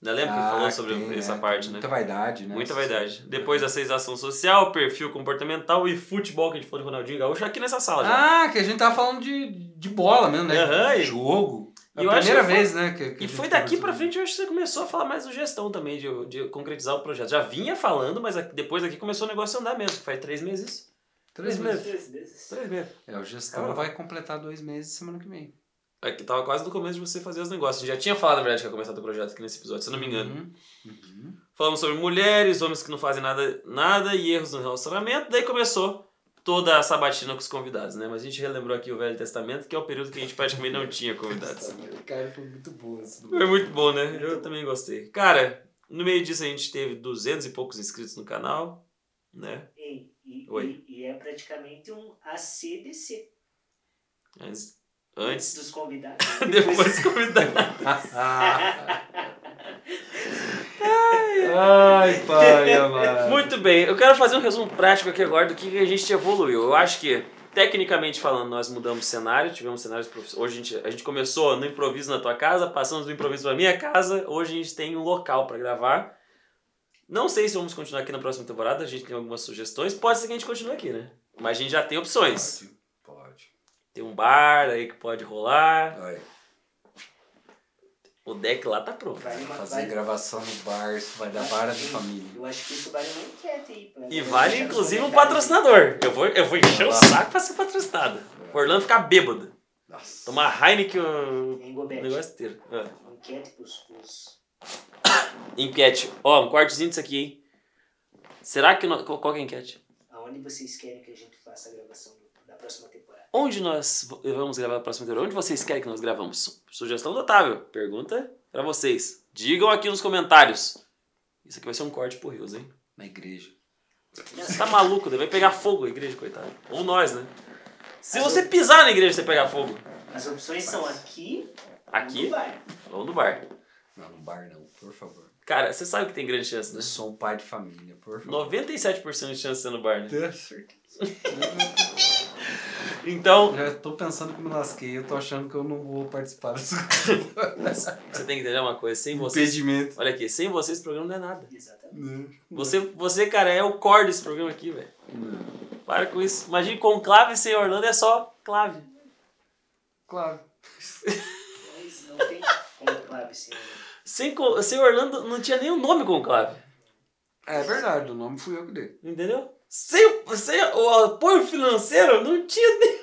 Speaker 2: Ainda lembra que
Speaker 1: Ah,
Speaker 2: falou sobre
Speaker 1: tem,
Speaker 2: essa
Speaker 1: é,
Speaker 2: parte, né?
Speaker 1: Muita vaidade, né?
Speaker 2: Muita vaidade. Depois a sensação social, perfil comportamental e futebol que a gente falou de Ronaldinho Gaúcho aqui nessa sala já.
Speaker 1: Ah, que a gente tava falando de, de bola mesmo, né?
Speaker 2: Aham, e-
Speaker 1: Jogo. É
Speaker 2: e eu
Speaker 1: a
Speaker 2: acho
Speaker 1: primeira
Speaker 2: que foi-
Speaker 1: vez, né? que- que a
Speaker 2: E
Speaker 1: gente
Speaker 2: foi daqui pra
Speaker 1: conversou.
Speaker 2: frente, eu acho que você começou a falar mais do gestão também, de, de concretizar o projeto. Já vinha falando, mas aqui- depois aqui começou o negócio a andar mesmo, que faz três meses isso.
Speaker 1: Três
Speaker 2: Três
Speaker 1: meses.
Speaker 3: Três vezes.
Speaker 2: Três meses.
Speaker 1: É, o gestão
Speaker 2: Caramba.
Speaker 1: vai completar dois meses semana que vem.
Speaker 2: Aqui É tava quase no começo de você fazer os negócios. A gente já tinha falado, na verdade, que ia começar do projeto aqui nesse episódio, se eu não me engano.
Speaker 1: Uhum. Uhum.
Speaker 2: Falamos sobre mulheres, homens que não fazem nada, nada e erros no relacionamento. Daí começou toda a sabatina com os convidados, né? Mas a gente relembrou aqui o Velho Testamento, que é o período que a gente praticamente não tinha convidados.
Speaker 1: Cara, foi muito boa essa.
Speaker 2: Foi muito bom, né? Eu também gostei. Cara, no meio disso a gente teve 200 e poucos inscritos no canal, né?
Speaker 3: Ei, e,
Speaker 2: Oi.
Speaker 3: e- e é praticamente um ACDC
Speaker 2: Antes, antes
Speaker 3: dos convidados.
Speaker 2: depois convidados.
Speaker 1: Ai, pai, amado.
Speaker 2: Muito bem, eu quero fazer um resumo prático aqui agora do que a gente evoluiu. Eu acho que, tecnicamente falando, nós mudamos cenário, tivemos cenários profissionais. Hoje a gente, a gente começou no improviso na tua casa, passamos do improviso pra minha casa, hoje a gente tem um local pra gravar. Não sei se vamos continuar aqui na próxima temporada, a gente tem algumas sugestões, pode ser que a gente continue aqui, né? Mas a gente já tem opções.
Speaker 1: Pode, pode.
Speaker 2: Tem um bar aí que pode rolar.
Speaker 1: Olha,
Speaker 2: O deck lá tá pronto.
Speaker 3: Vale uma,
Speaker 1: fazer
Speaker 3: vale,
Speaker 1: gravação no bar, isso vai dar vara de família.
Speaker 3: eu acho que isso vale uma enquete aí. pra-
Speaker 2: E
Speaker 3: pra
Speaker 2: vale
Speaker 3: deixar nos
Speaker 2: inclusive um
Speaker 3: comentários.
Speaker 2: patrocinador. Eu vou, eu vou encher o
Speaker 1: Vai lá.
Speaker 2: saco pra ser patrocinado. O Orlando ficar bêbado.
Speaker 1: Nossa.
Speaker 2: Tomar Heineken o
Speaker 3: Em Gobert.
Speaker 2: negócio inteiro. Ah.
Speaker 3: Enquete pros, pros...
Speaker 2: Enquete. Ó, um cortezinho disso aqui, hein? Será que nós. Qual qual que é a enquete?
Speaker 3: Aonde vocês querem que a gente faça a gravação do- da próxima temporada?
Speaker 2: Onde nós v- vamos gravar a próxima temporada? Onde vocês querem que nós gravamos? Sugestão do Otávio. Pergunta pra vocês. Digam aqui nos comentários. Isso aqui vai ser um corte pro Rios, hein?
Speaker 1: Na igreja.
Speaker 2: Você tá maluco, vai pegar fogo a igreja, coitado. Ou nós, né?
Speaker 3: É,
Speaker 2: Se você pisar na igreja, você pegar fogo.
Speaker 3: As opções são aqui,
Speaker 2: Aqui
Speaker 3: ou no bar.
Speaker 2: ou no bar.
Speaker 1: Não, no bar não, por favor.
Speaker 2: Cara, você sabe que tem grande chance, né?
Speaker 1: Eu sou um pai de família, por favor.
Speaker 2: 97% de chance de ser no bar, né?
Speaker 1: Tenho certeza.
Speaker 2: Então,
Speaker 1: Já tô pensando que me lasquei, eu tô achando que eu não vou participar desse
Speaker 2: você tem que entender uma coisa.
Speaker 3: Um
Speaker 2: Sem vocês...
Speaker 1: impedimento.
Speaker 2: Olha aqui, sem vocês o programa não é nada.
Speaker 3: Exatamente.
Speaker 1: né?
Speaker 2: Você, você cara, é o core desse programa aqui, velho. Para com isso. Imagina com clave sem Orlando é só clave.
Speaker 1: Claro.
Speaker 3: Mas não tem assim, conclave, senhor.
Speaker 2: Sem, co- sem Orlando não tinha nenhum nome com clave.
Speaker 1: É verdade, o nome fui eu que dei.
Speaker 2: Entendeu? Sem, sem o apoio financeiro não tinha nem...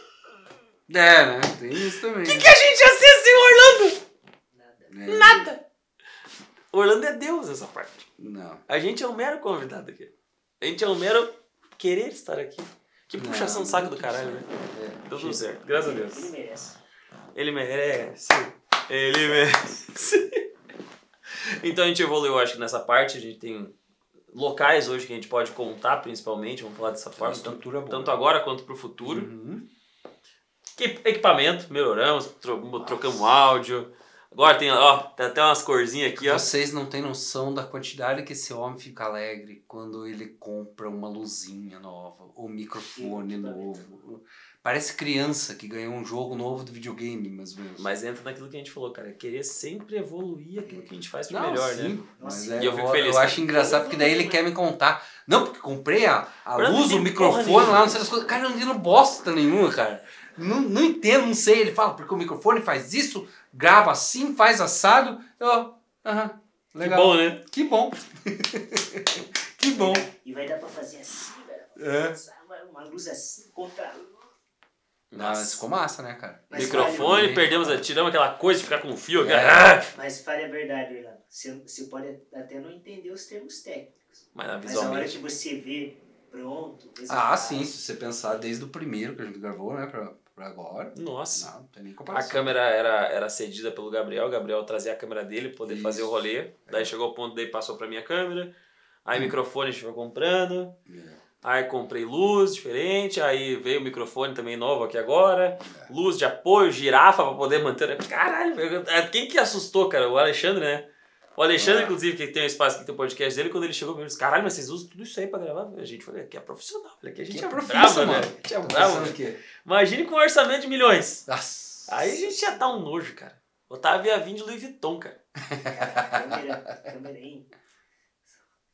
Speaker 1: É, né? Tem isso também.
Speaker 2: O que a gente ia ser sem Orlando?
Speaker 3: Nada.
Speaker 1: né?
Speaker 2: Nada. Orlando é Deus essa parte.
Speaker 1: Não.
Speaker 2: A gente é um mero convidado aqui. A gente é um mero querer estar aqui. Que
Speaker 1: Não,
Speaker 2: puxação de
Speaker 1: não
Speaker 2: saco
Speaker 1: deu
Speaker 2: do
Speaker 1: tudo
Speaker 2: caralho, né?
Speaker 1: É.
Speaker 2: Deu tudo certo, graças a Deus.
Speaker 3: Ele merece.
Speaker 2: Ele merece. Ele merece. Então a gente evoluiu, acho que nessa parte. A gente tem locais hoje que a gente pode contar, principalmente. Vamos falar dessa
Speaker 1: Uma
Speaker 2: forma. Tanto,
Speaker 1: estrutura Então boa.
Speaker 2: tanto agora quanto pro futuro.
Speaker 1: Uhum.
Speaker 2: Que- Equipamento, melhoramos, tro- trocamos áudio. Agora tem, ó, tá até umas corzinhas aqui, ó.
Speaker 1: Vocês não têm noção da quantidade que esse homem fica alegre quando ele compra uma luzinha nova, ou microfone
Speaker 3: Sim, tá
Speaker 1: novo. Parece criança que ganhou um jogo novo do videogame, mas menos.
Speaker 2: Mas entra naquilo que a gente falou, cara. Querer sempre evoluir aquilo que a gente faz pro
Speaker 1: Não,
Speaker 2: melhor,
Speaker 1: sim,
Speaker 2: né?
Speaker 1: Mas
Speaker 3: Nossa,
Speaker 1: é,
Speaker 2: e eu
Speaker 1: eu,
Speaker 2: fico feliz.
Speaker 1: eu acho engraçado porque daí ele quer me contar. Não, porque comprei a, a
Speaker 2: Mas não
Speaker 1: luz, o
Speaker 2: tem porra
Speaker 1: microfone lá, não sei das coisas. Cara, eu não entendo bosta nenhuma, cara. Não, não entendo, não sei. Ele fala, porque o microfone faz isso, grava assim, faz assado. Eu, aham, legal.
Speaker 2: Que bom, né?
Speaker 1: Que bom. que bom.
Speaker 3: E vai dar pra fazer assim, velho.
Speaker 1: É.
Speaker 3: Uma- Uma luz assim contra.
Speaker 1: Não, mas ficou massa, né, cara?
Speaker 3: Mas
Speaker 2: Microfone,
Speaker 1: vale,
Speaker 2: perdemos, a, tiramos aquela coisa de ficar com fio.
Speaker 1: né? É.
Speaker 2: cara.
Speaker 3: Mas fale a verdade, Orlando. Você, você pode até não entender os termos técnicos.
Speaker 2: Mas na
Speaker 1: é
Speaker 3: Mas a hora
Speaker 2: visualmente.
Speaker 3: que você vê pronto, o
Speaker 1: Ah,
Speaker 3: resultado,
Speaker 1: sim, se você pensar desde o primeiro que a gente gravou, né, pra, pra agora.
Speaker 2: Nossa.
Speaker 1: Não, não tem nem
Speaker 2: A
Speaker 1: comparação.
Speaker 2: câmera era, era cedida pelo Gabriel, o Gabriel trazia a câmera dele pra poder
Speaker 1: Isso.
Speaker 2: fazer o rolê. Daí chegou o ponto, daí passou pra minha câmera. Aí microfone a gente foi comprando. Aí comprei luz diferente, aí veio o microfone também novo aqui agora. Luz de apoio, girafa pra poder manter. né? Caralho, velho, quem que assustou, cara? O Alexandre, né? O Alexandre,
Speaker 1: É.
Speaker 2: inclusive, que tem um espaço aqui, tem um podcast dele, quando ele chegou, ele disse, caralho, mas vocês usam tudo isso aí pra gravar? A gente falou, aqui é profissional, olha, aqui a gente
Speaker 1: Que
Speaker 2: é,
Speaker 1: profissa,
Speaker 2: brabo, né?
Speaker 1: mano.
Speaker 2: A gente é
Speaker 1: Tô
Speaker 2: brabo.
Speaker 1: pensando aqui.
Speaker 2: Imagine com um orçamento de milhões.
Speaker 1: Nossa.
Speaker 2: Aí a gente ia dar um nojo, cara. Otávio ia vir de Louis Vuitton, cara.
Speaker 3: cara, câmera, câmera, hein?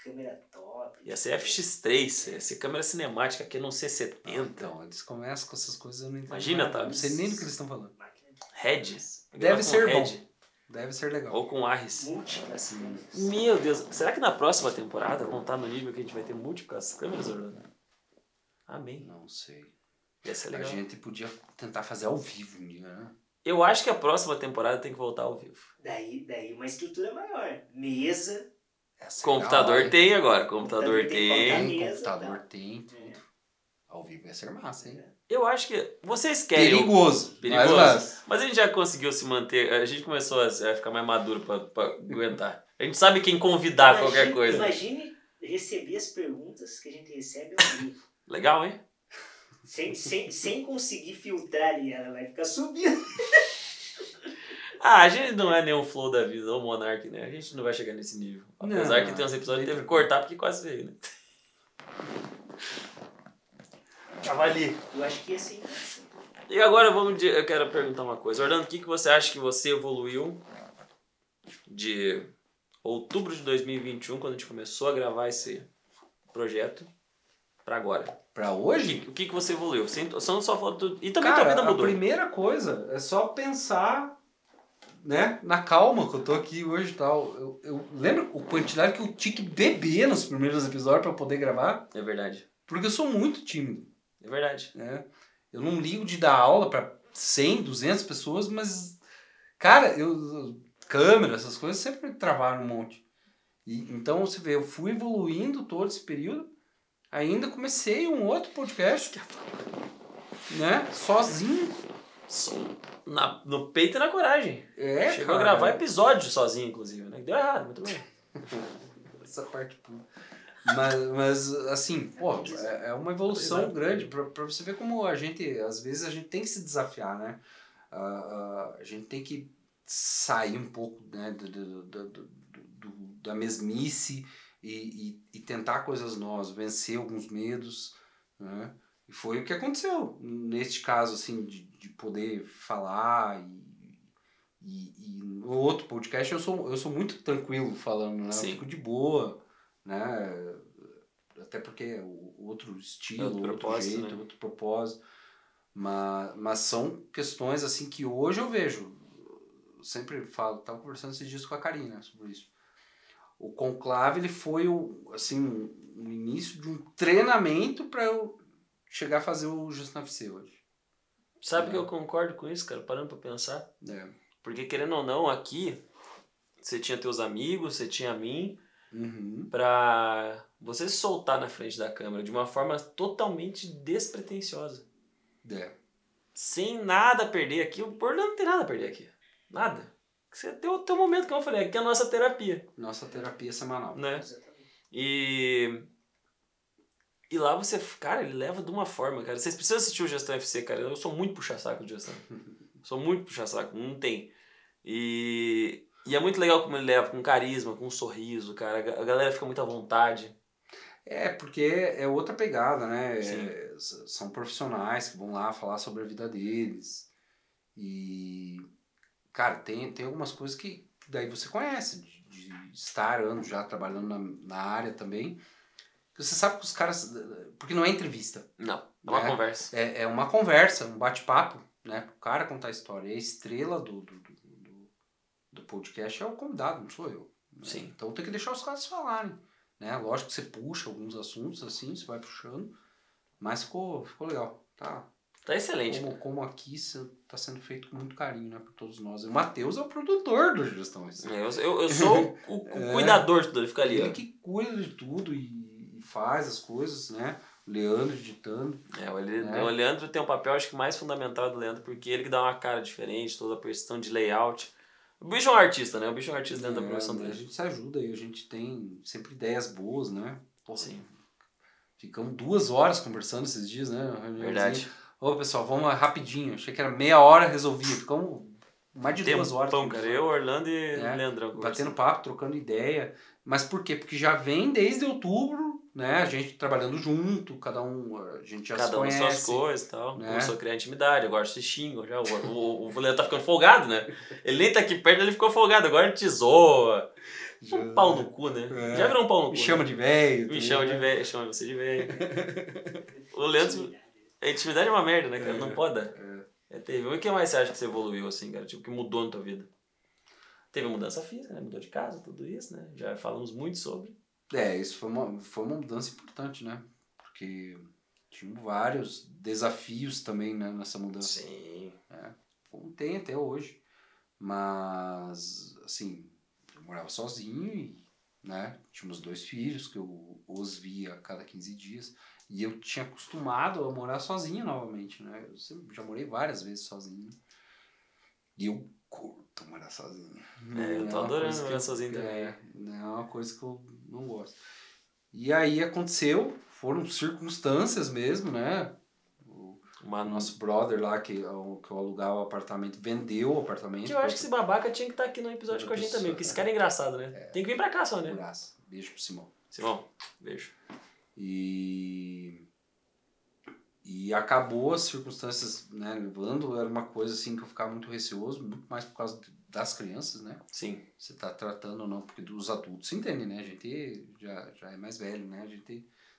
Speaker 3: Câmera top.
Speaker 2: Ia ser FX3, ia ser câmera cinemática aqui não C70.
Speaker 1: Então, eles começam com essas coisas, eu não entendo.
Speaker 2: Imagina,
Speaker 1: nada,
Speaker 2: tá?
Speaker 1: Não sei nem do que eles estão falando.
Speaker 3: Máquina
Speaker 2: Red.
Speaker 1: Deve
Speaker 2: Com
Speaker 1: ser bom.
Speaker 2: Red
Speaker 1: Deve ser legal.
Speaker 2: Ou com Arris.
Speaker 3: múltiplas câmeras.
Speaker 2: Meu Deus, será que na próxima temporada vão estar no nível que a gente vai ter múltiplas câmeras, Orlando? Amém.
Speaker 1: Não sei.
Speaker 2: Ia ser
Speaker 1: A
Speaker 2: Tá legal.
Speaker 1: gente podia tentar fazer ao vivo, né?
Speaker 2: Eu acho que a próxima temporada tem que voltar ao vivo.
Speaker 3: Daí, daí uma estrutura maior. Mesa.
Speaker 1: Essa é da
Speaker 2: Computador
Speaker 1: hora.
Speaker 2: tem agora, computador
Speaker 3: Computador tem que
Speaker 2: tem.
Speaker 3: voltar.
Speaker 1: Tem,
Speaker 3: Mesa,
Speaker 1: computador
Speaker 3: tá.
Speaker 1: tem, tudo. Ao vivo ia ser massa, hein?
Speaker 2: Eu acho que. Vocês querem. o-
Speaker 1: Perigoso.
Speaker 2: Perigoso.
Speaker 1: Mas,
Speaker 2: Mas a gente já conseguiu se manter, a gente começou a a ficar mais maduro pra, pra aguentar. A gente sabe quem convidar
Speaker 3: Imagine-
Speaker 2: qualquer coisa.
Speaker 3: Imagine receber as perguntas que a gente recebe ao vivo.
Speaker 2: Legal, hein?
Speaker 3: sem, sem, sem conseguir filtrar ali, ela vai ficar subindo.
Speaker 2: Ah, a gente não é nenhum flow da vida, ou monarque, né? A gente não vai chegar nesse nível. Apesar
Speaker 1: Não,
Speaker 2: que tem uns episódios que
Speaker 1: bem
Speaker 2: teve que cortar porque quase veio, né? Tava ali.
Speaker 3: Eu acho que assim, ia ser
Speaker 2: E agora vamos de, eu quero perguntar uma coisa. Orlando, o que, que você acha que você evoluiu de outubro de 2021, quando a gente começou a gravar esse projeto, pra agora?
Speaker 1: pra
Speaker 2: O
Speaker 1: hoje,
Speaker 2: que- O que, que você evoluiu? Sem, só não só falando. E também
Speaker 1: Cara,
Speaker 2: tua vida
Speaker 1: a
Speaker 2: mudou.
Speaker 1: primeira coisa é só pensar, né, na calma que eu tô aqui hoje e tal. Eu, eu lembro a quantidade que eu tinha que beber nos primeiros episódios pra poder gravar,
Speaker 2: É verdade.
Speaker 1: porque eu sou muito tímido,
Speaker 2: É verdade.
Speaker 1: né? Eu não ligo de dar aula pra 100, 200 pessoas, mas cara, eu câmera, essas coisas sempre me travaram um monte. E, então você vê, eu fui evoluindo todo esse período. Ainda comecei um outro podcast, né? Sozinho.
Speaker 2: Som um na- no peito e na coragem.
Speaker 1: É,
Speaker 2: Chegou a
Speaker 1: cara.
Speaker 2: gravar episódio sozinho, inclusive, né? Deu errado, muito bem.
Speaker 1: essa parte pula. Mas, mas assim, pô, é é uma evolução
Speaker 2: Exato.
Speaker 1: grande pra, pra você ver como a gente, às vezes, a gente tem que se desafiar, né? Ah, ah, a gente tem que sair um pouco né, do, do, do- do- do- da mesmice e, e, e tentar coisas novas, vencer alguns medos, né? E foi o que aconteceu neste caso, assim, de, de poder falar e, e, e no outro podcast eu sou, eu sou muito tranquilo falando, né?
Speaker 2: Sim.
Speaker 1: Eu fico de boa, né? Até porque é o- outro estilo,
Speaker 2: É Outro
Speaker 1: outro,
Speaker 2: propósito,
Speaker 1: jeito,
Speaker 2: né?
Speaker 1: outro propósito. Mas, mas são questões, assim, que hoje eu vejo. Eu sempre falo, tava conversando esses dias com a Karina sobre isso. O conclave, ele foi, o, assim, um- um início de um treinamento para eu chegar a fazer o Justin FC hoje.
Speaker 2: Sabe que eu concordo com isso, cara? Parando pra pensar.
Speaker 1: É.
Speaker 2: Porque, querendo ou não, aqui você tinha teus amigos, você tinha a mim,
Speaker 1: Uhum.
Speaker 2: pra você se soltar na frente da câmera de uma forma totalmente despretensiosa.
Speaker 1: É.
Speaker 2: sem nada a perder aqui. O Orlando não tem nada a perder aqui. Nada. Você tem o teu momento, que eu falei, aqui é a nossa terapia,
Speaker 1: Nossa terapia semanal.
Speaker 2: né? E. E lá você, cara, ele leva de uma forma, cara. Vocês precisam assistir o Justin FC, cara. Eu sou muito puxa-saco do Justin. sou muito puxa-saco, não tem. E, e é muito legal como ele leva, com carisma, com um sorriso, cara. A ga- a galera fica muito à vontade.
Speaker 1: É, porque é outra pegada, né?
Speaker 2: Sim.
Speaker 1: É, s- são profissionais que vão lá falar sobre a vida deles. E, cara, tem, tem algumas coisas que daí você conhece, de, de estar anos já trabalhando na, na área também. que Você sabe que os caras. Porque não é entrevista.
Speaker 2: Não, é uma
Speaker 1: É.
Speaker 2: conversa.
Speaker 1: É, é uma conversa, um bate-papo, né? Pro cara contar a história. E a estrela do, do, do, do- do podcast é o convidado, não sou eu. né?
Speaker 2: Sim.
Speaker 1: Então tem que deixar os caras falarem. Né? Lógico que você puxa alguns assuntos assim, você vai puxando. Mas ficou, ficou legal. Tá.
Speaker 2: Tá excelente.
Speaker 1: Como, como aqui está sendo feito com muito carinho, né? Por todos nós. E O Matheus é o produtor do Gestões.
Speaker 2: É, Eu, eu, eu sou o, o
Speaker 1: É.
Speaker 2: cuidador de tudo, ele fica ali.
Speaker 1: Ele
Speaker 2: ó.
Speaker 1: que cuida de tudo e, e faz as coisas, né? O Leandro editando.
Speaker 2: É, o, Le-
Speaker 1: É.
Speaker 2: o Leandro tem um papel, acho que mais fundamental do Leandro, porque ele que dá uma cara diferente, toda a questão de layout. O bicho é um artista, né? O bicho é um artista dentro da
Speaker 1: É,
Speaker 2: profissão
Speaker 1: A
Speaker 2: dele.
Speaker 1: gente se ajuda e a gente tem sempre ideias boas, né? Porra,
Speaker 2: Sim.
Speaker 1: Ficamos duas horas conversando esses dias, né?
Speaker 2: Verdade.
Speaker 1: Ô, pessoal, vamos rapidinho. Achei que era meia hora resolvia. Ficamos mais de duas horas.
Speaker 2: Tempão, cara. Eu, Orlando e
Speaker 1: É,
Speaker 2: Leandrão.
Speaker 1: Batendo
Speaker 2: conversando.
Speaker 1: papo, trocando ideia. Mas por quê? Porque já vem desde outubro, né? A gente trabalhando junto, cada um, a gente já se
Speaker 2: Cada um nas
Speaker 1: conhece.
Speaker 2: suas coisas e tal.
Speaker 1: né?
Speaker 2: Começou a criar intimidade, agora se xingam já. O, o, o Leandro tá ficando folgado, né? Ele nem tá aqui perto, ele ficou folgado. Agora ele te zoa. Um pau no cu, né?
Speaker 1: É.
Speaker 2: Já virou um pau no cu.
Speaker 1: Me
Speaker 2: né?
Speaker 1: chama de né? velho.
Speaker 2: Me chama de velho, chama você de velho. O Leandro, a intimidade é uma merda, né, cara? Não pode dar. É terrível. E o que mais você acha que você evoluiu, assim, cara? Tipo, que mudou na tua vida? Teve mudança física, né? Mudou de casa, tudo isso, né? Já falamos muito sobre.
Speaker 1: É, isso foi uma, foi uma mudança importante, né? Porque tinha vários desafios também né, nessa mudança.
Speaker 2: Sim.
Speaker 1: como tem até hoje. Mas, assim, eu morava sozinho e, né, tínhamos dois filhos que eu os via a cada 15 dias. E eu tinha acostumado a morar sozinho novamente, né? Eu sempre, já morei várias vezes sozinho. E eu curto morar sozinho.
Speaker 2: É, eu tô
Speaker 1: uma
Speaker 2: adorando
Speaker 1: coisa que
Speaker 2: morar
Speaker 1: eu-
Speaker 2: sozinho também.
Speaker 1: É, é uma coisa que eu não gosto. E aí aconteceu, foram circunstâncias mesmo, né?
Speaker 2: Uma
Speaker 1: O
Speaker 2: nossa.
Speaker 1: nosso brother lá, que, eu- que eu alugava o apartamento, vendeu o apartamento.
Speaker 2: Que eu acho que esse babaca tinha que estar aqui no episódio com a gente também, porque esse cara é engraçado, né? Tem que vir pra cá só, né?
Speaker 1: Graça. Beijo pro Simão.
Speaker 2: Simão, beijo.
Speaker 1: E. E acabou as circunstâncias, né, levando, era uma coisa assim que eu ficava muito receoso, muito mais por causa das crianças, né?
Speaker 2: Sim.
Speaker 1: Você tá tratando ou não, porque dos adultos se entende, né? A gente já, já é mais velho, né? A gente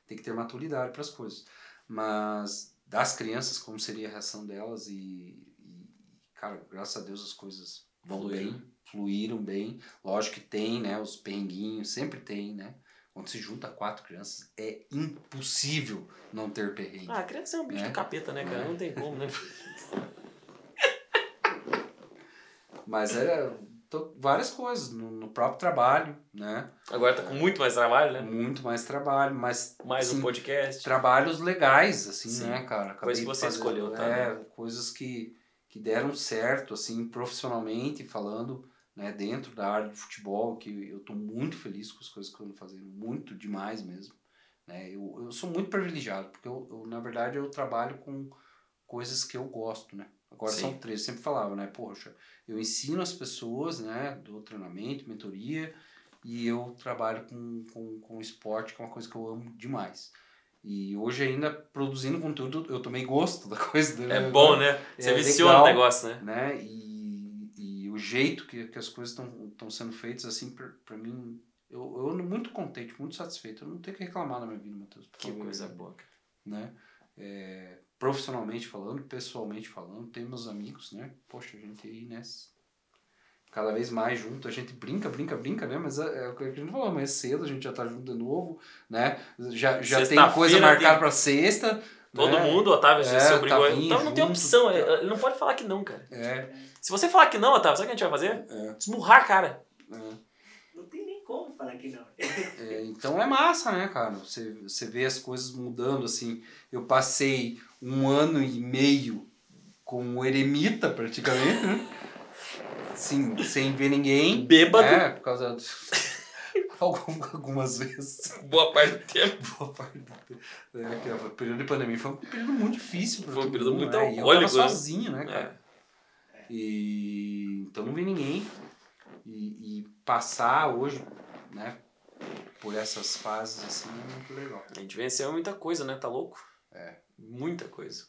Speaker 1: tem que ter maturidade para as coisas. Mas das crianças, como seria a reação delas e, e, cara, graças a Deus as coisas vão
Speaker 2: Fluíram.
Speaker 1: bem, fluíram bem. Lógico que tem, né? Os perrenguinhos, sempre tem, né? Quando se junta quatro crianças, é impossível não ter perrengue.
Speaker 2: Ah, a criança é um bicho
Speaker 1: É.
Speaker 2: do capeta, né, cara?
Speaker 1: É.
Speaker 2: Não tem como, né?
Speaker 1: Mas era to- várias coisas, no, no próprio trabalho, né?
Speaker 2: Agora tá com muito mais trabalho, né?
Speaker 1: Muito mais trabalho, mas
Speaker 2: Mais um
Speaker 1: Sim.
Speaker 2: podcast.
Speaker 1: trabalhos legais, assim,
Speaker 2: Sim.
Speaker 1: né, cara?
Speaker 2: Coisa que
Speaker 1: Acabei
Speaker 2: você escolheu, tá,
Speaker 1: É, coisas que, que deram certo, assim, profissionalmente falando, né, dentro da área de futebol, que eu tô muito feliz com as coisas que eu ando fazendo, muito demais mesmo. Né? Eu, eu sou muito privilegiado, porque eu, eu, na verdade, eu trabalho com coisas que eu gosto, né? Agora
Speaker 2: Sim.
Speaker 1: são três, eu sempre falava, né? Poxa, eu ensino as pessoas, né, do treinamento, mentoria, e eu trabalho com, com, com esporte, que é uma coisa que eu amo demais. E hoje ainda produzindo conteúdo, eu tomei gosto da coisa.
Speaker 2: É bom, né? Você
Speaker 1: É
Speaker 2: viciou no
Speaker 1: legal.
Speaker 2: negócio, né?
Speaker 1: né? E, e o jeito que, que as coisas estão sendo feitas, assim, pra, pra mim, eu, eu ando muito contente, muito satisfeito. Eu não tenho o que reclamar na minha vida, Matheus. por
Speaker 2: Que
Speaker 1: favor,
Speaker 2: coisa boa. cara.
Speaker 1: Né? É, profissionalmente falando, pessoalmente falando, tem meus amigos, né? Poxa, a gente aí, né? Cada vez mais junto, a gente brinca, brinca, brinca, né? Mas é, é o que a gente falou, mais cedo a gente já tá junto de novo, né? Já, já tem
Speaker 2: Sexta-feira
Speaker 1: coisa marcada
Speaker 2: tem-
Speaker 1: pra sexta.
Speaker 2: Todo
Speaker 1: né?
Speaker 2: mundo, Otávio,
Speaker 1: É,
Speaker 2: se obrigou.
Speaker 1: Otavinho
Speaker 2: então não tem
Speaker 1: junto.
Speaker 2: opção, ele ele não pode falar que não, cara.
Speaker 1: É,
Speaker 2: Se você falar que não, Otávio, sabe o que a gente vai fazer? Esmurrar a cara.
Speaker 3: Não tem nem como falar que não.
Speaker 1: É, então é massa, né, cara? Você, você vê as coisas mudando, assim. Eu passei um ano e meio como eremita, praticamente, né? Assim, sem ver ninguém.
Speaker 2: Um Bêbado.
Speaker 1: É, por causa... de- Algum- Algumas vezes.
Speaker 2: Boa parte do tempo.
Speaker 1: Boa parte do tempo. É, que o um período de pandemia foi um período muito difícil. pra
Speaker 2: Foi um
Speaker 1: todo
Speaker 2: período
Speaker 1: mundo, né?
Speaker 2: muito
Speaker 1: E eu tava
Speaker 2: alcoólico, né?
Speaker 1: sozinho, né, cara?
Speaker 2: É.
Speaker 1: E, então não vi ninguém. E, e passar hoje, né, por essas fases assim é muito legal.
Speaker 2: A gente venceu muita coisa, né? Tá louco?
Speaker 1: É.
Speaker 2: Muita coisa.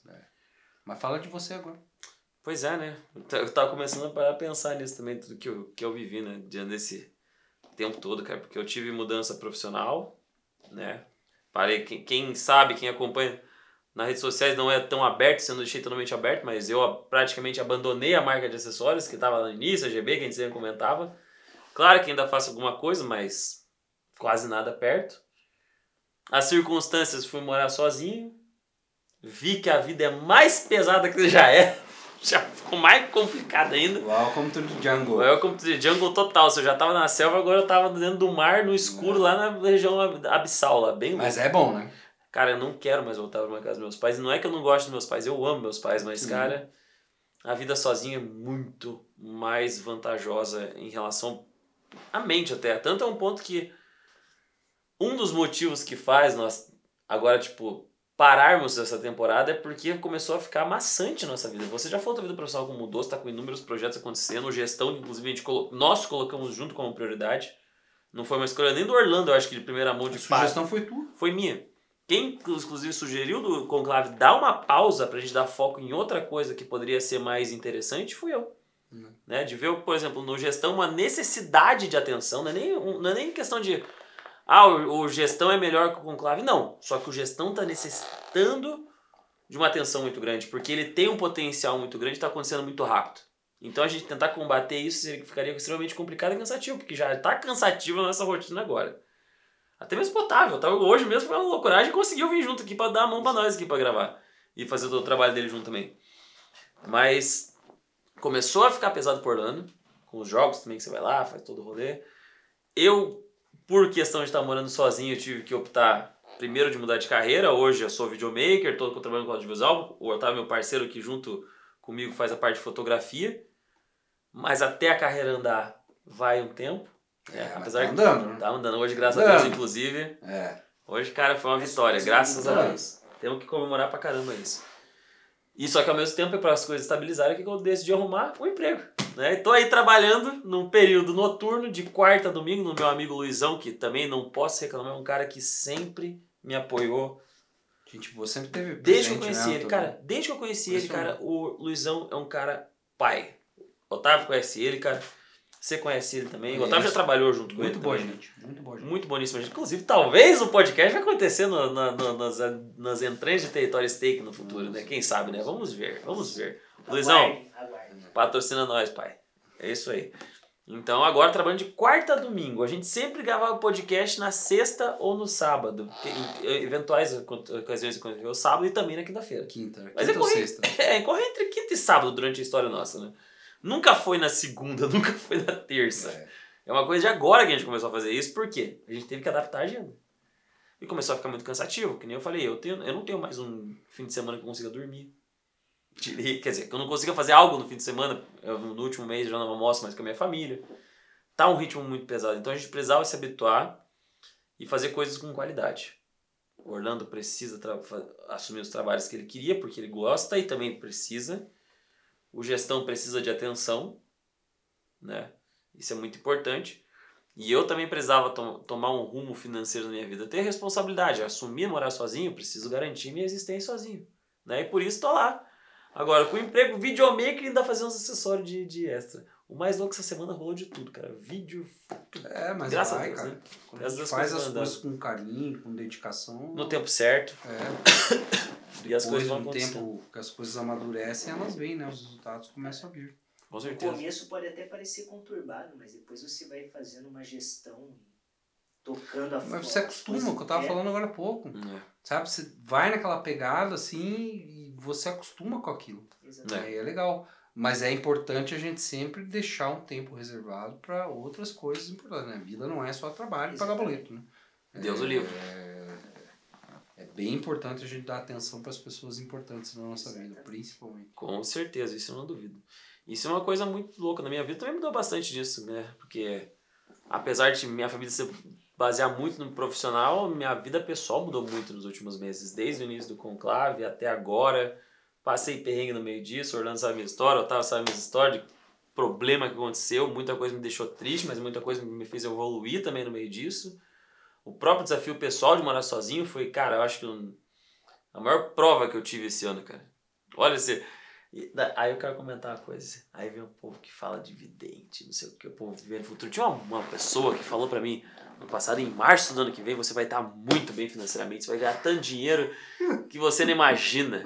Speaker 1: Mas fala de você agora.
Speaker 2: Pois é, né? Eu ta- Eu tava começando a parar a pensar nisso também, tudo que eu, que eu vivi, né? Diante desse tempo todo, cara. Porque eu tive mudança profissional, né? Parei, quem, quem sabe, quem acompanha nas redes sociais não é tão aberto, sendo deixei totalmente aberto, mas eu a- praticamente abandonei a marca de acessórios que tava lá no início, a GB, que a gente sempre comentava. Claro que ainda faço alguma coisa, mas quase nada perto. As circunstâncias, fui morar sozinho. Vi que a vida é mais pesada que já é. Já ficou mais complicado ainda.
Speaker 1: Welcome to the jungle.
Speaker 2: Eu como dizer, jungle total. Se eu já tava na selva, agora eu tava dentro do mar, no escuro, lá na região ab- abissal, lá, bem longe.
Speaker 1: Mas é bom, né?
Speaker 2: Cara, eu não quero mais voltar pra uma casa dos meus pais. E não é que eu não gosto dos meus pais, eu amo meus pais, mas,
Speaker 1: Sim.
Speaker 2: cara, a vida sozinha é muito mais vantajosa em relação à mente até. Tanto é um ponto que um dos motivos que faz nós agora, tipo, pararmos essa temporada é porque começou a ficar maçante a nossa vida. Você já falou da vida profissional como mudou, você tá com inúmeros projetos acontecendo, gestão, inclusive, a gente colo... nós colocamos junto como prioridade. Não foi uma escolha nem do Orlando, eu acho que de primeira mão de
Speaker 1: A
Speaker 2: pai
Speaker 1: sugestão foi tu.
Speaker 2: foi minha. Quem, inclusive, sugeriu do Conclave dar uma pausa pra gente dar foco em outra coisa que poderia ser mais interessante fui eu.
Speaker 1: Hum.
Speaker 2: Né? De ver, por exemplo, no gestão uma necessidade de atenção, não é nem, um- não é nem questão de. Ah, o, o gestão é melhor que o conclave. Não. Só que o gestão está necessitando de uma atenção muito grande, porque ele tem um potencial muito grande e está acontecendo muito rápido. Então a gente tentar combater isso seria- ficaria extremamente complicado e cansativo, porque já está cansativo a nossa rotina agora. Até mesmo pro Otávio. Otávio hoje mesmo foi uma loucuragem e conseguiu vir junto aqui pra dar a mão pra nós aqui pra gravar. E fazer todo o trabalho dele junto também. Mas começou a ficar pesado por ano, com os jogos também que você vai lá, faz todo o rolê. Eu, por questão de estar morando sozinho, eu tive que optar primeiro de mudar de carreira. Hoje eu sou videomaker, tô trabalhando com audiovisual. O Otávio é meu parceiro que junto comigo faz a parte de fotografia. Mas até a carreira andar vai um tempo. né?
Speaker 1: mas
Speaker 2: apesar
Speaker 1: tá
Speaker 2: que
Speaker 1: andando, né?
Speaker 2: tá andando hoje, graças a
Speaker 1: Andando.
Speaker 2: Deus, inclusive.
Speaker 1: É.
Speaker 2: Hoje, cara, foi uma vitória, graças a Deus. Temos que comemorar pra caramba isso. E só que ao mesmo tempo, para as coisas estabilizarem, o que eu decidi arrumar um emprego. Né? E tô aí trabalhando num período noturno, de quarta a domingo, no meu amigo Luizão, que também não posso reclamar, é um cara que sempre me apoiou
Speaker 1: Gente, você sempre teve
Speaker 2: Desde que
Speaker 1: presente,
Speaker 2: eu conheci
Speaker 1: né,
Speaker 2: ele,
Speaker 1: Antônio?
Speaker 2: cara, desde que eu conheci ele,
Speaker 1: Impressionante.
Speaker 2: cara, o Luizão é um cara pai. Otávio conhece ele, cara. Você conhece ele também. O Otávio já
Speaker 1: Conheço.
Speaker 2: trabalhou junto com
Speaker 1: É Muito
Speaker 2: ele.
Speaker 1: boa,
Speaker 2: também. né?
Speaker 1: gente. Muito boa, gente.
Speaker 2: Muito boníssimo. Inclusive, talvez o podcast vai acontecer no- na- na- nas, nas entranhas de território steak no futuro, né? Quem sabe, né? Vamos ver, vamos ver.
Speaker 3: Tá
Speaker 2: Luizão,
Speaker 3: Aguardem, aguardem.
Speaker 2: patrocina nós, pai. É isso aí. Então, agora trabalhando de quarta a domingo. A gente sempre gravava o podcast na sexta ou no sábado. Tem- Eventuais ocasiões aconteceu sábado e também na quinta-feira.
Speaker 1: Quinta.
Speaker 2: Mas
Speaker 1: quinta
Speaker 2: é
Speaker 1: ou
Speaker 2: correto.
Speaker 1: sexta?
Speaker 2: É, corre entre quinta e sábado durante a história nossa, né? Nunca foi na segunda, nunca foi na terça.
Speaker 1: É.
Speaker 2: É uma coisa de agora que a gente começou a fazer isso, por quê? A gente teve que adaptar a agenda. E começou a ficar muito cansativo, que nem eu falei, eu, tenho, eu não tenho mais um fim de semana que eu consiga dormir. Direito, Quer dizer, que eu não consiga fazer algo no fim de semana, eu, no último mês eu já não almoço mais com a minha família. Tá um ritmo muito pesado, então a gente precisava se habituar e fazer coisas com qualidade. O Orlando precisa tra- fa- assumir os trabalhos que ele queria, porque ele gosta e também precisa. O gestão precisa de atenção, né? Isso é muito importante. E eu também precisava tom- tomar um rumo financeiro na minha vida, ter responsabilidade, assumir morar sozinho, preciso garantir minha existência sozinho, né? E por isso tô lá. Agora, com o emprego, videomaker e ainda fazer uns acessórios de, de extra. O mais louco essa semana rolou de tudo, cara. Vídeo,
Speaker 1: É, mas
Speaker 2: graças
Speaker 1: vai,
Speaker 2: a Deus,
Speaker 1: cara.
Speaker 2: né?
Speaker 1: Quando a gente
Speaker 2: Graças a Deus
Speaker 1: faz
Speaker 2: coisas
Speaker 1: as
Speaker 2: andando.
Speaker 1: coisas com carinho, com dedicação.
Speaker 2: No tempo certo,
Speaker 1: É.
Speaker 2: e as coisas
Speaker 1: Depois de
Speaker 2: vão
Speaker 1: um
Speaker 2: acontecendo.
Speaker 1: tempo que as coisas amadurecem, elas vêm, né? Os resultados começam a vir.
Speaker 2: Com
Speaker 3: No
Speaker 2: certeza.
Speaker 3: começo pode até parecer conturbado, mas depois você vai fazendo uma gestão, tocando a
Speaker 1: Mas
Speaker 3: fo-
Speaker 1: você
Speaker 3: as
Speaker 1: acostuma,
Speaker 3: coisas
Speaker 1: o que eu tava
Speaker 3: é,
Speaker 1: falando agora há pouco. Sabe? Você vai naquela pegada assim e você acostuma com aquilo.
Speaker 3: exatamente.
Speaker 1: Aí é legal. Mas é importante a gente sempre deixar um tempo reservado para outras coisas importantes. Né? A vida não é só trabalho e pagar boleto, né?
Speaker 2: Deus o livre.
Speaker 1: É bem importante a gente dar atenção para as pessoas importantes na nossa vida,
Speaker 3: Exatamente.
Speaker 1: principalmente.
Speaker 2: Com certeza, isso eu não duvido. Isso é uma coisa muito louca. Na minha vida também mudou bastante disso, né? Porque apesar de minha família se basear muito no profissional, minha vida pessoal mudou muito nos últimos meses. Desde o início do conclave até agora. Passei perrengue no meio disso, o Orlando sabe a minha história, o Otávio sabe a minha história, de problema que aconteceu, muita coisa me deixou triste, mas muita coisa me fez evoluir também no meio disso. O próprio desafio pessoal de morar sozinho foi, cara, eu acho que um- a maior prova que eu tive esse ano, cara. Olha, você, e da- Aí eu quero comentar uma coisa. Aí vem um povo que fala de vidente, não sei o que, o povo vivendo no futuro. Tinha uma, uma pessoa que falou pra mim no passado, em março do ano que vem, você vai estar muito bem financeiramente, você vai ganhar tanto dinheiro que você não imagina.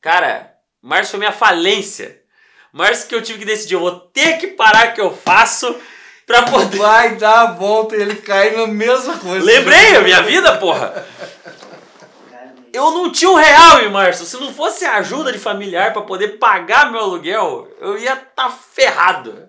Speaker 2: Cara, março foi minha falência. Março que eu tive que decidir, eu vou ter que parar o que eu faço pra poder.
Speaker 6: Vai dar a volta e ele cai na mesma coisa.
Speaker 2: Lembrei a minha vida, porra!
Speaker 3: Cara, mas
Speaker 2: Eu não tinha um real em março. Se não fosse a ajuda de familiar pra poder pagar meu aluguel, eu ia tá ferrado.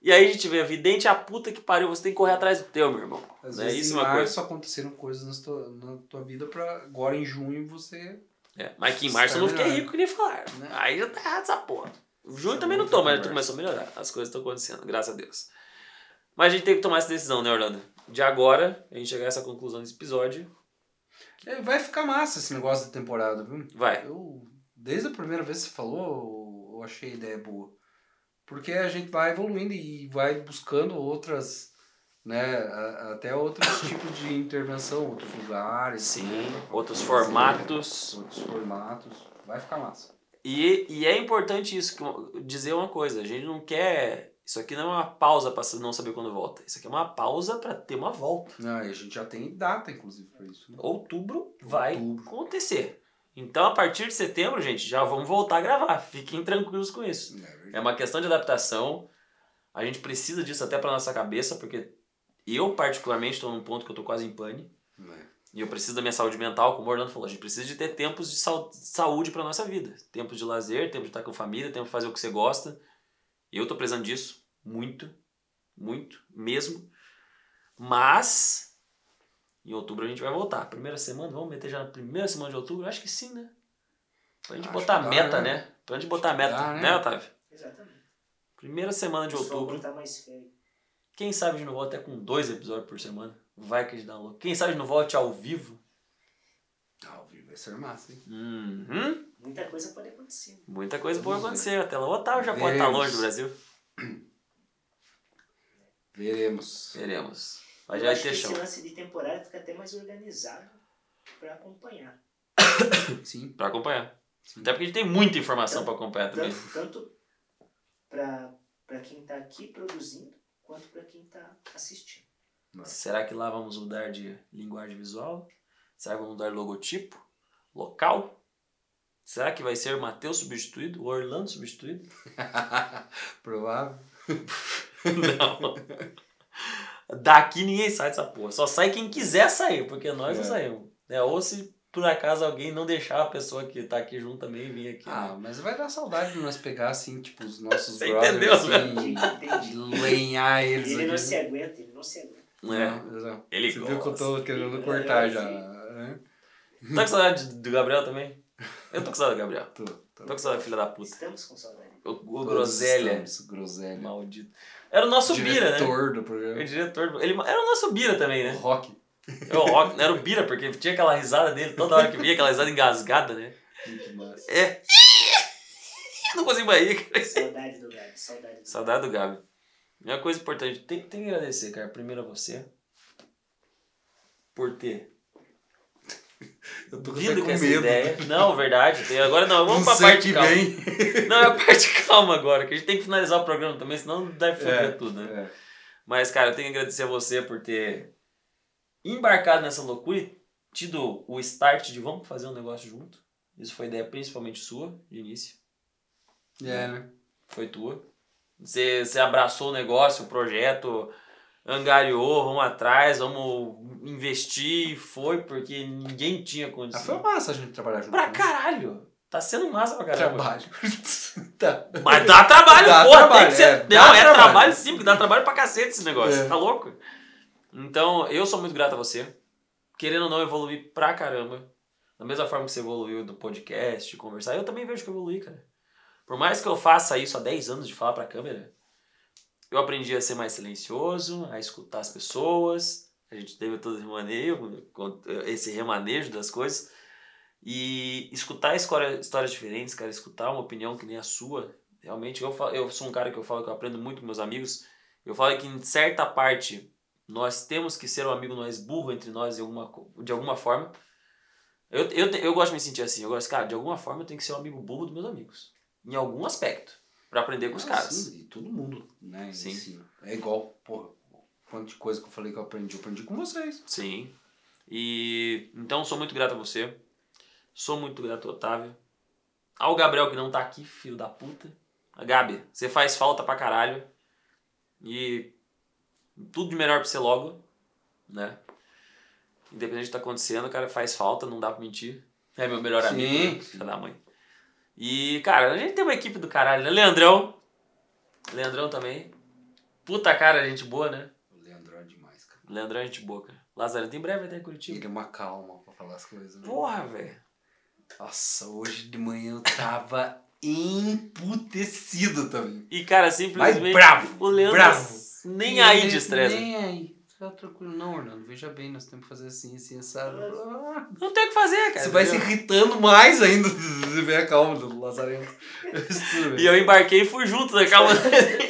Speaker 2: E aí a gente vê, vidente é a puta que pariu, você tem que correr atrás do teu, meu irmão.
Speaker 1: Às
Speaker 2: é
Speaker 1: vezes
Speaker 2: isso
Speaker 1: em
Speaker 2: uma coisa.
Speaker 1: março aconteceram coisas na tua, na tua vida pra agora em junho você.
Speaker 2: É, mas que em
Speaker 1: tá
Speaker 2: março eu não fiquei rico que nem falar.
Speaker 1: Né?
Speaker 2: Aí já tá errado essa porra. O
Speaker 1: Tá
Speaker 2: Junho também não tô, mas tu começou a melhorar. As coisas estão acontecendo, graças a Deus. Mas a gente teve que tomar essa decisão, né, Orlando? De agora, a gente chegar a essa conclusão desse episódio,
Speaker 1: É, Vai ficar massa esse negócio da temporada, viu?
Speaker 2: vai.
Speaker 1: Eu, desde a primeira vez que você falou, eu achei a ideia boa. Porque a gente vai evoluindo e vai buscando outras, né, a- até outros tipos de intervenção, outros lugares.
Speaker 2: Sim,
Speaker 1: né,
Speaker 2: outros
Speaker 1: fazer,
Speaker 2: formatos.
Speaker 1: Outros formatos. Vai ficar massa.
Speaker 2: E, e é importante isso, que- dizer uma coisa, a gente não quer. Isso aqui não é uma pausa pra não saber quando volta. Isso aqui é uma pausa pra ter uma volta.
Speaker 1: Não, e a gente já tem data, inclusive, pra isso. né?
Speaker 2: Outubro vai
Speaker 1: Outubro.
Speaker 2: acontecer. Então, a partir de setembro, gente, já vamos voltar a gravar. Fiquem tranquilos com isso. É uma questão de adaptação. A gente precisa disso até pra nossa cabeça, porque eu, particularmente, estou num ponto que eu tô quase em pane.
Speaker 1: É.
Speaker 2: E eu preciso da minha saúde mental, como o Orlando falou. A gente precisa de ter tempos de sau- saúde pra nossa vida. Tempos de lazer, tempo de estar com a família, tempo de fazer o que você gosta. Eu tô precisando disso. Muito. Muito. Mesmo. Mas... Em outubro a gente vai voltar. Primeira semana, vamos meter já na primeira semana de outubro? Acho que sim, né? Pra gente
Speaker 1: Acho
Speaker 2: botar a
Speaker 1: que dá,
Speaker 2: meta,
Speaker 1: né?
Speaker 2: né? Pra gente botar a meta,
Speaker 1: dá, né?
Speaker 2: né, Otávio?
Speaker 3: Exatamente.
Speaker 2: Primeira semana de
Speaker 3: Só
Speaker 1: um
Speaker 2: outubro.
Speaker 3: botar mais fé aí.
Speaker 2: Quem sabe a gente não volta até com dois episódios por semana. Vai que a gente dá um louco. Quem sabe a gente não volte ao vivo.
Speaker 1: Ao vivo vai ser massa, hein?
Speaker 2: Uhum.
Speaker 3: Muita coisa pode acontecer. né?
Speaker 2: Muita coisa pode
Speaker 1: Vamos ver.
Speaker 2: acontecer. Até lá. O Otávio já pode estar
Speaker 1: Veremos.
Speaker 2: longe do Brasil.
Speaker 1: Veremos.
Speaker 2: Veremos. Mas já
Speaker 3: Eu
Speaker 2: vai
Speaker 3: acho
Speaker 2: ter
Speaker 3: que
Speaker 2: chão.
Speaker 3: Esse lance de temporada fica até mais organizado pra acompanhar.
Speaker 1: Sim.
Speaker 2: Pra acompanhar. Até porque a gente tem muita informação pra acompanhar também.
Speaker 3: Tanto, tanto pra, pra quem tá aqui produzindo, quanto pra quem tá assistindo.
Speaker 2: Será que lá vamos mudar de linguagem visual? Será que vamos mudar logotipo? Local? Será que vai ser o Matheus substituído? O Orlando substituído?
Speaker 1: Provável.
Speaker 2: Não. Daqui ninguém sai dessa porra. Só sai quem quiser sair, porque nós não
Speaker 1: É.
Speaker 2: saímos. né? Ou se por acaso alguém não deixar a pessoa que tá aqui junto também vir aqui.
Speaker 1: Ah,
Speaker 2: né?
Speaker 1: mas vai dar saudade de nós pegar, assim, tipo, os nossos
Speaker 2: Você
Speaker 1: brothers,
Speaker 2: entendeu,
Speaker 1: assim,
Speaker 3: Gente,
Speaker 1: e
Speaker 3: entende?
Speaker 1: lenhar eles
Speaker 3: Ele não
Speaker 1: aqui.
Speaker 3: se
Speaker 2: né?
Speaker 3: aguenta, ele não se aguenta.
Speaker 2: É.
Speaker 1: Não, não.
Speaker 2: Ele
Speaker 1: Você viu que eu
Speaker 2: gosta.
Speaker 1: tô querendo cortar
Speaker 3: É,
Speaker 1: já,
Speaker 3: sim.
Speaker 1: né?
Speaker 2: Tá com saudade do Gabriel também? Eu tô com saudade do Gabriel.
Speaker 1: Tô, tô.
Speaker 2: Tô com saudade, filha da puta.
Speaker 3: Estamos com saudade.
Speaker 2: O, o
Speaker 1: Todos
Speaker 2: Groselha.
Speaker 1: estamos, Groselha.
Speaker 2: Maldito. Era o nosso Bira, né?
Speaker 1: Diretor do
Speaker 2: O
Speaker 1: programa.
Speaker 2: diretor. do- Ele, era o nosso Bira também,
Speaker 1: O
Speaker 2: né?
Speaker 1: Rock.
Speaker 2: Eu, ó, era o Bira, porque tinha aquela risada dele toda hora que vinha, aquela risada engasgada, né?
Speaker 1: Muito massa.
Speaker 2: É. Eu não consigo mais rir, cara.
Speaker 3: Saudade do Gabi, saudade do Gabi.
Speaker 2: Saudade do Gabi. E Uma coisa importante, tem, tem que agradecer, cara. Primeiro a você. Por ter
Speaker 6: Eu tô até
Speaker 2: vindo
Speaker 6: com
Speaker 2: com essa
Speaker 6: medo.
Speaker 2: ideia. Não, verdade. tem- agora não, vamos
Speaker 6: não
Speaker 2: pra
Speaker 6: sei
Speaker 2: parte
Speaker 6: que
Speaker 2: calma.
Speaker 6: vem.
Speaker 2: Não, é a parte calma agora, que a gente tem que finalizar o programa também, senão deve foder
Speaker 1: É,
Speaker 2: tudo, né?
Speaker 1: É.
Speaker 2: Mas, cara, eu tenho que agradecer a você por ter embarcado nessa loucura e tido o start de vamos fazer um negócio junto. Isso foi ideia principalmente sua, de início.
Speaker 1: É, né?
Speaker 2: Foi tua. Você, você abraçou o negócio, o projeto, angariou, vamos atrás, vamos investir, e foi, porque ninguém tinha
Speaker 1: Ah, foi
Speaker 2: condição.
Speaker 1: massa a gente trabalhar junto.
Speaker 2: pra
Speaker 1: né?
Speaker 2: caralho! Tá sendo massa pra caramba.
Speaker 1: Trabalho. tá.
Speaker 2: Mas dá trabalho,
Speaker 1: Dá
Speaker 2: porra, tem
Speaker 1: trabalho,
Speaker 2: que ser.
Speaker 1: é, dá
Speaker 2: não, é trabalho.
Speaker 1: trabalho.
Speaker 2: sim, porque dá trabalho pra cacete esse negócio.
Speaker 1: É.
Speaker 2: Tá louco? Então, eu sou muito grato a você. Querendo ou não, eu evoluí pra caramba. Da mesma forma que você evoluiu do podcast, de conversar, eu também vejo que eu evoluí, cara. Por mais que eu faça isso há 10 anos de falar pra câmera, eu aprendi a ser mais silencioso, a escutar as pessoas. A gente teve todo esse remanejo, esse remanejo das coisas. E escutar história- histórias diferentes, cara, escutar uma opinião que nem a sua, realmente, eu, falo, eu sou um cara que eu falo que eu aprendo muito com meus amigos. Eu falo que em certa parte nós temos que ser um amigo mais burro entre nós de alguma, co- de alguma forma. Eu, eu, te- eu gosto de me sentir assim, eu gosto, cara, de alguma forma eu tenho que ser um amigo burro dos meus amigos. Em algum aspecto. Pra aprender com os
Speaker 1: Ah,
Speaker 2: caras.
Speaker 1: Sim, e todo mundo, né?
Speaker 2: Sim.
Speaker 1: ensina. É igual, porra, um monte de coisa que eu falei que eu aprendi, eu aprendi com vocês.
Speaker 2: Sim. E então sou muito grato a você. Sou muito grato, Otávio. Ao Gabriel que não tá aqui, filho da puta. A Gabi, você faz falta pra caralho. E tudo de melhor pra você logo, né? Independente do que tá acontecendo, cara, faz falta, não dá pra mentir. É meu melhor
Speaker 1: Sim,
Speaker 2: amigo,
Speaker 1: sim.
Speaker 2: né? filha da mãe. E, cara, a gente tem uma equipe do caralho, né? Leandrão. Leandrão também. Puta cara, gente boa, né?
Speaker 1: O Leandro é demais, cara.
Speaker 2: Leandrão é gente boa, cara. Lazarento em breve até em Curitiba.
Speaker 1: Ele é uma calma pra falar as coisas. Né?
Speaker 2: Tipo? Porra, velho.
Speaker 1: Nossa, hoje de manhã eu tava emputecido também.
Speaker 2: E, cara, simplesmente.
Speaker 1: Mas bravo,
Speaker 2: o Leandro
Speaker 1: bravo.
Speaker 2: nem aí de estresse.
Speaker 1: Nem aí. Tá tranquilo, não, Orlando. Veja bem, nós temos que fazer assim, assim, sabe?
Speaker 2: Não tem o que fazer, cara.
Speaker 1: Você vai se
Speaker 2: entendeu?
Speaker 1: irritando mais ainda se tiver a calma do Lazarento.
Speaker 2: E eu embarquei e fui junto da calma.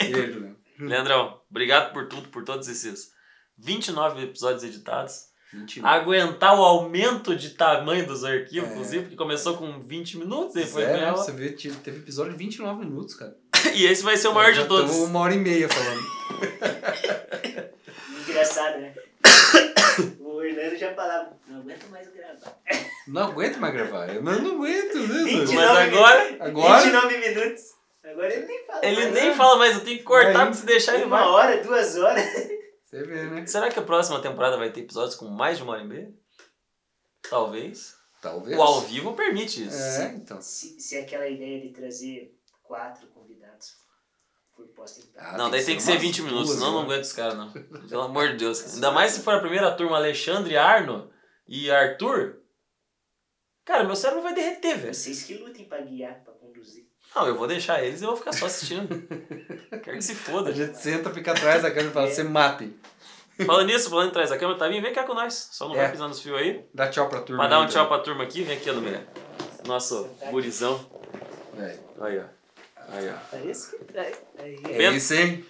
Speaker 1: Ele, né?
Speaker 2: Leandrão, obrigado por tudo, por todos esses 29 episódios editados.
Speaker 1: Mentira.
Speaker 2: Aguentar o aumento de tamanho dos arquivos,
Speaker 1: É.
Speaker 2: inclusive, porque começou com 20 minutos e foi
Speaker 1: Sério,
Speaker 2: nela.
Speaker 1: é, né? você vê, teve teve episódio de 29 minutos, cara.
Speaker 2: E esse vai ser É o maior de
Speaker 1: Já
Speaker 2: todos.
Speaker 1: tamo uma hora e meia falando.
Speaker 3: Engraçado, né? o Orlando já falava, não aguento mais gravar.
Speaker 1: Não aguento mais gravar. Eu não aguento,
Speaker 2: Mas
Speaker 1: né?
Speaker 3: 29
Speaker 2: agora
Speaker 1: Agora.
Speaker 3: 29 minutos. Agora ele nem fala.
Speaker 2: ele
Speaker 3: mais,
Speaker 2: nem
Speaker 3: né?
Speaker 2: fala mais, eu tenho que cortar
Speaker 1: É. Vai.
Speaker 2: pra se deixar ele
Speaker 3: Uma
Speaker 2: vai.
Speaker 3: hora, duas horas.
Speaker 1: Você vê, né?
Speaker 2: Será que a próxima temporada vai ter episódios com mais de uma hora e meia? Talvez.
Speaker 1: Talvez.
Speaker 2: O ao vivo permite isso.
Speaker 1: É, então.
Speaker 3: Se, se aquela ideia de trazer quatro convidados por posta de
Speaker 1: Ah,
Speaker 2: Não, daí tem que ser
Speaker 1: umas
Speaker 2: 20 minutos,
Speaker 1: duas
Speaker 2: senão eu não
Speaker 1: horas.
Speaker 2: aguento os caras, não. Pelo amor de Deus. Ainda mais se for a primeira turma Alexandre, Arno e Arthur. Cara, meu cérebro vai derreter, velho.
Speaker 3: Vocês que lutem pra guiar, pra conduzir.
Speaker 2: Não, eu vou deixar eles e eu vou ficar só assistindo. Quero que se
Speaker 1: A
Speaker 2: foda.
Speaker 1: gente senta, fica atrás da câmera e fala, você matem.
Speaker 2: Falando nisso, falando atrás da câmera, tá vindo, vem cá com nós. Só não
Speaker 1: É.
Speaker 2: vai pisar nos fios aí.
Speaker 1: Dá tchau pra turma.
Speaker 2: Pra dar um
Speaker 1: aí,
Speaker 2: tchau pra turma aqui, vem aqui, Lumena. Nosso gurizão.
Speaker 1: então. É,
Speaker 2: Aí, ó. Aí, ó.
Speaker 3: Parece que traz. Aí,
Speaker 1: é
Speaker 2: Bento.
Speaker 1: isso, hein?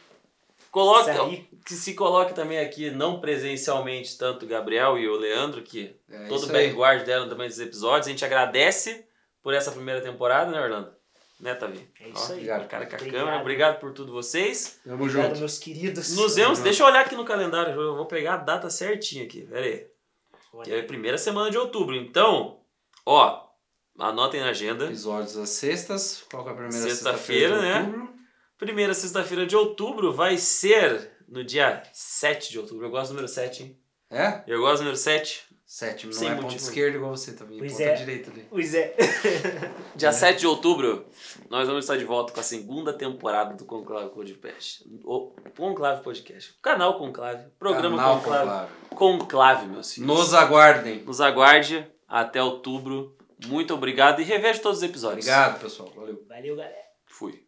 Speaker 2: Coloque,
Speaker 3: Isso aí.
Speaker 2: que se coloque também aqui, não presencialmente, tanto o Gabriel e o Leandro, que
Speaker 1: É
Speaker 2: todo o
Speaker 1: isso aí.
Speaker 2: backguard deram também dos episódios. A gente agradece por essa primeira temporada, né, Orlando? Né, Tavi?
Speaker 3: É isso aí.
Speaker 1: Obrigado.
Speaker 2: Cara com a
Speaker 3: Obrigado.
Speaker 2: câmera, obrigado por tudo vocês.
Speaker 1: Tamo
Speaker 3: Obrigado,
Speaker 1: junto.
Speaker 3: meus queridos.
Speaker 2: Nos vemos, deixa eu olhar aqui no calendário, eu vou pegar a data certinha aqui, pera aí. Que é a primeira semana de outubro, então, ó, anotem na agenda.
Speaker 1: Episódios às sextas. Qual que é a primeira
Speaker 2: Sexta-feira,
Speaker 1: sexta-feira? de
Speaker 2: né?
Speaker 1: outubro?
Speaker 2: Primeira sexta-feira de outubro vai ser no dia 7 de outubro. Eu gosto do número 7, hein?
Speaker 1: É?
Speaker 2: Eu gosto do número 7.
Speaker 1: Sétimo, não
Speaker 2: Sem
Speaker 1: é
Speaker 2: motivo.
Speaker 1: ponta esquerda igual você também.
Speaker 3: Pois
Speaker 1: ponta
Speaker 3: é.
Speaker 1: direita ali.
Speaker 3: Pois é.
Speaker 1: É.
Speaker 2: Dia 7 de outubro, nós vamos estar de volta com a segunda temporada do Conclave Podcast. O Conclave Podcast. Canal Conclave. Programa
Speaker 1: Canal
Speaker 2: Conclave.
Speaker 1: Conclave.
Speaker 2: Conclave. meus filhos.
Speaker 1: Nos aguardem.
Speaker 2: Nos aguarde até outubro. Muito obrigado e reveja todos os episódios.
Speaker 1: Obrigado, pessoal. Valeu.
Speaker 3: Valeu, galera.
Speaker 2: Fui.